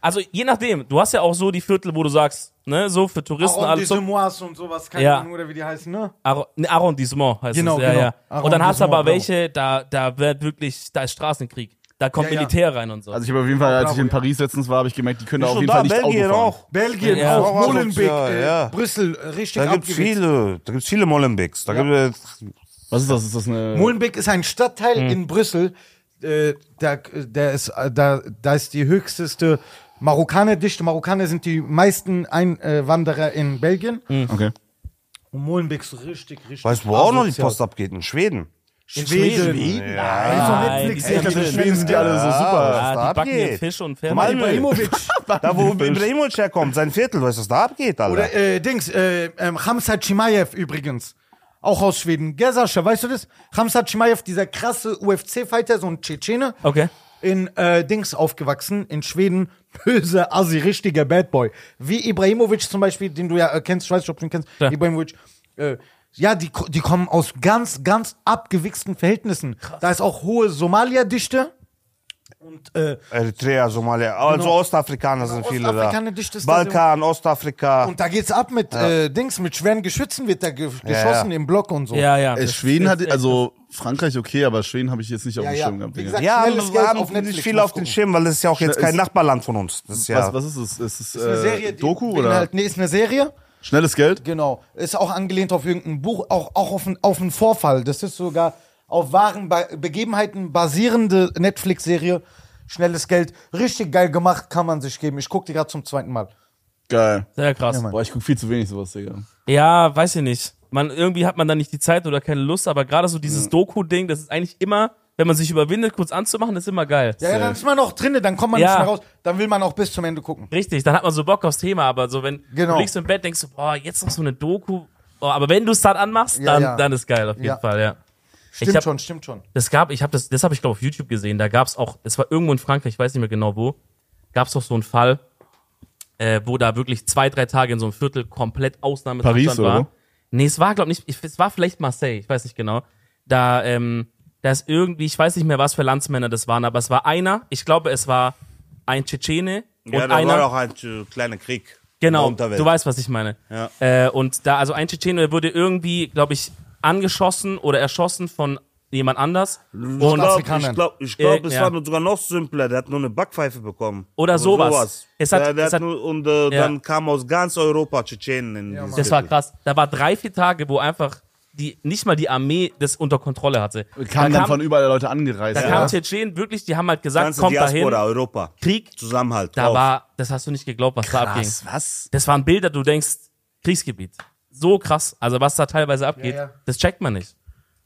Speaker 2: Also je nachdem, du hast ja auch so die Viertel, wo du sagst, ne, so für Touristen
Speaker 4: Auch
Speaker 2: alles
Speaker 4: diese
Speaker 2: so.
Speaker 4: Moas und sowas, keine
Speaker 2: Ja.
Speaker 4: Ahnung, oder wie die heißen, ne?
Speaker 2: Arro- ne, Arrondissement heißt
Speaker 4: Genau,
Speaker 2: es. Ja,
Speaker 4: genau.
Speaker 2: ja. Und dann hast du
Speaker 4: Arrondissement,
Speaker 2: aber
Speaker 4: genau.
Speaker 2: welche, da, da wird wirklich, da ist Straßenkrieg. Da kommt
Speaker 4: Ja, ja.
Speaker 2: Militär rein und so.
Speaker 1: also ich habe auf jeden Fall, als ich
Speaker 4: Bravo,
Speaker 1: in
Speaker 4: ja.
Speaker 1: Paris letztens war, habe ich gemerkt, die können da auf
Speaker 3: Schon
Speaker 1: jeden
Speaker 3: da,
Speaker 1: Fall nicht
Speaker 3: Belgien
Speaker 1: Auto fahren.
Speaker 3: auch.
Speaker 4: Belgien,
Speaker 2: Ja.
Speaker 4: auch
Speaker 3: Ja,
Speaker 4: Molenbeek, äh,
Speaker 3: ja.
Speaker 4: Brüssel, äh, richtig
Speaker 3: Da gibt's
Speaker 4: abgewickelt.
Speaker 3: viele, da gibt's viele Molenbeeks. Da gibt's, äh,
Speaker 1: Was ist das? Ist das eine,
Speaker 4: Molenbeek ist ein Stadtteil
Speaker 2: Hm.
Speaker 4: in Brüssel, äh, da, der ist, äh, da, da ist die höchsteste Marokkanerdichte. Marokkaner sind die meisten Einwanderer in Belgien.
Speaker 2: Hm.
Speaker 1: okay.
Speaker 4: Und Molenbeek ist richtig, richtig.
Speaker 3: weißt du, wo auch noch die
Speaker 4: asozial.
Speaker 3: Post abgeht? In Schweden.
Speaker 4: Schweden.
Speaker 2: Schweden?
Speaker 4: Schweden?
Speaker 2: Nein,
Speaker 4: Nein,
Speaker 2: die sind
Speaker 4: von
Speaker 1: Ah, Die
Speaker 2: ja
Speaker 4: Netflix.
Speaker 1: Schweden sind die alle so
Speaker 4: äh,
Speaker 1: super.
Speaker 3: was
Speaker 2: ah,
Speaker 3: da
Speaker 2: die backen hier
Speaker 3: abgeht.
Speaker 2: Fisch und
Speaker 3: Mal
Speaker 2: Pferde.
Speaker 4: Ibrahimovic.
Speaker 3: Da, wo Ibrahimovic herkommt, sein Viertel, weißt du, was da abgeht, Alter?
Speaker 4: Oder äh, Dings, äh, ähm, Hamza Chimaev übrigens. Auch aus Schweden. Gesascha, weißt du das? Hamza Chimaev, dieser krasse UFC-Fighter, so ein Tschetschene.
Speaker 2: Okay.
Speaker 4: In äh, Dings aufgewachsen, in Schweden. Böse Assi, richtiger Bad Boy. Wie Ibrahimovic zum Beispiel, den du ja äh, kennst, ich weiß nicht, ob du ihn kennst.
Speaker 2: Ja.
Speaker 4: Ibrahimovic. Äh, ja, die, ko- die kommen aus ganz, ganz abgewichsten Verhältnissen. Da ist auch hohe Somalia-Dichte. Und äh,
Speaker 3: Eritrea, Somalia. Also
Speaker 4: Genau.
Speaker 3: Ostafrikaner sind viele da.
Speaker 4: Ostafrikaner, dichtes
Speaker 3: Balkan, Ostafrika.
Speaker 4: Und da geht's ab mit äh, Dings, mit schweren Geschützen wird da ge geschossen
Speaker 3: ja.
Speaker 4: im Block und so.
Speaker 2: Ja, ja.
Speaker 1: Äh,
Speaker 2: Das
Speaker 1: Schweden
Speaker 2: ist
Speaker 1: hat,
Speaker 2: echt-
Speaker 1: also Frankreich okay, aber Schweden habe ich jetzt nicht auf
Speaker 4: Ja,
Speaker 1: dem
Speaker 4: ja.
Speaker 1: Schirm gehabt.
Speaker 4: Wie
Speaker 1: Digga.
Speaker 4: gesagt,
Speaker 3: ja,
Speaker 4: schnelles
Speaker 3: wir
Speaker 4: Geld
Speaker 3: haben
Speaker 4: auf Netflix
Speaker 3: nicht viel auf
Speaker 4: gucken.
Speaker 3: den Schirm, weil das ist ja auch jetzt kein
Speaker 1: ist-
Speaker 3: Nachbarland von uns. Das ist ja.
Speaker 1: was, was ist es? Ist es äh,
Speaker 4: Eine Serie, die
Speaker 1: Doku oder
Speaker 4: beinhaltet- Nee, ist eine Serie.
Speaker 1: schnelles Geld?
Speaker 4: Genau. Ist auch angelehnt auf irgendein Buch, auch, auch auf, einen, auf einen Vorfall. Das ist sogar auf wahren Be Begebenheiten basierende Netflix-Serie. Schnelles Geld. Richtig geil gemacht, kann man sich geben. Ich gucke die gerade zum zweiten Mal.
Speaker 1: Geil.
Speaker 2: Sehr krass.
Speaker 1: Boah, ich guck viel zu wenig sowas, Digga.
Speaker 2: Ja, weiß ich nicht. Man, irgendwie hat man da nicht die Zeit oder keine Lust, aber gerade so
Speaker 4: Mhm.
Speaker 2: dieses Doku-Ding, das ist eigentlich immer, wenn man sich überwindet, kurz anzumachen, ist immer geil.
Speaker 4: Ja, ja, dann ist man auch drinne, dann kommt man
Speaker 2: Ja.
Speaker 4: nicht mehr raus. Dann will man auch bis zum Ende gucken.
Speaker 2: Richtig, dann hat man so Bock aufs Thema, aber so wenn
Speaker 4: Genau.
Speaker 2: du liegst im Bett, denkst du, boah, jetzt noch so eine Doku. Oh, aber wenn du es dann anmachst, dann,
Speaker 4: ja.
Speaker 2: dann ist geil, auf jeden
Speaker 4: Ja.
Speaker 2: Fall, ja.
Speaker 4: Stimmt
Speaker 2: hab-
Speaker 4: schon, stimmt schon.
Speaker 2: Das gab, ich habe das, das habe ich glaube auf YouTube gesehen. Da gab es auch, es war irgendwo in Frankreich, ich weiß nicht mehr genau wo, gab es doch so einen Fall, äh, wo da wirklich zwei, drei Tage in so einem Viertel komplett Ausnahmezustand
Speaker 1: Paris oder
Speaker 2: war.
Speaker 1: wo?
Speaker 2: Nee, es war glaube nicht, ich- es war vielleicht Marseille, ich weiß nicht genau. Da, ähm, da ist irgendwie, ich weiß nicht mehr, was für Landsmänner das waren, aber es war einer, ich glaube, es war ein Tschetschene und
Speaker 3: ja, da
Speaker 2: einer.
Speaker 3: war auch ein äh, kleiner Krieg.
Speaker 2: Genau,
Speaker 3: in der Unterwelt.
Speaker 2: du weißt, was ich meine.
Speaker 3: Ja.
Speaker 2: Äh, und da, also ein Tschetschene der wurde irgendwie, glaube ich, angeschossen oder erschossen von jemand anders.
Speaker 3: Ich
Speaker 2: Und,
Speaker 4: Staats-
Speaker 3: glaub, ich glaube, ich
Speaker 2: Äh,
Speaker 3: glaub, es
Speaker 2: ja.
Speaker 3: war sogar noch simpler. Der hat nur eine Backpfeife bekommen.
Speaker 2: Oder sowas. Es hat-
Speaker 3: der, der
Speaker 2: es hat-
Speaker 3: hat nur, und äh, dann kam aus ganz Europa Tschetschenen in dieses
Speaker 2: das war
Speaker 3: Viertel.
Speaker 2: krass. Da war drei, vier Tage, wo einfach die, nicht mal die Armee das unter Kontrolle hatte.
Speaker 1: Kamen dann
Speaker 2: da
Speaker 1: von überall Leute angereist.
Speaker 2: da
Speaker 1: Ja.
Speaker 2: kamen Tschetschenen wirklich, die haben halt gesagt,
Speaker 3: Ganze
Speaker 2: kommt dahin,
Speaker 3: Diaspora, Europa.
Speaker 2: Krieg.
Speaker 3: Zusammenhalt.
Speaker 2: Da
Speaker 3: drauf.
Speaker 2: war, das hast du nicht geglaubt, was da abging.
Speaker 1: Was? Was?
Speaker 2: Das waren Bilder, du denkst, Kriegsgebiet. So krass. Also was da teilweise abgeht,
Speaker 4: ja.
Speaker 2: das checkt man nicht.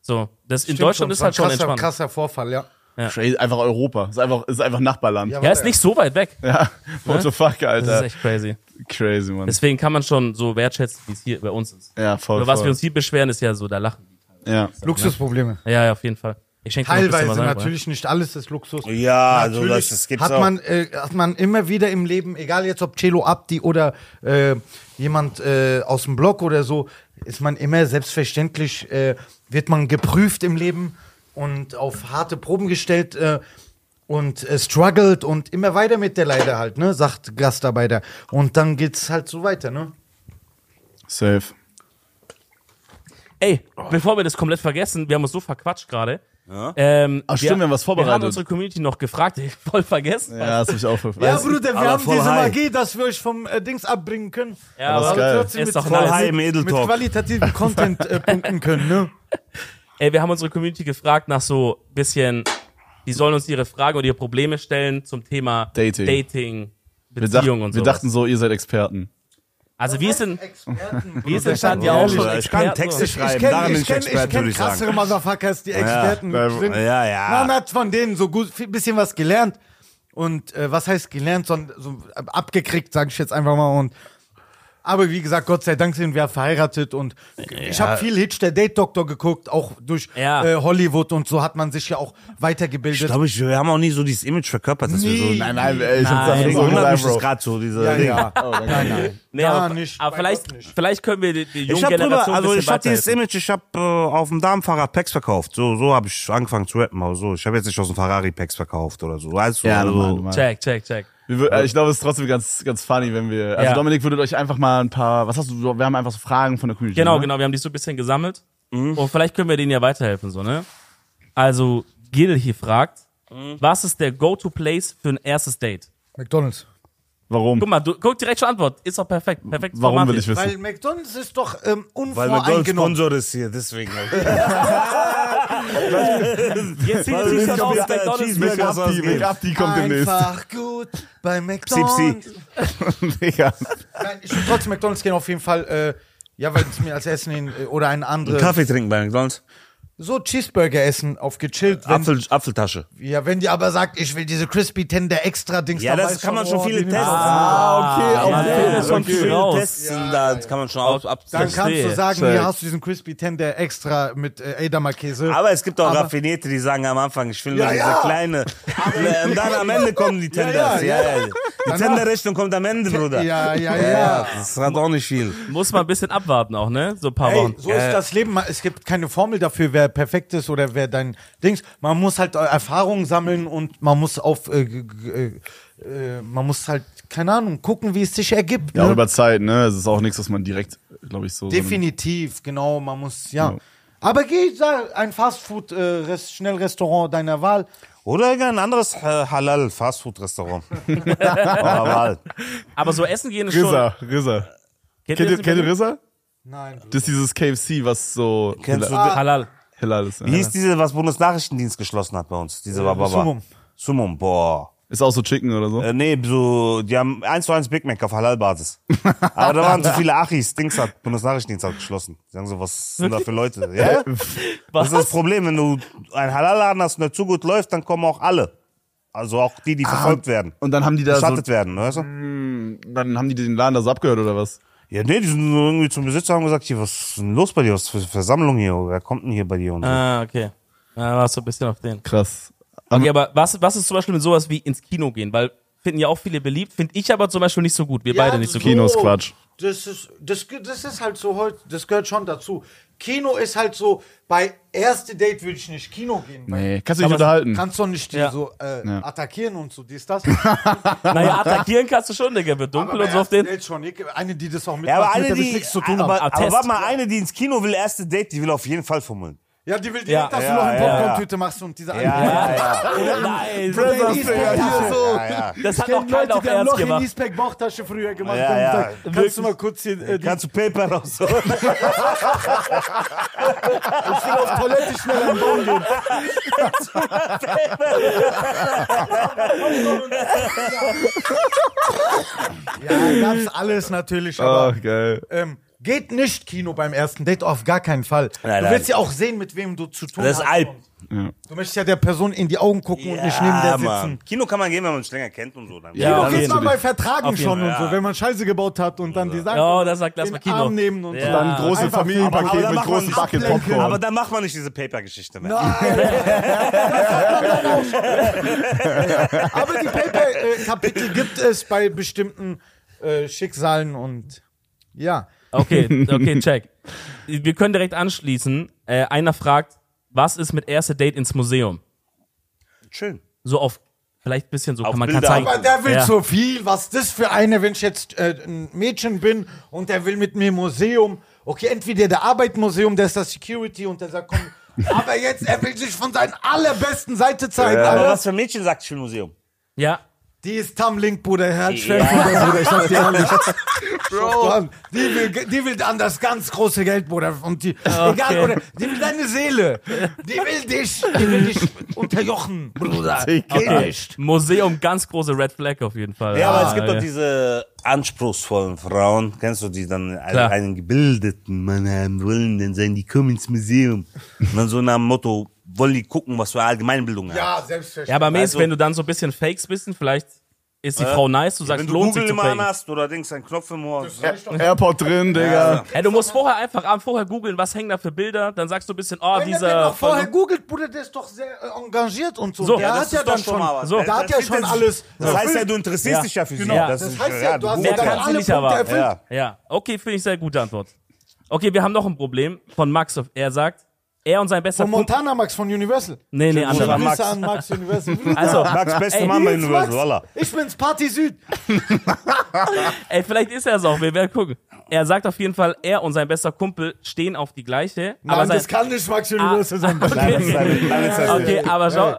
Speaker 2: So, das in
Speaker 4: Stimmt
Speaker 2: Deutschland ist
Speaker 4: war
Speaker 2: halt schon
Speaker 4: krasser,
Speaker 2: entspannt.
Speaker 4: krasser Vorfall, ja.
Speaker 1: Crazy. Einfach Europa. Ist einfach, ist einfach Nachbarland.
Speaker 4: Ja,
Speaker 2: Ja, ist nicht so weit weg.
Speaker 1: Ja. What the fuck,
Speaker 2: Das ist
Speaker 1: Alter.
Speaker 2: echt crazy.
Speaker 1: Crazy, Mann.
Speaker 2: Deswegen kann man schon so wertschätzen, wie es hier bei uns ist.
Speaker 1: Ja, voll.
Speaker 2: Nur was wir
Speaker 1: voll.
Speaker 2: uns hier beschweren, ist ja so, da lachen.
Speaker 1: ja.
Speaker 4: Luxusprobleme.
Speaker 2: die. Ja, ja, auf jeden Fall. Ich schenke dir noch ein bisschen
Speaker 4: Teilweise
Speaker 2: was ein, Bruder.
Speaker 4: natürlich nicht alles ist Luxus.
Speaker 3: Ja, also
Speaker 4: Natürlich
Speaker 3: das, das gibt's
Speaker 4: hat
Speaker 3: auch.
Speaker 4: man äh, hat man immer wieder im Leben, egal jetzt ob Celo Abdi oder äh, jemand äh, aus dem Block oder so, ist man immer selbstverständlich äh, wird man geprüft im Leben und auf harte Proben gestellt äh, und äh, struggelt und immer weiter mit der Leiter halt, ne, sagt Gastarbeiter und dann geht's halt so weiter, ne?
Speaker 1: Safe.
Speaker 2: Ey, bevor wir das komplett vergessen, wir haben uns so verquatscht gerade. Ähm,
Speaker 1: Ach, stimmt, wir haben was
Speaker 2: Wir haben
Speaker 1: vorbereitet.
Speaker 2: unsere Community noch gefragt, ey, voll vergessen.
Speaker 1: Ja, das hab ich auch voll.
Speaker 4: Ja,
Speaker 1: Weißt du,
Speaker 4: Bruder, wir
Speaker 3: aber
Speaker 4: haben
Speaker 3: voll
Speaker 4: diese
Speaker 3: high.
Speaker 4: Magie, dass wir euch vom äh, Dings abbringen können.
Speaker 2: Ja, aber
Speaker 1: ist geil.
Speaker 4: trotzdem
Speaker 2: Ist
Speaker 4: mit,
Speaker 2: doch
Speaker 3: Voll
Speaker 2: nice.
Speaker 3: high im
Speaker 4: mit
Speaker 3: Edeltalk.
Speaker 4: qualitativen Content äh, punkten können, ne?
Speaker 2: Ey, wir haben unsere Community gefragt nach so bisschen, die sollen uns ihre Fragen oder ihre Probleme stellen zum Thema
Speaker 1: Dating.
Speaker 2: Dating
Speaker 1: wir, dacht,
Speaker 2: Beziehung und so.
Speaker 1: wir dachten so, ihr seid Experten.
Speaker 2: also
Speaker 4: Äh,
Speaker 2: wir sind,
Speaker 4: Experten,
Speaker 2: wir sind stand ja
Speaker 3: Ja, also
Speaker 2: auch
Speaker 3: ich
Speaker 2: schon
Speaker 3: kann
Speaker 2: Experten.
Speaker 3: Texte
Speaker 2: so.
Speaker 3: schreiben. daran bin ich Experte,
Speaker 4: ich kenn
Speaker 3: würde ich sagen.
Speaker 4: krassere Motherfuckers, die Experten
Speaker 3: ja,
Speaker 4: sind.
Speaker 3: ja, ja.
Speaker 4: Man hat von denen so gut ein bisschen was gelernt. Und äh, was heißt gelernt, sondern so abgekriegt, sage ich jetzt einfach mal. Und aber wie gesagt, Gott sei Dank sind wir verheiratet und ich habe viel Hitch der Date Doktor geguckt, auch durch
Speaker 2: Ja.
Speaker 4: äh, Hollywood und so hat man sich ja auch weitergebildet.
Speaker 3: Ich glaube, ich, wir haben auch nie so dieses Image verkörpert, dass wir so.
Speaker 4: Nee.
Speaker 1: nein, ey, ich hab's
Speaker 2: Nein.
Speaker 1: einfach
Speaker 3: Deswegen
Speaker 1: so
Speaker 3: wundert mich
Speaker 1: gesagt,
Speaker 3: das
Speaker 1: Bro.
Speaker 3: gerade so, diese
Speaker 4: ja,
Speaker 3: Ding.
Speaker 4: ja. nein, nein.
Speaker 2: Nee,
Speaker 4: Gar
Speaker 2: aber,
Speaker 4: nicht,
Speaker 2: aber
Speaker 4: bei
Speaker 2: vielleicht,
Speaker 4: Gott nicht.
Speaker 2: vielleicht können wir die, die junge
Speaker 3: Ich hab drüber,
Speaker 2: Generation
Speaker 3: also
Speaker 2: ein
Speaker 3: ich
Speaker 2: bisschen
Speaker 3: hab dieses
Speaker 2: weiterhelfen.
Speaker 3: Image, ich hab äh, auf dem Damenfahrrad Packs verkauft. So, so habe ich angefangen zu rappen, aber so. Ich habe jetzt nicht aus dem Ferrari Packs verkauft oder so. Weißt du,
Speaker 1: Ja,
Speaker 3: also,
Speaker 1: normal, normal.
Speaker 2: Check, check, check.
Speaker 1: Wir wür- äh, Ich glaube, es ist trotzdem ganz, ganz funny, wenn wir. Also
Speaker 2: Ja.
Speaker 1: Dominik würdet euch einfach mal ein paar. Was hast du? Wir haben einfach so Fragen von der Community.
Speaker 2: Genau,
Speaker 1: ne?
Speaker 2: genau, wir haben die so ein bisschen gesammelt.
Speaker 1: Mhm.
Speaker 2: Und vielleicht können wir denen ja weiterhelfen, so, ne? Also, Gil hier fragt,
Speaker 1: Mhm.
Speaker 2: was ist der Go-To-Place für ein erstes Date?
Speaker 4: McDonalds.
Speaker 1: Warum?
Speaker 2: Guck mal, du, guck direkt schon Antwort. Ist doch perfekt. Perfekt.
Speaker 1: Warum will ich wissen?
Speaker 4: Weil McDonalds ist doch ähm,
Speaker 3: weil wir Gold
Speaker 4: unvoreingenommen.
Speaker 3: Sponsor ist hier, deswegen.
Speaker 2: Jetzt zieht
Speaker 3: Weil
Speaker 2: sich
Speaker 3: wir
Speaker 2: dann aus
Speaker 3: nicht auf
Speaker 2: McDonalds.
Speaker 3: Cheeseburger-
Speaker 1: Make up, die, Make up, die kommt demnächst.
Speaker 4: Einfach gut bei McDonalds.
Speaker 3: Sipsi.
Speaker 1: Digga.
Speaker 4: Nein, ich würde trotzdem McDonalds gehen, auf jeden Fall. Äh, ja, weil es mir als Essen hin, äh, oder ein anderes.
Speaker 3: Kaffee trinken bei McDonalds.
Speaker 4: So Cheeseburger essen, auf gechillt. Wenn,
Speaker 3: Apfel, Apfeltasche.
Speaker 4: ja, wenn die aber sagt, ich will diese Crispy Tender Extra Dings.
Speaker 3: Ja,
Speaker 4: dann
Speaker 3: das
Speaker 4: weiß
Speaker 3: kann man
Speaker 4: oh,
Speaker 3: schon viele
Speaker 4: den-
Speaker 3: testen.
Speaker 1: Ah, okay,
Speaker 2: man
Speaker 1: okay.
Speaker 2: findet schon viel raus.
Speaker 3: Testen, da kann man schon ab, ab
Speaker 4: Dann kannst du
Speaker 2: Verstehe.
Speaker 4: sagen,
Speaker 1: Check.
Speaker 4: hier hast du diesen Crispy Tender Extra mit äh, Edamer Käse.
Speaker 3: Aber es gibt auch
Speaker 4: Aber-
Speaker 3: Raffinierte, die sagen am Anfang, ich will
Speaker 4: Ja,
Speaker 3: nur diese
Speaker 4: ja.
Speaker 3: kleine. äh, Und dann am Ende kommen die Tenders.
Speaker 4: ja,
Speaker 3: Ja, ja, Die Tenderrechnung kommt am Ende, Bruder.
Speaker 4: ja, ja, ja.
Speaker 3: Das hat auch nicht viel.
Speaker 2: Muss man ein bisschen abwarten auch, ne? So ein paar
Speaker 4: Ey,
Speaker 2: Wochen.
Speaker 3: Äh.
Speaker 4: so ist das Leben. Man- Es gibt keine Formel dafür, wer wer perfekt ist oder wer dein Dings. Man muss halt äh, Erfahrungen sammeln und man muss auf, äh, g- g- äh, man muss halt, keine Ahnung, gucken, wie es sich ergibt.
Speaker 1: Ja, auch
Speaker 4: ne?
Speaker 1: über Zeit, ne? Es ist auch nichts, was man direkt, glaube ich, so.
Speaker 4: Definitiv, genau, man muss, ja.
Speaker 1: Ja.
Speaker 4: Aber geh, sag, ein Fastfood-Schnellrestaurant deiner Wahl.
Speaker 3: Oder ein anderes äh, halal Oh, Fastfood Restaurant. Aber halt.
Speaker 2: Aber so essen gehen ist
Speaker 1: So
Speaker 2: schon.
Speaker 1: Rizza, Rizza.
Speaker 2: Kennt
Speaker 1: Kennt ihr,
Speaker 2: das
Speaker 1: kennt ihr
Speaker 2: nicht?
Speaker 1: Rizza?
Speaker 4: Nein.
Speaker 1: Das ist dieses KFC, was so
Speaker 3: Kennst du
Speaker 4: Ah.
Speaker 1: hila-
Speaker 2: Halal.
Speaker 1: hilal ist.
Speaker 3: Wie
Speaker 1: Ja.
Speaker 3: hieß diese, was Bundesnachrichtendienst geschlossen hat bei uns?
Speaker 4: Äh,
Speaker 3: Diese Baba.
Speaker 4: Sumum.
Speaker 3: Sumum, boah.
Speaker 1: Ist auch so Chicken oder so.
Speaker 3: Äh, nee, so, die haben eins zu eins Big Mac auf Halal-Basis. Aber da waren zu viele Achis. Dings hat, Bundesnachrichtendienst hat geschlossen. Die sagen so, was sind da für Leute? Ja? Das
Speaker 2: Was?
Speaker 3: ist das Problem. Wenn du einen Halal-Laden hast und der zu gut läuft, dann kommen auch alle. Also auch die, die verfolgt werden.
Speaker 1: Und dann haben die da so,
Speaker 3: Beschattet werden, weißt du?
Speaker 1: dann haben die den Laden da so abgehört oder was?
Speaker 3: Ja, nee, die sind so irgendwie zum Besitzer und haben gesagt, hier, was ist denn los bei dir? Was für Versammlung hier? Wer kommt denn hier bei dir? Und so.
Speaker 2: Ah, okay. Da warst du ein bisschen auf den.
Speaker 1: Krass.
Speaker 2: Okay, aber was, was ist zum Beispiel mit sowas wie ins Kino gehen? Weil finden ja auch viele beliebt, finde ich aber zum Beispiel nicht so gut. Wir beide nicht so gut.
Speaker 1: Kino ist Quatsch.
Speaker 4: Das ist, das, ge- das ist halt so, heut- das gehört schon dazu. Kino ist halt so, bei erste Date würde ich nicht Kino gehen. weil
Speaker 1: Nee, kannst du dich unterhalten.
Speaker 4: Kannst doch nicht die
Speaker 2: Ja.
Speaker 4: so äh,
Speaker 1: Ja.
Speaker 4: attackieren und so, dies, das.
Speaker 2: Naja, attackieren kannst du schon, Digga. Wird dunkel
Speaker 4: Aber
Speaker 2: und so auf
Speaker 4: erste
Speaker 2: den.
Speaker 4: Date schon. Ich- Eine, die das auch mitmacht,
Speaker 3: Ja, aber
Speaker 4: mit
Speaker 3: eine,
Speaker 4: der will ich
Speaker 3: die,
Speaker 4: nichts zu tun
Speaker 3: aber,
Speaker 4: haben.
Speaker 2: haben.
Speaker 3: aber
Speaker 2: Attest.
Speaker 3: warte mal, eine, die ins Kino will, erste Date, die will auf jeden Fall fummeln.
Speaker 4: Ja, die will direkt,
Speaker 2: Ja,
Speaker 4: dass
Speaker 3: ja,
Speaker 4: du noch eine
Speaker 3: ja, ja.
Speaker 4: Popcorn-Tüte machst und diese
Speaker 3: Ja, ja, ja.
Speaker 2: Nein,
Speaker 4: Ladies, hier so.
Speaker 3: ja, ja.
Speaker 2: das
Speaker 4: Ich
Speaker 2: hat noch
Speaker 4: kenn Leute,
Speaker 2: keiner auf
Speaker 4: die haben
Speaker 2: Ernst
Speaker 4: Loch in
Speaker 2: gemacht.
Speaker 4: Eastpack Bauchtasche früher gemacht.
Speaker 3: Ja,
Speaker 4: haben
Speaker 3: ja.
Speaker 4: gesagt, Kannst
Speaker 2: Wirklich.
Speaker 4: du mal kurz hier äh, die
Speaker 3: Kannst du Paper raus?
Speaker 4: auf Toilette schnell am Baum gehen? ja, gab's alles natürlich,
Speaker 2: Ah.
Speaker 4: aber
Speaker 1: Ach, Oh, geil.
Speaker 4: ähm, geht nicht Kino beim ersten Date, auf gar keinen Fall.
Speaker 3: Nein,
Speaker 4: du
Speaker 3: nein.
Speaker 4: willst ja auch sehen, mit wem du zu tun
Speaker 3: Das ist
Speaker 4: hast.
Speaker 3: Alp.
Speaker 4: Du möchtest ja der Person in die Augen gucken und nicht neben der sitzen.
Speaker 3: Kino kann man gehen, wenn man sich länger kennt und so. Dann
Speaker 2: Ja,
Speaker 4: Ja,
Speaker 2: auf
Speaker 4: okay,
Speaker 2: jeden
Speaker 4: mal
Speaker 1: Fall.
Speaker 4: bei Vertragen
Speaker 2: Auf jeden
Speaker 4: schon und
Speaker 3: Fall.
Speaker 4: so, wenn man Scheiße gebaut hat und dann die Sachen
Speaker 2: Ja, da sagt, lass
Speaker 4: in
Speaker 2: mal
Speaker 4: den
Speaker 2: Kino.
Speaker 4: Arm nehmen und
Speaker 2: Ja.
Speaker 4: so.
Speaker 1: Dann ein großes
Speaker 4: Einfach-
Speaker 1: Familienpaket
Speaker 3: aber, dann
Speaker 1: mit
Speaker 3: macht man
Speaker 1: großen
Speaker 3: nicht
Speaker 1: Bucket
Speaker 4: ablenken.
Speaker 1: Popcorn.
Speaker 3: aber dann macht man nicht diese Paper-Geschichte mehr.
Speaker 4: Aber die Paper-Kapitel gibt es bei bestimmten äh, Schicksalen und ja.
Speaker 2: Okay, okay, check. Wir können direkt anschließen. Äh, einer fragt, was ist mit erste Date ins Museum?
Speaker 3: Schön.
Speaker 2: So auf, vielleicht ein bisschen so,
Speaker 3: Auf
Speaker 2: kann man kann
Speaker 3: Bilder
Speaker 2: zeigen.
Speaker 4: Aber der will
Speaker 2: Ja.
Speaker 4: so viel. Was ist das für eine, wenn ich jetzt äh, ein Mädchen bin und der will mit mir im Museum. Okay, entweder der arbeitet im Museum, der ist der Security und der sagt, komm. aber jetzt, er will sich von seiner allerbesten Seite zeigen.
Speaker 3: Äh,
Speaker 4: Also,
Speaker 3: Aber
Speaker 4: Alter.
Speaker 3: was für ein Mädchen sagt, ich will Museum.
Speaker 2: Ja,
Speaker 4: Die ist Tamlink, Bruder. Herz schwer, Bruder. Ich sag dir ehrlich. Bro. Die will, die will an das ganz große Geld, Bruder. Und die, egal, Bruder, die will deine Seele. Die will dich, die will dich unterjochen, Bruder. Geh
Speaker 2: okay.
Speaker 4: nicht.
Speaker 2: Museum, ganz große Red Flag auf jeden Fall.
Speaker 3: Ja, aber
Speaker 2: Ah,
Speaker 3: es gibt
Speaker 2: ja.
Speaker 3: doch diese anspruchsvollen Frauen, kennst du die dann, einen,
Speaker 2: Klar.
Speaker 3: einen gebildeten Mann haben wollen, dann sagen die, kommen ins Museum. Und dann so nach dem Motto, wollen die gucken, was für Allgemeinbildung haben.
Speaker 4: Ja, selbstverständlich.
Speaker 2: Ja, aber mir ist,
Speaker 3: Also- Äh,
Speaker 2: wenn du dann so ein bisschen fakes bist, vielleicht ist die Frau nice, du sagst,
Speaker 3: Wenn du
Speaker 2: lohnt sich
Speaker 3: Google
Speaker 2: zu
Speaker 3: immer an
Speaker 2: faken.
Speaker 3: hast oder denkst, einen Knopf im Ohr.
Speaker 1: Airport drin, Digga.
Speaker 2: Ja, du musst vorher einfach abends vorher googeln, was hängen da für Bilder, dann sagst du ein bisschen, oh,
Speaker 4: Wenn er
Speaker 2: dieser
Speaker 4: noch vorher
Speaker 2: Versuch-
Speaker 4: googelt, Bruder, der ist doch sehr äh, engagiert und so.
Speaker 2: So.
Speaker 4: der
Speaker 2: Ja,
Speaker 4: hat ja dann schon,
Speaker 2: So.
Speaker 4: der hat ja
Speaker 3: Das
Speaker 4: schon
Speaker 3: heißt,
Speaker 4: alles.
Speaker 3: Das heißt ja, du interessierst
Speaker 2: Ja,
Speaker 3: dich ja für sie.
Speaker 2: genau.
Speaker 4: Das
Speaker 3: ist-
Speaker 4: heißt ja, du hast
Speaker 2: Mehr
Speaker 4: ja dann
Speaker 2: kannst du
Speaker 4: alle
Speaker 2: nicht
Speaker 4: Punkte
Speaker 2: erwarten.
Speaker 4: erfüllt.
Speaker 3: Ja.
Speaker 2: Ja, okay, finde ich sehr gute Antwort. Okay, wir haben noch ein Problem von Max. Er sagt, er und sein bester
Speaker 4: Von
Speaker 2: Kumpel.
Speaker 4: Montana Max von Universal.
Speaker 2: Nee, nee,
Speaker 4: Schöne
Speaker 2: anderer.
Speaker 3: Max.
Speaker 4: Grüße an Max Universal.
Speaker 2: Also,
Speaker 3: Max, beste
Speaker 2: Ey,
Speaker 3: Mann bei
Speaker 4: Nils
Speaker 3: Universal, voilà.
Speaker 4: Max, Ich bin's, Party Süd.
Speaker 2: ey, vielleicht ist er es auch, wir werden gucken. Er sagt auf jeden Fall, er und sein bester Kumpel stehen auf die gleiche. aber
Speaker 4: Nein,
Speaker 2: sein, Ah,
Speaker 4: das kann nicht Max Universal sein.
Speaker 2: Okay, aber schau,
Speaker 4: Ey.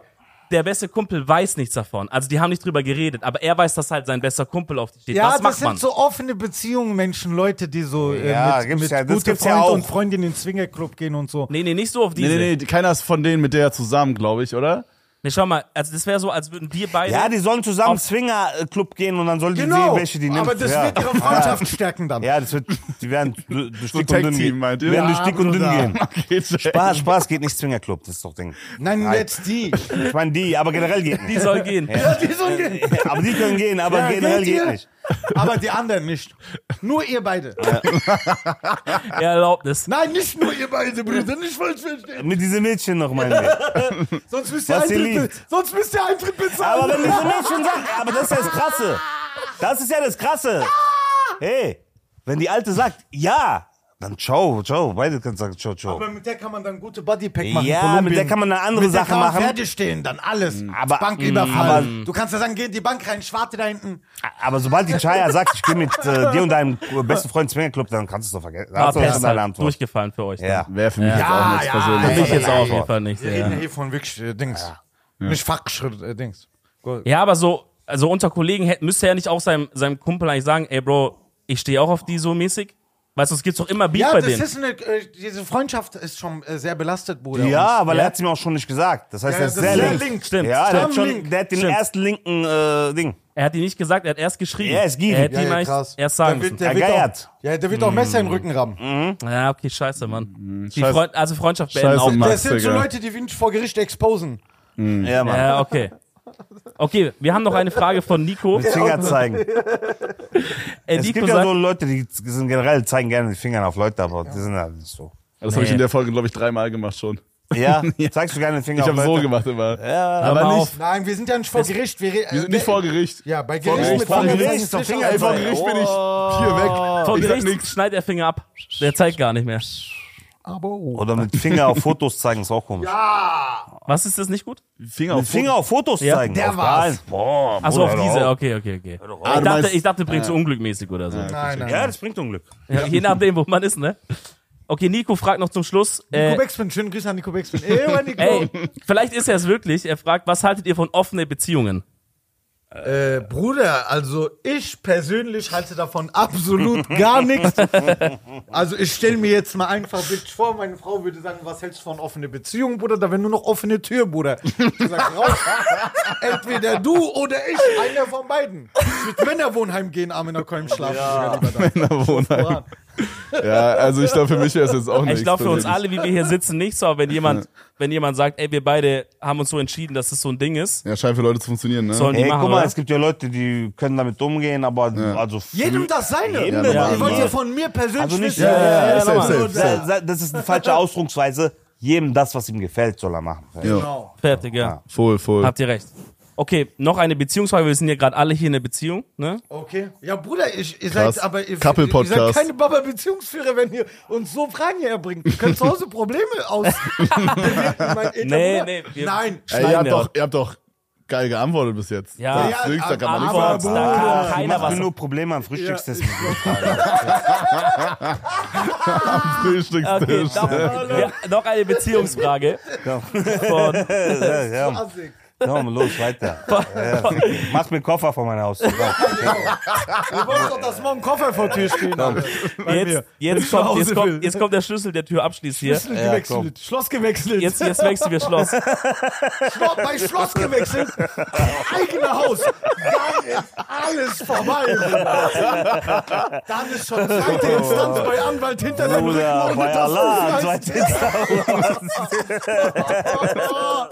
Speaker 2: der beste Kumpel weiß nichts davon. Also die haben nicht drüber geredet, aber er weiß, dass halt sein bester Kumpel auf dich steht.
Speaker 4: Ja,
Speaker 2: Was
Speaker 4: das
Speaker 2: macht
Speaker 4: sind
Speaker 2: man?
Speaker 4: so offene Beziehungen, Menschen, Leute, die so äh,
Speaker 3: Ja,
Speaker 4: mit,
Speaker 3: gibt's
Speaker 4: mit
Speaker 3: ja, das
Speaker 4: gute
Speaker 3: gibt's ja
Speaker 4: Freund
Speaker 3: auch.
Speaker 4: und Freundin in den Swingerclub gehen und so.
Speaker 2: nee, nee, nicht so auf diese.
Speaker 1: Nee, nee, nee, keiner ist von denen mit der zusammen, glaube ich, oder?
Speaker 2: Nee, schau mal, also das wäre so, als würden wir beide.
Speaker 3: Ja, die sollen zusammen Swinger-Club gehen und dann sollen die sehen, welche die nimmt.
Speaker 4: Genau, aber das
Speaker 3: ja.
Speaker 4: wird ihre Freundschaft stärken dann.
Speaker 3: Ja, das wird, die werden du- durch dick und
Speaker 1: Tag
Speaker 3: dünn
Speaker 1: Team,
Speaker 3: gehen.
Speaker 1: meint
Speaker 3: Die
Speaker 1: ihr?
Speaker 3: werden durch
Speaker 1: Ja,
Speaker 3: dick und dünn
Speaker 4: Bruder.
Speaker 3: gehen.
Speaker 1: Okay, check.
Speaker 3: Spaß, Spaß geht nicht Swinger-Club, das ist doch Ding.
Speaker 4: Nein, jetzt die.
Speaker 3: Ich meine die, aber generell geht
Speaker 2: Die
Speaker 3: nicht.
Speaker 2: soll gehen.
Speaker 4: Ja, die sollen gehen.
Speaker 3: Aber die können gehen, aber
Speaker 4: Ja,
Speaker 3: generell
Speaker 4: geht
Speaker 3: geht
Speaker 4: ihr?
Speaker 3: nicht.
Speaker 4: Aber die anderen nicht. Nur ihr beide.
Speaker 2: Er erlaubt es.
Speaker 4: Nein, nicht nur ihr beide, Brüder. Nicht falsch verstehen.
Speaker 3: Mit diesen Mädchen noch, meinen wir.
Speaker 4: Sonst müsst ihr
Speaker 3: Was ihr
Speaker 4: Eintritt,
Speaker 3: liebt.
Speaker 4: sonst müsst ihr Eintritt bezahlen.
Speaker 3: Aber wenn diese Mädchen sagen, aber das ist ja das Krasse. Das ist ja das Krasse. Hey, wenn die Alte sagt, ja, Dann ciao, ciao. Beide können sagen ciao, ciao.
Speaker 4: Aber mit der kann man dann gute Bodypack machen.
Speaker 3: Ja,
Speaker 4: Kolumbien.
Speaker 3: mit der kann man eine andere
Speaker 4: Mit der
Speaker 3: Sache
Speaker 4: kann man
Speaker 3: machen.
Speaker 4: Pferde stehen, dann alles.
Speaker 3: aber-
Speaker 4: Banküberfall.
Speaker 3: aber-
Speaker 4: du kannst ja sagen, geh in die Bank rein, ich warte da hinten.
Speaker 3: Aber sobald die Chaya sagt, ich gehe mit äh, dir und deinem besten Freund Swingerclub, dann kannst du es doch vergessen. Dann
Speaker 2: Ah,
Speaker 3: hast du doch
Speaker 2: Pest
Speaker 3: schon deine
Speaker 2: halt
Speaker 3: Antwort.
Speaker 2: durchgefallen für euch.
Speaker 3: Ja.
Speaker 1: Wäre für mich jetzt
Speaker 4: Ja,
Speaker 1: auch nichts
Speaker 4: ja,
Speaker 2: Für
Speaker 1: persönlich.
Speaker 2: mich
Speaker 4: Ja,
Speaker 2: jetzt
Speaker 4: ja,
Speaker 2: auch auf
Speaker 4: ja.
Speaker 2: jeden Fall nicht.
Speaker 4: Wir
Speaker 2: Ja.
Speaker 4: reden hier von wirklich äh, Dings. Nicht Fachschritt, äh, Dings. Go-
Speaker 2: Ja, aber so, also unter Kollegen hätte, müsste er nicht auch seinem, seinem Kumpel eigentlich sagen, ey Bro, ich stehe auch auf die so mäßig. Weißt du, es gibt doch immer Beef
Speaker 4: Ja,
Speaker 2: bei
Speaker 4: das
Speaker 2: denen.
Speaker 4: ist eine, äh, diese Freundschaft ist schon äh, sehr belastet, Bruder.
Speaker 3: Ja, weil
Speaker 2: Ja.
Speaker 3: er hat es mir auch schon nicht gesagt. Das heißt,
Speaker 4: Ja,
Speaker 3: er ist
Speaker 4: das
Speaker 3: sehr
Speaker 4: ist sehr
Speaker 3: link.
Speaker 4: link.
Speaker 2: Stimmt.
Speaker 3: Ja, der hat, schon,
Speaker 4: Stammlink.
Speaker 3: der hat den
Speaker 2: Stimmt.
Speaker 3: ersten linken äh, Ding.
Speaker 2: Er hat ihn nicht gesagt, er hat erst geschrieben.
Speaker 3: Er ist gierig.
Speaker 2: Er hätte
Speaker 4: Ja,
Speaker 2: ihm
Speaker 4: ja,
Speaker 2: eigentlich
Speaker 4: krass.
Speaker 2: erst sagen
Speaker 4: Der wird-
Speaker 2: müssen.
Speaker 4: der wird
Speaker 3: Ergeiert.
Speaker 4: auch- Ja, der wird auch Messer in den Rücken rammen.
Speaker 2: Ja, okay, scheiße, Mann. Die
Speaker 1: scheiße.
Speaker 2: Freund, also Freundschaft beenden
Speaker 1: Scheiße,
Speaker 2: auch.
Speaker 1: Mann.
Speaker 4: Das sind so
Speaker 1: Digga.
Speaker 4: Leute, die wir nicht vor Gericht exposen. Hm.
Speaker 3: Ja, Mann.
Speaker 2: Ja, okay. Okay, wir haben noch eine Frage von Nico.
Speaker 3: Mit Finger zeigen.
Speaker 2: Äh,
Speaker 3: Es
Speaker 2: Nico
Speaker 3: gibt ja so
Speaker 2: sagt,
Speaker 3: Leute, die sind generell zeigen gerne die Finger auf Leute, aber die sind halt nicht so.
Speaker 1: Das habe ich
Speaker 2: Nee.
Speaker 1: in der Folge, glaube ich, dreimal gemacht schon.
Speaker 3: Ja, zeigst du gerne den Finger
Speaker 1: Ich
Speaker 3: auf
Speaker 1: habe so
Speaker 3: Leute?
Speaker 1: gemacht immer.
Speaker 3: Ja,
Speaker 2: hör mal
Speaker 1: aber
Speaker 2: auf.
Speaker 1: nicht,
Speaker 4: Nein, wir sind ja nicht vor Gericht. Wir, äh,
Speaker 1: wir sind nicht vor Gericht.
Speaker 4: Ja, bei
Speaker 1: Vor
Speaker 4: Gericht mit
Speaker 1: Gericht, vor
Speaker 4: Finger-
Speaker 1: Gericht,
Speaker 3: ist doch
Speaker 4: Finger-
Speaker 3: Finger-
Speaker 1: Vor Gericht bin ich
Speaker 2: Oh.
Speaker 1: hier weg.
Speaker 2: Vor
Speaker 1: ich sag
Speaker 2: Gericht
Speaker 1: nichts.
Speaker 2: schneidet er Finger ab. Der zeigt gar nicht mehr.
Speaker 4: Abo.
Speaker 3: Oder mit Finger auf Fotos zeigen ist auch komisch.
Speaker 2: Was ist das nicht gut?
Speaker 1: Finger auf
Speaker 3: Mit Finger auf Fotos
Speaker 2: Ja,
Speaker 3: zeigen.
Speaker 4: der
Speaker 3: auf
Speaker 4: war's.
Speaker 3: Wahlen. Boah,
Speaker 2: Achso,
Speaker 3: Bruder,
Speaker 2: auf
Speaker 3: hör
Speaker 2: diese,
Speaker 3: auf.
Speaker 2: okay, okay, okay.
Speaker 3: auf.
Speaker 2: Ich
Speaker 1: du
Speaker 2: dachte,
Speaker 1: meinst-
Speaker 2: ich dachte, bringt so unglückmäßig oder so.
Speaker 4: Nein, nein.
Speaker 3: Ja,
Speaker 4: Ja,
Speaker 3: das bringt Unglück.
Speaker 2: Ja, je nachdem, wo man ist, ne? Okay, Nico fragt noch zum Schluss. Äh,
Speaker 4: Nico Beckspin, schönen Grüße an Nico Beckspin. Ey, Nico.
Speaker 2: ey, vielleicht ist er es wirklich. Er fragt, was haltet ihr von offenen Beziehungen?
Speaker 4: Äh, Bruder, also ich persönlich halte davon absolut gar nichts. Also ich stelle mir jetzt mal einfach wirklich vor, meine Frau würde sagen, was hältst du von offene Beziehung, Bruder? Da wäre nur noch offene Tür, Bruder. Ich sag, raus. Entweder du oder ich, einer von beiden. Ich würde Männerwohnheim gehen, Armin Köln schlafen. Ja. Lieber da.
Speaker 1: Männerwohnheim. Ja, also ich glaube, für mich wäre es jetzt auch nichts.
Speaker 2: Ich glaube für uns
Speaker 1: persönlich.
Speaker 2: alle, wie wir hier sitzen, nicht so, aber wenn jemand, wenn jemand sagt, ey, wir beide haben uns so entschieden, dass das so ein Ding ist,
Speaker 1: Ja, scheint für Leute zu funktionieren, ne?
Speaker 2: sollen die
Speaker 3: Ey,
Speaker 2: machen,
Speaker 3: guck mal,
Speaker 2: oder?
Speaker 3: es gibt ja Leute, die können damit umgehen, aber also
Speaker 4: Jedem das seine.
Speaker 3: Jedem
Speaker 1: das
Speaker 4: Ihr wollt
Speaker 3: seine.
Speaker 4: ja von mir persönlich
Speaker 3: Also nicht,
Speaker 4: wissen.
Speaker 1: ja, ja,
Speaker 3: nochmal.
Speaker 1: safe, safe,
Speaker 3: Da- da- das ist eine falsche Ausdrucksweise. Jedem das, was ihm gefällt, soll er machen.
Speaker 1: Ja,
Speaker 4: Genau.
Speaker 2: Fertig, ja.
Speaker 1: voll, voll.
Speaker 2: Habt ihr recht. Okay, noch eine Beziehungsfrage. Wir sind ja gerade alle hier in der Beziehung, ne?
Speaker 4: Okay. Ja, Bruder, ich, ihr
Speaker 1: Krass.
Speaker 4: seid aber ihr,
Speaker 1: Couple
Speaker 4: ihr seid
Speaker 1: Podcast.
Speaker 4: keine Baba-Beziehungsführer, wenn ihr uns so Fragen hier erbringt. Ihr könnt zu Hause Probleme aus. mein
Speaker 2: Nee,
Speaker 4: Bruder.
Speaker 2: nee, wir-
Speaker 4: Nein.
Speaker 1: Ey, ihr,
Speaker 2: Schneiden
Speaker 1: habt
Speaker 2: wir
Speaker 1: doch, ihr habt doch geil geantwortet bis jetzt.
Speaker 2: Ja.
Speaker 1: Das Höchste kann man nicht
Speaker 2: aber-
Speaker 1: sagen.
Speaker 2: Da kann
Speaker 3: Du
Speaker 2: keiner
Speaker 3: machst
Speaker 2: was-
Speaker 3: mir nur Probleme am Frühstückstisch.
Speaker 2: Okay,
Speaker 1: Frühstückstisch.
Speaker 2: noch, ja, noch eine Beziehungsfrage. Von,
Speaker 3: Ja, ja,
Speaker 4: Assig.
Speaker 3: komm, los, weiter.
Speaker 2: von,
Speaker 3: Mach mir Koffer von meiner Haustür.
Speaker 4: Du wolltest doch, dass morgen Koffer vor der Tür stehen. Alter.
Speaker 2: jetzt, jetzt,
Speaker 4: nach
Speaker 2: kommt, jetzt,
Speaker 4: Hause will.
Speaker 2: kommt, jetzt kommt der Schlüssel, der Tür abschließt hier.
Speaker 4: Schlüssel
Speaker 3: Ja,
Speaker 4: gewechselt.
Speaker 3: komm.
Speaker 4: Schloss gewechselt.
Speaker 2: Jetzt, jetzt wechseln wir Schloss.
Speaker 4: Schlo bei Schloss gewechselt. Eigene Haus. Dann ist alles vorbei. Bruder. Dann ist schon zweite Instanz bei Anwalt hinter deinem Rücken.
Speaker 3: Oh.
Speaker 2: Oh,
Speaker 3: Bruder,
Speaker 4: ohne
Speaker 3: bei
Speaker 4: dass du
Speaker 3: Allah,
Speaker 4: es weißt.
Speaker 3: zweite Instanz.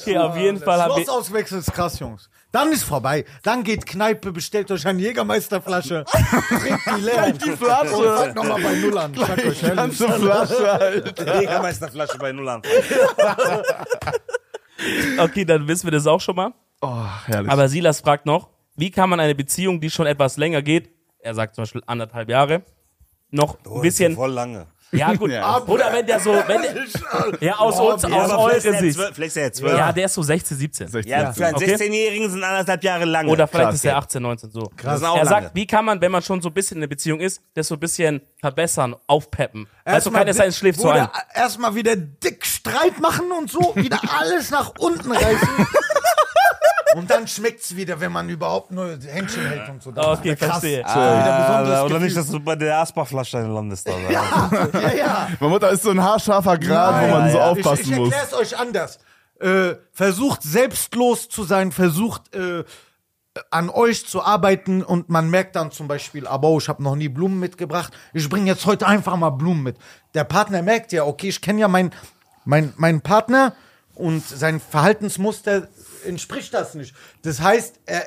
Speaker 2: Okay, auf jeden Fall haben wir.
Speaker 4: Schloss auswechseln ist krass, Jungs. Dann ist vorbei. Dann geht Kneipe, bestellt euch eine Jägermeisterflasche, trinkt die leer. die Flasche. Und fangt nochmal bei Null an. Ich sag euch ehrlich.
Speaker 1: Ganze Flasche, Alter.
Speaker 3: Jägermeisterflasche bei Null an.
Speaker 2: Okay, dann wissen wir das auch schon mal.
Speaker 1: Oh, herrlich.
Speaker 2: Aber Silas fragt noch, wie kann man eine Beziehung, die schon etwas länger geht, er sagt zum Beispiel anderthalb Jahre, noch
Speaker 3: Oh,
Speaker 2: ein bisschen.
Speaker 3: Voll lange.
Speaker 2: Ja, gut.
Speaker 1: Ja.
Speaker 2: Oder wenn der so. Wenn der, ja, aus, uns, aus
Speaker 3: aber vielleicht
Speaker 2: eurer
Speaker 3: ist er
Speaker 2: Sicht.
Speaker 3: zwölf- Vielleicht ist er zwölf.
Speaker 2: Ja, der ist so 16, 17.
Speaker 1: 16.
Speaker 3: Ja, für einen
Speaker 2: Okay.
Speaker 3: 16-Jährigen sind anderthalb Jahre lange.
Speaker 2: Oder vielleicht
Speaker 1: Krass,
Speaker 2: ist er
Speaker 1: ja.
Speaker 2: 18, 19, so.
Speaker 3: Das ist auch
Speaker 2: Er
Speaker 3: lange.
Speaker 2: sagt, wie kann man, wenn man schon so ein bisschen in der Beziehung ist, das so ein bisschen verbessern, aufpeppen. Weißt du,
Speaker 4: Erstmal
Speaker 2: keiner ist
Speaker 4: dick-
Speaker 2: ein also schläft so ein.
Speaker 4: Bruder, Erstmal wieder dick Streit machen und so, wieder alles nach unten reißen. Und dann schmeckt's wieder, wenn man überhaupt nur Händchen hält und so. Dann
Speaker 2: Okay,
Speaker 4: wieder krass.
Speaker 2: verstehe.
Speaker 4: Das ist wieder ein besonderes
Speaker 3: Ah, oder nicht,
Speaker 4: Gefühl.
Speaker 3: dass du bei der Asbach-Flasche landest. Alter.
Speaker 4: ja, ja.
Speaker 1: Man muss, da ist so ein haarscharfer Grad, wo
Speaker 4: Nein.
Speaker 1: man so
Speaker 3: Ja, ja.
Speaker 1: aufpassen
Speaker 4: ich, ich
Speaker 1: muss.
Speaker 4: erkläre es euch anders. Äh, versucht selbstlos zu sein, versucht äh, an euch zu arbeiten und man merkt dann zum Beispiel, aber ich habe noch nie Blumen mitgebracht, ich bringe jetzt heute einfach mal Blumen mit. Der Partner merkt ja, okay, ich kenne ja meinen mein, mein Partner und sein Verhaltensmuster entspricht das nicht. Das heißt, er,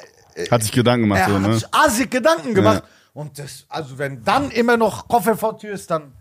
Speaker 1: Hat sich Gedanken gemacht,
Speaker 4: er
Speaker 1: so,
Speaker 4: hat
Speaker 1: ne?
Speaker 4: sich assig Gedanken gemacht.
Speaker 1: Ja.
Speaker 4: Und das, also wenn dann immer noch Koffer vor Tür ist, dann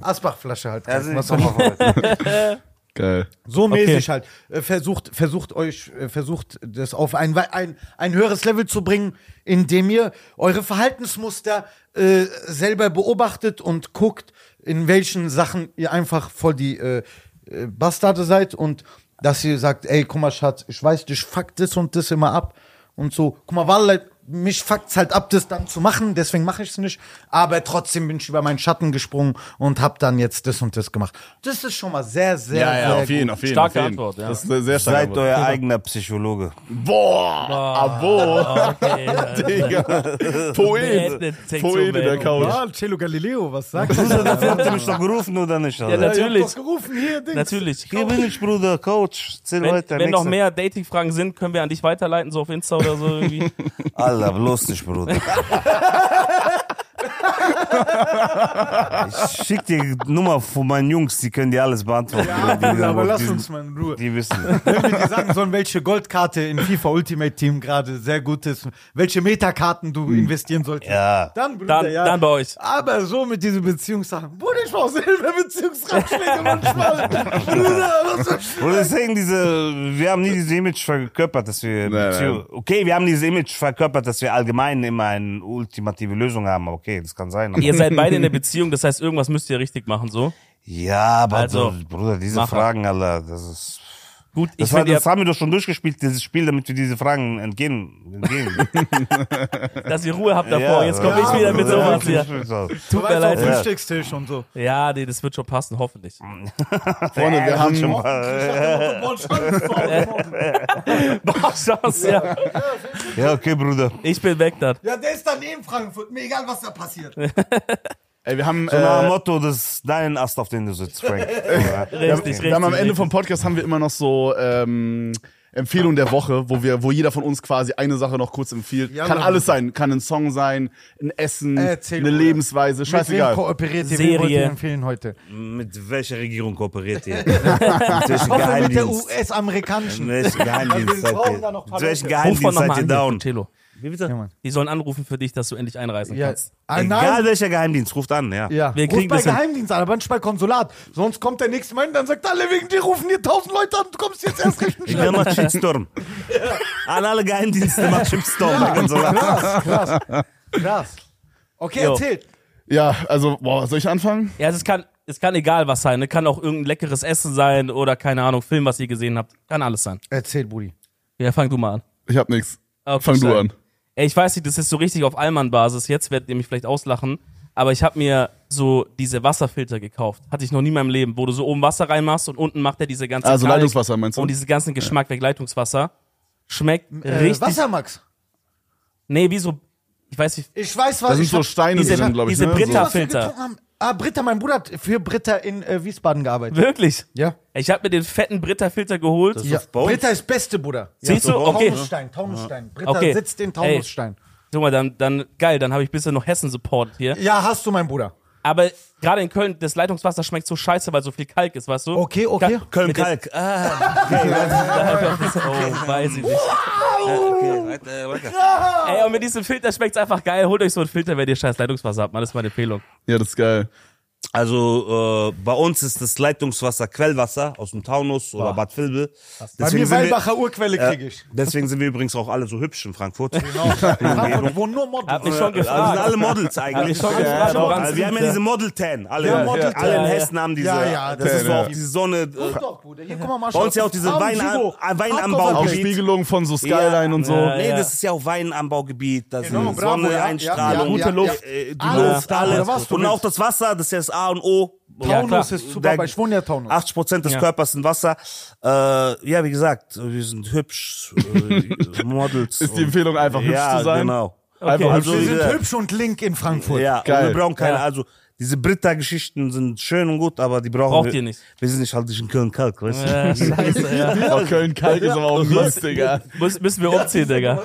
Speaker 4: Asbachflasche halt.
Speaker 3: Also,
Speaker 4: Was
Speaker 3: komm
Speaker 4: soll ich-
Speaker 3: mal vorbei.
Speaker 1: Geil.
Speaker 4: So
Speaker 2: Okay.
Speaker 4: mäßig halt. Äh, Versucht, versucht euch, äh, versucht das auf ein, wei- ein, ein höheres Level zu bringen, indem ihr eure Verhaltensmuster äh, selber beobachtet und guckt, in welchen Sachen ihr einfach voll die äh, äh, Bastarde seid und dass ihr sagt, ey, guck mal, Schatz, ich weiß, dich fuckt das und das immer ab und so. Guck mal, Wallah, mich fuckt's halt ab, das dann zu machen, deswegen mache ich's nicht. Aber trotzdem bin ich über meinen Schatten gesprungen und hab dann jetzt das und das gemacht. Das ist schon mal sehr, sehr,
Speaker 1: Ja, ja,
Speaker 4: sehr
Speaker 1: auf jeden, auf jeden.
Speaker 2: Starke
Speaker 1: auf jeden.
Speaker 2: Antwort, ja.
Speaker 1: Das ist eine sehr starke
Speaker 3: Seid
Speaker 1: Antwort.
Speaker 3: euer eigener Psychologe.
Speaker 1: Boah, Abo,
Speaker 2: Okay. also
Speaker 1: Digga. Poet.
Speaker 2: Bad Detektion,
Speaker 1: Poet in der
Speaker 2: Meldung.
Speaker 1: Couch.
Speaker 4: Ja, Cello Galileo, was sagst du?
Speaker 3: Habt ihr mich doch gerufen oder nicht?
Speaker 2: Ja,
Speaker 3: Alter?
Speaker 2: natürlich.
Speaker 4: gerufen hier, Dings.
Speaker 2: Natürlich.
Speaker 3: Hier bin ich, Bruder, Coach. Zähl
Speaker 2: Wenn,
Speaker 3: weiter.
Speaker 2: wenn noch
Speaker 3: nächster.
Speaker 2: mehr Dating-Fragen sind, können wir an dich weiterleiten, so auf Insta oder so irgendwie.
Speaker 3: Alter, bloß nicht, Bruder. Ich schick dir die Nummer von meinen Jungs, die können dir alles beantworten.
Speaker 4: Ja,
Speaker 3: die,
Speaker 4: Bruder, aber
Speaker 3: die-
Speaker 4: Ah, lass uns mal in Ruhe.
Speaker 3: Die wissen.
Speaker 4: Wenn wir dir sagen sollen, welche Goldkarte in FIFA Ultimate Team gerade sehr gut ist, welche Metakarten du investieren solltest.
Speaker 3: Ja.
Speaker 4: Dann, Bruder,
Speaker 2: Dann,
Speaker 4: ja.
Speaker 2: dann bei euch.
Speaker 4: aber so mit diesen Beziehungssachen. Bruder, ich brauch selber Beziehungsratschläge manchmal. Bruder, was soll ich
Speaker 3: Und deswegen diese, wir haben nie dieses Image verkörpert, dass wir,
Speaker 1: Nein, nein.
Speaker 3: okay, wir haben dieses Image verkörpert, dass wir allgemein immer eine ultimative Lösung haben. Okay, das kann sein. aber-
Speaker 2: Ihr seid beide in der Beziehung, das heißt, irgendwas müsst ihr richtig machen, so.
Speaker 3: Ja, aber
Speaker 2: Also,
Speaker 3: so, Bruder, diese
Speaker 2: mach er.
Speaker 3: Fragen, Alter, das ist,
Speaker 2: Gut, ich
Speaker 3: das, war,
Speaker 2: finde ja,
Speaker 3: das haben wir doch schon durchgespielt, dieses Spiel, damit wir diese Fragen entgehen. entgehen.
Speaker 2: dass ihr Ruhe habt davor. Jetzt komme ich wieder mit
Speaker 3: Bruder,
Speaker 2: sowas hier.
Speaker 3: ich so.
Speaker 2: Tut mir
Speaker 4: Weißt du, auf
Speaker 2: leid.
Speaker 3: Ja.
Speaker 4: Frühstückstisch und so.
Speaker 2: Ja, nee, das wird schon passen, hoffentlich.
Speaker 1: Freunde, wir haben
Speaker 3: schon mal.
Speaker 2: Chance, ja.
Speaker 3: Ja, okay, Bruder.
Speaker 2: Ich bin weg dann.
Speaker 4: Ja, der ist dann eh in Frankfurt. Mir egal, was da passiert.
Speaker 1: Ey, wir haben,
Speaker 3: So nach dem
Speaker 1: äh,
Speaker 3: Motto, das ist dein Ast, auf den du sitzt, Frank.
Speaker 2: Richtig,
Speaker 1: wir haben am
Speaker 2: richtig,
Speaker 1: Ende
Speaker 2: richtig.
Speaker 1: vom Podcast haben wir immer noch so ähm, Empfehlung der Woche, wo wir, wo jeder von uns quasi eine Sache noch kurz empfiehlt.
Speaker 4: Ja,
Speaker 1: kann
Speaker 4: Mann. Äh,
Speaker 1: alles sein, kann ein Song sein, ein Essen,
Speaker 4: Erzähl,
Speaker 1: eine
Speaker 4: Bruder.
Speaker 1: Lebensweise,
Speaker 4: Mit wem
Speaker 1: scheißegal.
Speaker 4: kooperiert ihr?
Speaker 2: Serie.
Speaker 4: Wen wollt ihr empfehlen heute?
Speaker 3: Mit welcher Regierung kooperiert ihr? Mit welchem
Speaker 4: Hoffe mit der
Speaker 3: Geheimdienst?
Speaker 4: US-amerikanischen.
Speaker 3: Mit
Speaker 2: Ne,
Speaker 3: welchem
Speaker 4: Also Wir
Speaker 3: Geheimdienst seid
Speaker 4: brauchen da
Speaker 3: ihr?
Speaker 4: noch ein paar
Speaker 3: Mit welchem
Speaker 4: Leute.
Speaker 2: Ruf
Speaker 3: Geheimdienst
Speaker 2: noch mal
Speaker 3: seid ihr
Speaker 2: an, hier,
Speaker 3: down?
Speaker 2: Cello.
Speaker 3: Wie bitte?
Speaker 4: Ja, Mann.
Speaker 2: Die sollen anrufen für dich, dass du endlich einreisen
Speaker 4: Ja.
Speaker 2: kannst.
Speaker 4: Ah,
Speaker 3: Egal
Speaker 4: nein.
Speaker 3: welcher Geheimdienst, ruft an, ja.
Speaker 4: Ja.
Speaker 2: Wir
Speaker 4: Wir
Speaker 2: kriegen
Speaker 4: Ruf bei
Speaker 2: das hin.
Speaker 4: Geheimdienst an, aber nicht bei Konsulat. Sonst kommt der nächste Mann, dann sagt alle wegen dir, rufen dir tausend Leute an, du kommst jetzt erst recht
Speaker 3: Ich will mal Shitstorm. An alle Geheimdienste macht Shitstorm. Ja. Ganz so lang.
Speaker 4: Krass, krass, krass. Okay,
Speaker 2: Jo.
Speaker 4: erzählt.
Speaker 1: Ja, also, boah, soll ich anfangen?
Speaker 2: Ja, also es kann, es kann egal was sein. Ne? Kann auch irgendein leckeres Essen sein oder keine Ahnung, Film, was ihr gesehen habt. Kann alles sein.
Speaker 4: Erzähl, Budi.
Speaker 2: Ja, fang du mal an.
Speaker 1: Ich hab nix.
Speaker 2: Okay,
Speaker 1: Fang du
Speaker 2: stark.
Speaker 1: an.
Speaker 2: Ey, ich weiß nicht, das ist so richtig auf Allmann-Basis. Jetzt werdet ihr mich vielleicht auslachen. Aber ich habe mir so diese Wasserfilter gekauft. Hatte ich noch nie in meinem Leben, wo du so oben Wasser reinmachst und unten macht er diese ganze
Speaker 1: Also
Speaker 2: Kalk
Speaker 1: Leitungswasser, meinst du?
Speaker 2: Und diesen ganzen Geschmack weg, Leitungswasser. Schmeckt
Speaker 4: Äh,
Speaker 2: richtig.
Speaker 4: Wasser, Max.
Speaker 2: Nee, wie so. Ich weiß nicht.
Speaker 4: Ich weiß, was
Speaker 1: Da sind
Speaker 4: ich
Speaker 1: so
Speaker 4: hab-
Speaker 1: Steine
Speaker 2: diese-
Speaker 1: drin, glaube ich.
Speaker 2: diese
Speaker 1: ne?
Speaker 2: Britta-
Speaker 1: so.
Speaker 4: was wir
Speaker 2: Filter.
Speaker 4: getrunken haben. Ah, Britta, mein Bruder hat für Britta in äh, Wiesbaden gearbeitet.
Speaker 2: Wirklich?
Speaker 4: Ja.
Speaker 2: Ich habe mir den fetten Britta-Filter geholt.
Speaker 4: ja.
Speaker 3: auf Bones.
Speaker 4: Britta ist beste, Bruder.
Speaker 2: Siehst du? Okay.
Speaker 4: Taunusstein, Taunusstein. Britta
Speaker 2: Okay.
Speaker 4: sitzt in Taunusstein.
Speaker 2: Guck mal, dann, dann geil, dann habe ich bisher noch Hessen-Support hier.
Speaker 4: Ja, hast du, mein Bruder.
Speaker 2: Aber gerade in Köln, das Leitungswasser schmeckt so scheiße, weil so viel Kalk ist, weißt du?
Speaker 4: Okay, okay.
Speaker 2: Ka-
Speaker 3: Köln
Speaker 2: mit Ah, den-
Speaker 3: Kalk.
Speaker 2: Oh, weiß ich nicht. Ey, und mit diesem Filter schmeckt's einfach geil. Holt euch so einen Filter, wenn ihr scheiß Leitungswasser habt. Mann, das ist meine Empfehlung.
Speaker 1: Ja, das ist geil.
Speaker 3: Also äh, bei uns ist das Leitungswasser Quellwasser aus dem Taunus oder Bad Vilbel.
Speaker 4: Bei mir
Speaker 3: sind wir-
Speaker 4: Weilbacher Urquelle krieg ich.
Speaker 3: Deswegen sind wir übrigens auch alle so hübsch in Frankfurt.
Speaker 4: Genau. Frankfurt, wo nur
Speaker 2: Hab mich
Speaker 4: Models.
Speaker 2: schon
Speaker 3: Also sind
Speaker 2: gefragt.
Speaker 3: alle Models eigentlich.
Speaker 2: Ja, ich schon gefragt,
Speaker 3: genau.
Speaker 2: woran's
Speaker 3: Also wir haben ja
Speaker 2: liegt,
Speaker 3: diese Model Tan. Alle,
Speaker 4: Ja, Model
Speaker 3: alle
Speaker 2: Tan.
Speaker 3: in Hessen haben diese.
Speaker 4: Ja, ja,
Speaker 3: das ist so
Speaker 1: Tan,
Speaker 3: auf diese Sonne. äh,
Speaker 4: Doch, Bruder. Hier, guck mal, Marschall.
Speaker 3: Bei uns ja auch diese
Speaker 4: Am
Speaker 3: Wein-
Speaker 4: Gibo.
Speaker 3: äh, Weinanbau-
Speaker 4: Abgeordneter-
Speaker 1: Auch
Speaker 3: Gebiet.
Speaker 1: Spiegelung von so Skyline und so.
Speaker 2: Ja,
Speaker 3: Nee,
Speaker 2: ja.
Speaker 3: das ist ja auch Weinanbaugebiet, da sind
Speaker 4: Genau, bravo, ja, ja,
Speaker 3: Sonneneinstrahlung,
Speaker 4: ja, ja, Gute Luft.
Speaker 3: äh, die
Speaker 4: Alles
Speaker 3: Luft,
Speaker 4: da,
Speaker 3: alles.
Speaker 4: oder was du
Speaker 3: und auch
Speaker 4: willst.
Speaker 3: das Wasser, das ist ja das A und O.
Speaker 2: Ja, klar.
Speaker 4: Taunus ist super,
Speaker 3: Da-
Speaker 4: aber ich wohne ja Taunus.
Speaker 3: 80 Prozent des
Speaker 2: Ja.
Speaker 3: Körpers sind Wasser. Äh, ja, wie gesagt, wir sind hübsch, äh, Models.
Speaker 1: Ist die Empfehlung einfach hübsch
Speaker 3: ja,
Speaker 1: zu sein?
Speaker 3: genau.
Speaker 1: Einfach hübsch.
Speaker 2: Okay.
Speaker 3: Also,
Speaker 4: Wir
Speaker 3: wie
Speaker 4: sind
Speaker 3: gesagt,
Speaker 4: hübsch und link in Frankfurt.
Speaker 3: Ja,
Speaker 1: Geil.
Speaker 3: und wir brauchen keine,
Speaker 2: Ja.
Speaker 3: also diese Britta-Geschichten sind schön und gut, aber die brauchen
Speaker 2: Braucht
Speaker 3: wir.
Speaker 2: ihr nicht.
Speaker 3: Wir sind nicht halt nicht in Köln-Kalk, weißt du?
Speaker 2: Ja, Äh, scheiße, ja.
Speaker 1: Oh, Köln Kalk ist aber auch mies, Digga.
Speaker 2: Muss, müssen wir umziehen, Digga.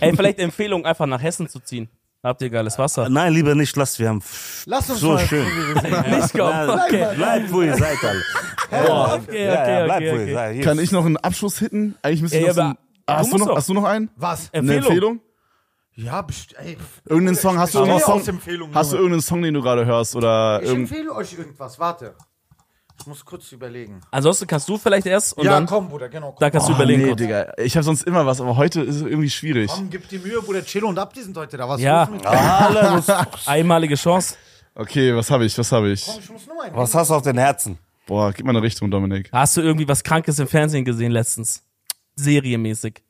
Speaker 2: Ey, vielleicht Empfehlung, einfach nach Hessen zu ziehen. Habt ihr geiles Wasser?
Speaker 3: Nein, lieber nicht, lass, wir haben
Speaker 4: Lass uns
Speaker 3: so
Speaker 4: mal.
Speaker 3: schön.
Speaker 2: Nicht kommen. Okay.
Speaker 3: Bleibt, wo ihr seid, alle.
Speaker 2: Boah, okay,
Speaker 3: ja, ja,
Speaker 2: okay,
Speaker 3: bleibt,
Speaker 2: okay,
Speaker 3: wo ihr
Speaker 2: okay.
Speaker 3: seid. Hier
Speaker 1: Kann ich noch einen Abschluss hitten? Eigentlich müsste ich
Speaker 2: Ey,
Speaker 1: noch so
Speaker 2: aber
Speaker 1: ein, ah,
Speaker 2: du
Speaker 1: hast, du
Speaker 2: musst
Speaker 1: noch,
Speaker 2: doch.
Speaker 1: hast du noch einen?
Speaker 4: Was?
Speaker 1: Eine
Speaker 2: Empfehlung.
Speaker 1: Empfehlung?
Speaker 4: Ja, best- ey, pff.
Speaker 1: Irgendeinen Song? Hast du
Speaker 4: Ich
Speaker 1: irgendeinen
Speaker 4: stehe
Speaker 1: Song?
Speaker 4: aus Empfehlungen,
Speaker 1: Hast du
Speaker 4: Junge.
Speaker 3: Ähm,
Speaker 1: irgendeinen Song, den du gerade hörst? Oder
Speaker 4: Ich
Speaker 1: irgend
Speaker 4: empfehle euch irgendwas, warte. Ich muss kurz überlegen.
Speaker 2: Ansonsten kannst du vielleicht erst und
Speaker 4: ja,
Speaker 2: dann,
Speaker 4: komm, Bruder, genau. Komm.
Speaker 2: dann kannst du überlegen.
Speaker 1: Oh, nee,
Speaker 2: kurz.
Speaker 1: Digga. Ich habe sonst immer was, aber heute ist es irgendwie schwierig.
Speaker 4: komm, gib die Mühe, Bruder. Chelo und Abdi sind heute da. Was
Speaker 2: Ja.
Speaker 4: los mit
Speaker 3: Ah.
Speaker 4: mir?
Speaker 2: Einmalige Chance.
Speaker 1: Okay, was habe ich? Was habe ich?
Speaker 4: Ich muss nur einen.
Speaker 3: Was hast du auf den Herzen?
Speaker 1: Boah, gib mal eine Richtung, Dominik.
Speaker 2: Hast du irgendwie was Krankes im Fernsehen gesehen letztens? Serienmäßig.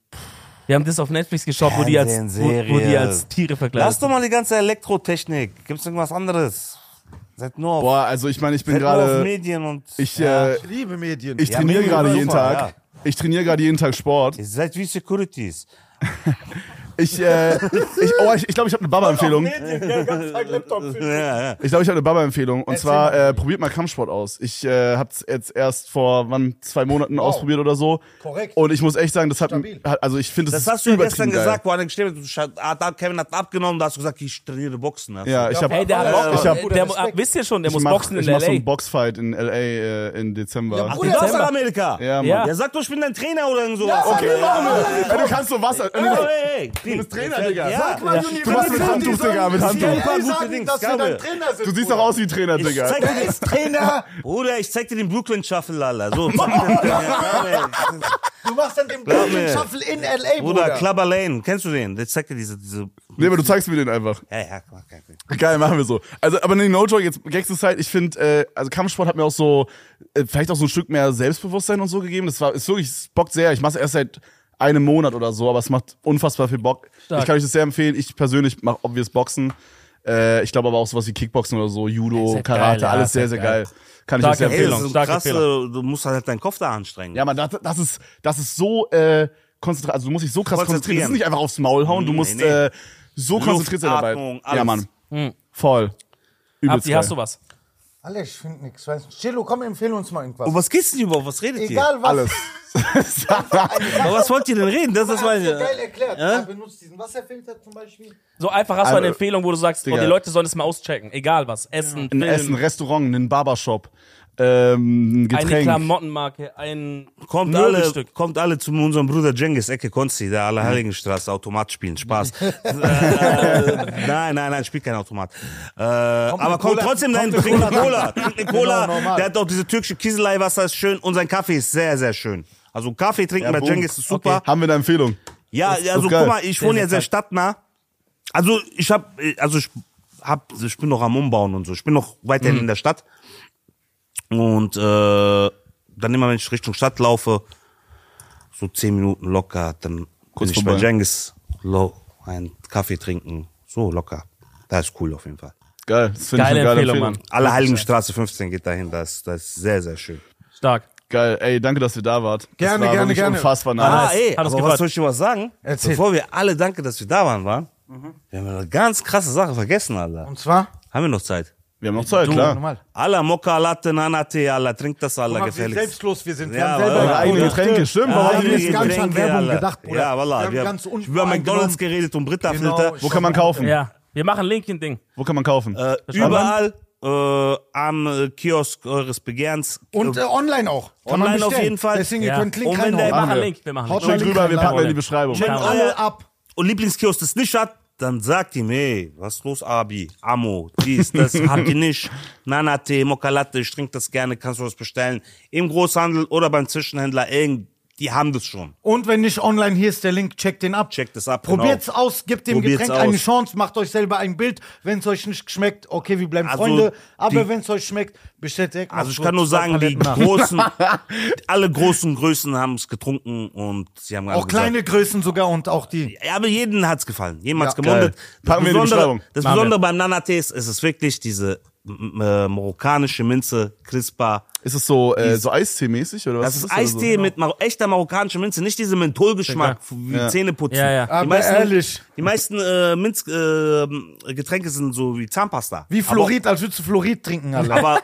Speaker 2: Wir haben das auf Netflix geschaut, wo die, als, wo,
Speaker 3: Fernsehen,
Speaker 2: wo die
Speaker 3: Serie.
Speaker 2: als Tiere verkleidet
Speaker 3: Lass doch mal die ganze Elektrotechnik. Gibt's irgendwas anderes? Seid nur auf,
Speaker 1: Boah, also ich meine, ich bin
Speaker 3: seid nur auf
Speaker 1: gerade.
Speaker 3: Medien und
Speaker 1: Ich,
Speaker 4: Ja,
Speaker 1: äh,
Speaker 4: ich liebe Medien.
Speaker 1: ich
Speaker 3: Ja,
Speaker 1: trainiere
Speaker 3: Medien
Speaker 1: gerade
Speaker 3: über
Speaker 1: jeden
Speaker 3: Sofa,
Speaker 1: Tag. Ich trainiere gerade jeden Tag Sport.
Speaker 3: ihr seid wie Securities.
Speaker 1: Ich, äh, ich, oh, ich, ich glaube, ich habe eine Baba-Empfehlung. Ich
Speaker 3: Ja, ja.
Speaker 1: glaube, ich habe eine Baba-Empfehlung. Und zwar, äh, probiert mal Kampfsport aus. Ich äh, habe es jetzt erst vor, wann, zwei Monaten ausprobiert oder so.
Speaker 4: Korrekt.
Speaker 1: Und ich muss echt sagen, das hat,
Speaker 4: Stabil.
Speaker 1: hat also ich finde, das,
Speaker 3: Das
Speaker 1: ist
Speaker 3: hast du ja gestern
Speaker 1: übertrieben geil.
Speaker 3: gesagt, wo einer gestellt hat, du ah, hat- Kevin hat abgenommen, da hast du gesagt, ich trainiere Boxen. hast du
Speaker 1: Ja, ich
Speaker 4: Ja,
Speaker 1: habe
Speaker 2: Hey, der hat Bock.
Speaker 1: ich hab,
Speaker 2: der, der,
Speaker 4: Respekt.
Speaker 2: wisst ihr schon, der
Speaker 1: ich
Speaker 2: muss
Speaker 1: mach,
Speaker 2: boxen in
Speaker 1: ich mach so
Speaker 2: L.A.
Speaker 1: einen Boxfight in L.A. Äh, in Dezember.
Speaker 4: Ja,
Speaker 3: Ach,
Speaker 4: Bruder,
Speaker 3: du warst in
Speaker 2: Dezember.
Speaker 3: Amerika.
Speaker 1: ja, Mann.
Speaker 2: Ja.
Speaker 3: Der sagt doch, ich bin dein Trainer oder so.
Speaker 4: Ja,
Speaker 3: okay.
Speaker 1: Ey, du kannst so Wasser.
Speaker 3: Ey, ey, ey,
Speaker 1: Du bist Trainer, Digga.
Speaker 3: Ja.
Speaker 1: Sag
Speaker 3: Sag
Speaker 1: mal,
Speaker 3: mal,
Speaker 1: Du machst mit Handtuch, Digga, mit
Speaker 4: Die
Speaker 1: Handtuch.
Speaker 4: sagen,
Speaker 3: Gute Dings,
Speaker 4: dass wir
Speaker 3: Gabe.
Speaker 4: dein Trainer sind.
Speaker 1: Du siehst doch aus wie ein Trainer,
Speaker 3: Ich
Speaker 1: Digga.
Speaker 3: zeig dir den,
Speaker 4: Trainer.
Speaker 3: Bruder, ich zeig dir den Brooklyn Shuffle, Alter. So, zeig dir den. Ja, ey.
Speaker 4: Du machst dann den
Speaker 3: Glaub mir.
Speaker 4: Brooklyn Shuffle in L.A.,
Speaker 3: Bruder,
Speaker 4: Bruder.
Speaker 3: Clubber Lane, kennst du den? Der zeigt dir diese, diese.
Speaker 1: Nee, aber du zeigst mir den einfach.
Speaker 3: Ja, ja, klar, kein Ding.
Speaker 1: Geil, machen wir so. Also, aber nee, no joke, jetzt Gags aside, ich finde, äh, also Kampfsport hat mir auch so, äh, vielleicht auch so ein Stück mehr Selbstbewusstsein und so gegeben. Das war, ist wirklich, es bockt sehr. Ich mache es erst seit einem Monat oder so, aber es macht unfassbar viel Bock. Ich kann euch das sehr empfehlen. Ich persönlich mache obvious Boxen. Äh, ich glaube aber auch sowas wie Kickboxen oder so, Judo,
Speaker 2: Ist ja
Speaker 1: Karate,
Speaker 2: geil, ja,
Speaker 1: alles
Speaker 2: ist ja
Speaker 1: sehr, sehr geil.
Speaker 2: geil.
Speaker 1: Kann ich
Speaker 2: Starke
Speaker 1: euch sehr
Speaker 3: Ey,
Speaker 1: empfehlen.
Speaker 3: das ist so
Speaker 2: Starke
Speaker 3: krass, äh,
Speaker 2: Fehler.
Speaker 3: du musst halt deinen Kopf da anstrengen.
Speaker 1: Ja, man, das, das ist, das ist so äh, konzentriert, also du musst dich so krass konzentrieren.
Speaker 3: Konzentrieren.
Speaker 1: Das ist nicht einfach aufs Maul hauen, du
Speaker 3: Nee,
Speaker 1: musst
Speaker 3: nee.
Speaker 1: Äh, so konzentriert sein dabei.
Speaker 3: Atmung,
Speaker 1: Ja,
Speaker 3: alles.
Speaker 1: Mann. Voll. Übelst
Speaker 2: Abdi, Hm. hast
Speaker 1: geil.
Speaker 2: du was?
Speaker 4: Alle, ich finde nichts. Chelo, komm, empfehle uns mal irgendwas.
Speaker 3: Und Oh, was geht's denn überhaupt? Was redet
Speaker 4: Egal was.
Speaker 1: Alles.
Speaker 3: ihr? Aber was wollt ihr denn reden? Das ist
Speaker 4: Das
Speaker 3: meine.
Speaker 4: ist geil erklärt. Er benutzt diesen Wasserfilter zum Beispiel.
Speaker 2: So einfach hast du
Speaker 1: Also,
Speaker 2: eine Empfehlung, wo du sagst, oh,
Speaker 1: Digga.
Speaker 2: die Leute sollen es mal auschecken. Egal was. Essen,
Speaker 1: ein
Speaker 2: Film,
Speaker 1: Essen, ein Restaurant, ein Barbershop, ähm, ein
Speaker 2: eine
Speaker 1: Getränk.
Speaker 2: Klamottenmarke, ein
Speaker 3: Kommt alle,
Speaker 2: Möbelstück.
Speaker 3: kommt alle zu unserem Bruder Jengis Ecke Konzi, der
Speaker 4: Mhm.
Speaker 3: alle Heiligenstraße Automat spielen. Spaß. äh, nein, nein, nein, spielt kein Automat. Äh, aber kommt
Speaker 4: Cola-
Speaker 3: trotzdem dahin,
Speaker 4: kommt
Speaker 3: trinkt eine Cola. Trinkt eine Cola.
Speaker 4: Genau, normal.
Speaker 3: der hat auch diese türkische Kiseleiwasser, ist schön. Und sein Kaffee ist sehr, sehr schön. Also Kaffee trinken bei
Speaker 1: boom.
Speaker 3: Jengis ist super.
Speaker 1: Haben wir eine Empfehlung?
Speaker 3: Ja,
Speaker 1: ist
Speaker 3: also
Speaker 1: geil.
Speaker 3: guck mal, ich wohne
Speaker 2: Sehr, sehr
Speaker 3: ja sehr stadtnah. ne? Also ich hab, also ich hab, ich bin noch am Umbauen und so. Ich bin noch weiterhin
Speaker 1: Mhm.
Speaker 3: in der Stadt. Und äh, dann immer, wenn ich Richtung Stadt laufe, so zehn Minuten locker, dann
Speaker 1: Kurz
Speaker 3: bin ich
Speaker 1: vorbei.
Speaker 3: bei Jengis low, einen Kaffee trinken. So locker. Da ist cool auf jeden Fall.
Speaker 1: Geil. Das finde ich
Speaker 2: Geile
Speaker 1: eine geile
Speaker 2: Empfehlung,
Speaker 1: Empfehlung.
Speaker 2: Mann.
Speaker 3: Alle Heiligenstraße 15 geht dahin, das, ist- das ist sehr, sehr schön.
Speaker 2: Stark.
Speaker 1: Geil. Ey, danke, dass ihr da wart. das
Speaker 4: Gerne,
Speaker 1: war
Speaker 4: gerne,
Speaker 1: wirklich
Speaker 4: gerne.
Speaker 1: Unfassbar
Speaker 3: Ah,
Speaker 1: nice.
Speaker 3: ey,
Speaker 2: hat uns
Speaker 3: aber
Speaker 2: gefreut.
Speaker 3: was soll ich dir was sagen?
Speaker 4: Erzähl.
Speaker 3: Bevor wir alle danke, dass wir da waren, waren,
Speaker 1: Mhm.
Speaker 3: wir haben eine ganz krasse Sache vergessen, Alter.
Speaker 4: Und zwar?
Speaker 3: Haben wir noch Zeit?
Speaker 1: Wir haben noch Zeit, klar.
Speaker 4: Normal.
Speaker 3: Alla Mokka, Latte, Nana, Tee, Alla, trinkt das Alla
Speaker 4: Guck mal, wie
Speaker 3: gefälligst.
Speaker 4: selbstlos wir sind. Wir
Speaker 3: Ja,
Speaker 4: haben selber
Speaker 3: aber-
Speaker 1: Eure eigenen Getränke, stimmt. warum
Speaker 4: eigene
Speaker 1: haben wir nicht?
Speaker 4: Getränke. gar nicht an Werbung
Speaker 3: Alla.
Speaker 4: gedacht, Bruder.
Speaker 3: Ja,
Speaker 4: Wir
Speaker 3: wallah.
Speaker 4: haben
Speaker 3: Wir haben,
Speaker 4: ganz unten Genau.
Speaker 3: über McDonalds
Speaker 4: eingenommen.
Speaker 3: geredet und Britta-Filter.
Speaker 1: Wo kann man kaufen?
Speaker 2: Ja. Wir machen Link ein Ding.
Speaker 1: Wo kann man kaufen?
Speaker 3: Äh, überall äh, am äh, Kiosk eures Begehrens.
Speaker 4: Und äh, online auch. Kann man
Speaker 3: Online auf
Speaker 4: bestellen.
Speaker 3: jeden Fall.
Speaker 4: Deswegen, ihr
Speaker 2: Ja.
Speaker 4: könnt Link
Speaker 3: Und wenn
Speaker 2: Wir
Speaker 1: Machen
Speaker 4: reinhauen.
Speaker 2: machen
Speaker 1: wir.
Speaker 2: Link, wir machen
Speaker 4: Haut
Speaker 2: Link.
Speaker 1: Schaut drüber, wir packen in die Beschreibung.
Speaker 3: Wenn
Speaker 2: Ja.
Speaker 4: Alle
Speaker 3: euer
Speaker 4: ab.
Speaker 3: und Lieblingskiosk das nicht hat, dann sagt ihm, hey, was ist los, Abi? Amo, dies, das habt ihr nicht. Nana Tee, Mokka Latte, ich trinke das gerne, kannst du das bestellen. Im Großhandel oder beim Zwischenhändler, irgend, die haben das schon.
Speaker 4: Und wenn nicht online, hier ist der Link, checkt den ab.
Speaker 3: Checkt das ab, genau.
Speaker 4: Probiert's aus, gebt dem
Speaker 3: Probiert's
Speaker 4: Getränk eine
Speaker 3: aus.
Speaker 4: Chance, macht euch selber ein Bild. Wenn es euch nicht schmeckt, okay, wir bleiben
Speaker 3: Also
Speaker 4: Freunde.
Speaker 3: die-
Speaker 4: Aber wenn es euch schmeckt, bestellt direkt mal
Speaker 3: Also ich
Speaker 4: kurz
Speaker 3: kann nur
Speaker 4: zwei
Speaker 3: sagen, die
Speaker 4: Paletten nach.
Speaker 3: großen, alle großen Größen haben es getrunken und sie haben alle
Speaker 4: Auch kleine Größen sogar und auch die.
Speaker 3: Gesagt, ja, aber jeden hat's gefallen, jedem hat's
Speaker 4: Ja.
Speaker 3: gemundet.
Speaker 1: Geil.
Speaker 3: Das
Speaker 1: Packen wir in die Beschreibung.
Speaker 3: Besondere, das
Speaker 2: Machen
Speaker 3: Besondere beim Nana Tee ist, es ist wirklich diese m- äh, marokkanische Minze, Crispa,
Speaker 1: Ist es so, äh, so Eistee-mäßig oder was?
Speaker 3: Das ist
Speaker 1: oder so?
Speaker 3: Eistee mit Mar echter marokkanischer Minze, nicht diese Mentholgeschmack, wie
Speaker 1: Ja.
Speaker 3: Zähne putzen.
Speaker 2: Ja, ja.
Speaker 4: Aber ehrlich.
Speaker 3: Die meisten äh, Minz, äh, Getränke sind so wie Zahnpasta.
Speaker 4: Wie Fluorid, als würdest du Fluorid trinken, Alter.
Speaker 3: Aber, aber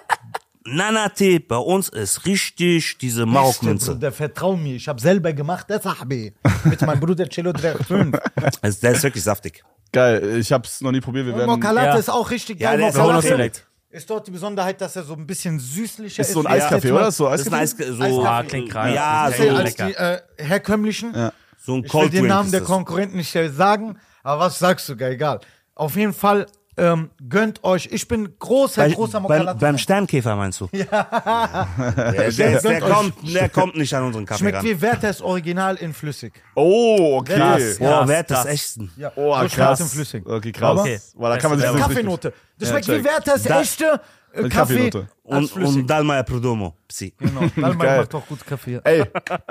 Speaker 3: Nana-Tee bei uns ist richtig diese
Speaker 4: Beste,
Speaker 3: Marokminze.
Speaker 4: Bruder, vertrau mir, ich habe selber gemacht, das habe Mit meinem Bruder Cello 35.
Speaker 3: Also, der ist wirklich saftig.
Speaker 1: Geil, ich hab's noch nie probiert. Wir
Speaker 4: Und
Speaker 1: werden.
Speaker 4: Mokalate
Speaker 2: Ja.
Speaker 4: ist auch richtig
Speaker 3: Ja,
Speaker 4: geil.
Speaker 3: der ist
Speaker 2: Wir holen uns
Speaker 4: Mokalate
Speaker 2: direkt.
Speaker 4: ist dort die Besonderheit, dass er so ein bisschen süßlicher ist.
Speaker 1: Ist so ein
Speaker 4: als
Speaker 1: Eiskaffee,
Speaker 4: jetzt
Speaker 1: oder?
Speaker 4: mal-
Speaker 1: Ist So
Speaker 3: Das ist ein
Speaker 1: Eiskaffee?
Speaker 3: Eis, so,
Speaker 4: Eiskaffee.
Speaker 2: Ah, klingt krass.
Speaker 3: ja,
Speaker 2: Klingt
Speaker 3: so,
Speaker 2: geil.
Speaker 4: als die äh, herkömmlichen.
Speaker 3: so ein
Speaker 4: Ich will
Speaker 3: Cold
Speaker 4: den
Speaker 3: Drink
Speaker 4: Namen
Speaker 3: ist
Speaker 4: der
Speaker 3: das.
Speaker 4: Konkurrenten nicht sagen, aber was sagst du, egal. Auf jeden Fall Ähm, gönnt euch. Ich bin großer,
Speaker 5: Bei,
Speaker 4: großer
Speaker 5: beim, beim
Speaker 4: Mokalat.
Speaker 5: Sternkäfer meinst du?
Speaker 3: Der, der, der,
Speaker 4: Gönnt euch.
Speaker 3: kommt, der kommt nicht an unseren Kaffee
Speaker 4: Schmeckt
Speaker 3: ran.
Speaker 4: wie Werthers Original in Flüssig.
Speaker 1: Oh, okay.
Speaker 4: Krass.
Speaker 5: Boah,
Speaker 2: Krass,
Speaker 5: wert das
Speaker 2: krass.
Speaker 5: Echten.
Speaker 4: Ja,
Speaker 1: Oh,
Speaker 4: so schmeckt's
Speaker 1: krass.
Speaker 4: in Flüssig.
Speaker 1: Okay, krass.
Speaker 4: Aber-
Speaker 1: Boah, da kann man sich
Speaker 2: Beste
Speaker 1: so richtig-
Speaker 4: Kaffeenote. Das
Speaker 1: Ja,
Speaker 4: schmeckt wie
Speaker 1: check.
Speaker 4: Werthers
Speaker 5: Da-
Speaker 4: echte äh,
Speaker 1: Mit
Speaker 4: Kaffee.
Speaker 1: Kaffeenote.
Speaker 4: als
Speaker 3: Und, und
Speaker 4: Flüssig.
Speaker 3: Dalmaia Prodomo. Psi.
Speaker 4: Genau. Weil man
Speaker 1: Geil.
Speaker 4: macht auch gut Kaffee.
Speaker 1: Ey,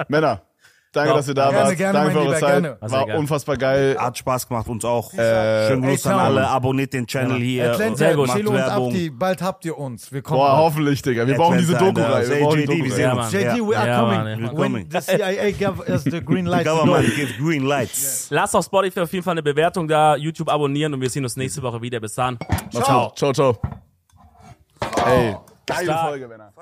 Speaker 1: Männer, danke, dass ihr da
Speaker 4: Gerne,
Speaker 1: wart.
Speaker 4: gerne,
Speaker 1: danke
Speaker 4: mein
Speaker 1: für eure
Speaker 4: Lieber,
Speaker 1: Zeit.
Speaker 4: gerne.
Speaker 1: War
Speaker 2: Sehr geil.
Speaker 1: unfassbar geil.
Speaker 3: Hat Spaß gemacht, uns auch.
Speaker 1: Äh,
Speaker 3: Schönen Gruß an
Speaker 4: Ey, Tom.
Speaker 3: alle. Abonniert den Channel hier.
Speaker 4: Atlanta,
Speaker 2: gut.
Speaker 3: Macht
Speaker 4: Chelo und
Speaker 3: Werbung.
Speaker 4: Abdi, bald habt ihr uns. Wir kommen.
Speaker 1: Boah, hoffentlich, Digga. Wir brauchen diese Doku
Speaker 3: Atlanta,
Speaker 1: rein. Wir
Speaker 3: Alter.
Speaker 1: brauchen die
Speaker 3: JD,
Speaker 1: Doku
Speaker 3: wir
Speaker 1: rein.
Speaker 3: sehen
Speaker 2: Ja,
Speaker 3: uns.
Speaker 2: Mann.
Speaker 4: JD, we are
Speaker 2: Ja,
Speaker 4: coming.
Speaker 2: Mann, ja.
Speaker 4: When
Speaker 3: We're coming.
Speaker 4: the CIA gave us the green light. to do
Speaker 3: Government
Speaker 4: it.
Speaker 3: give green lights.
Speaker 2: Lasst auf Spotify auf jeden Fall eine Bewertung da, YouTube abonnieren und wir sehen uns nächste Woche wieder. Bis dann.
Speaker 1: Macht's gut. Ciao, ciao. Ey, geile Folge, Männer.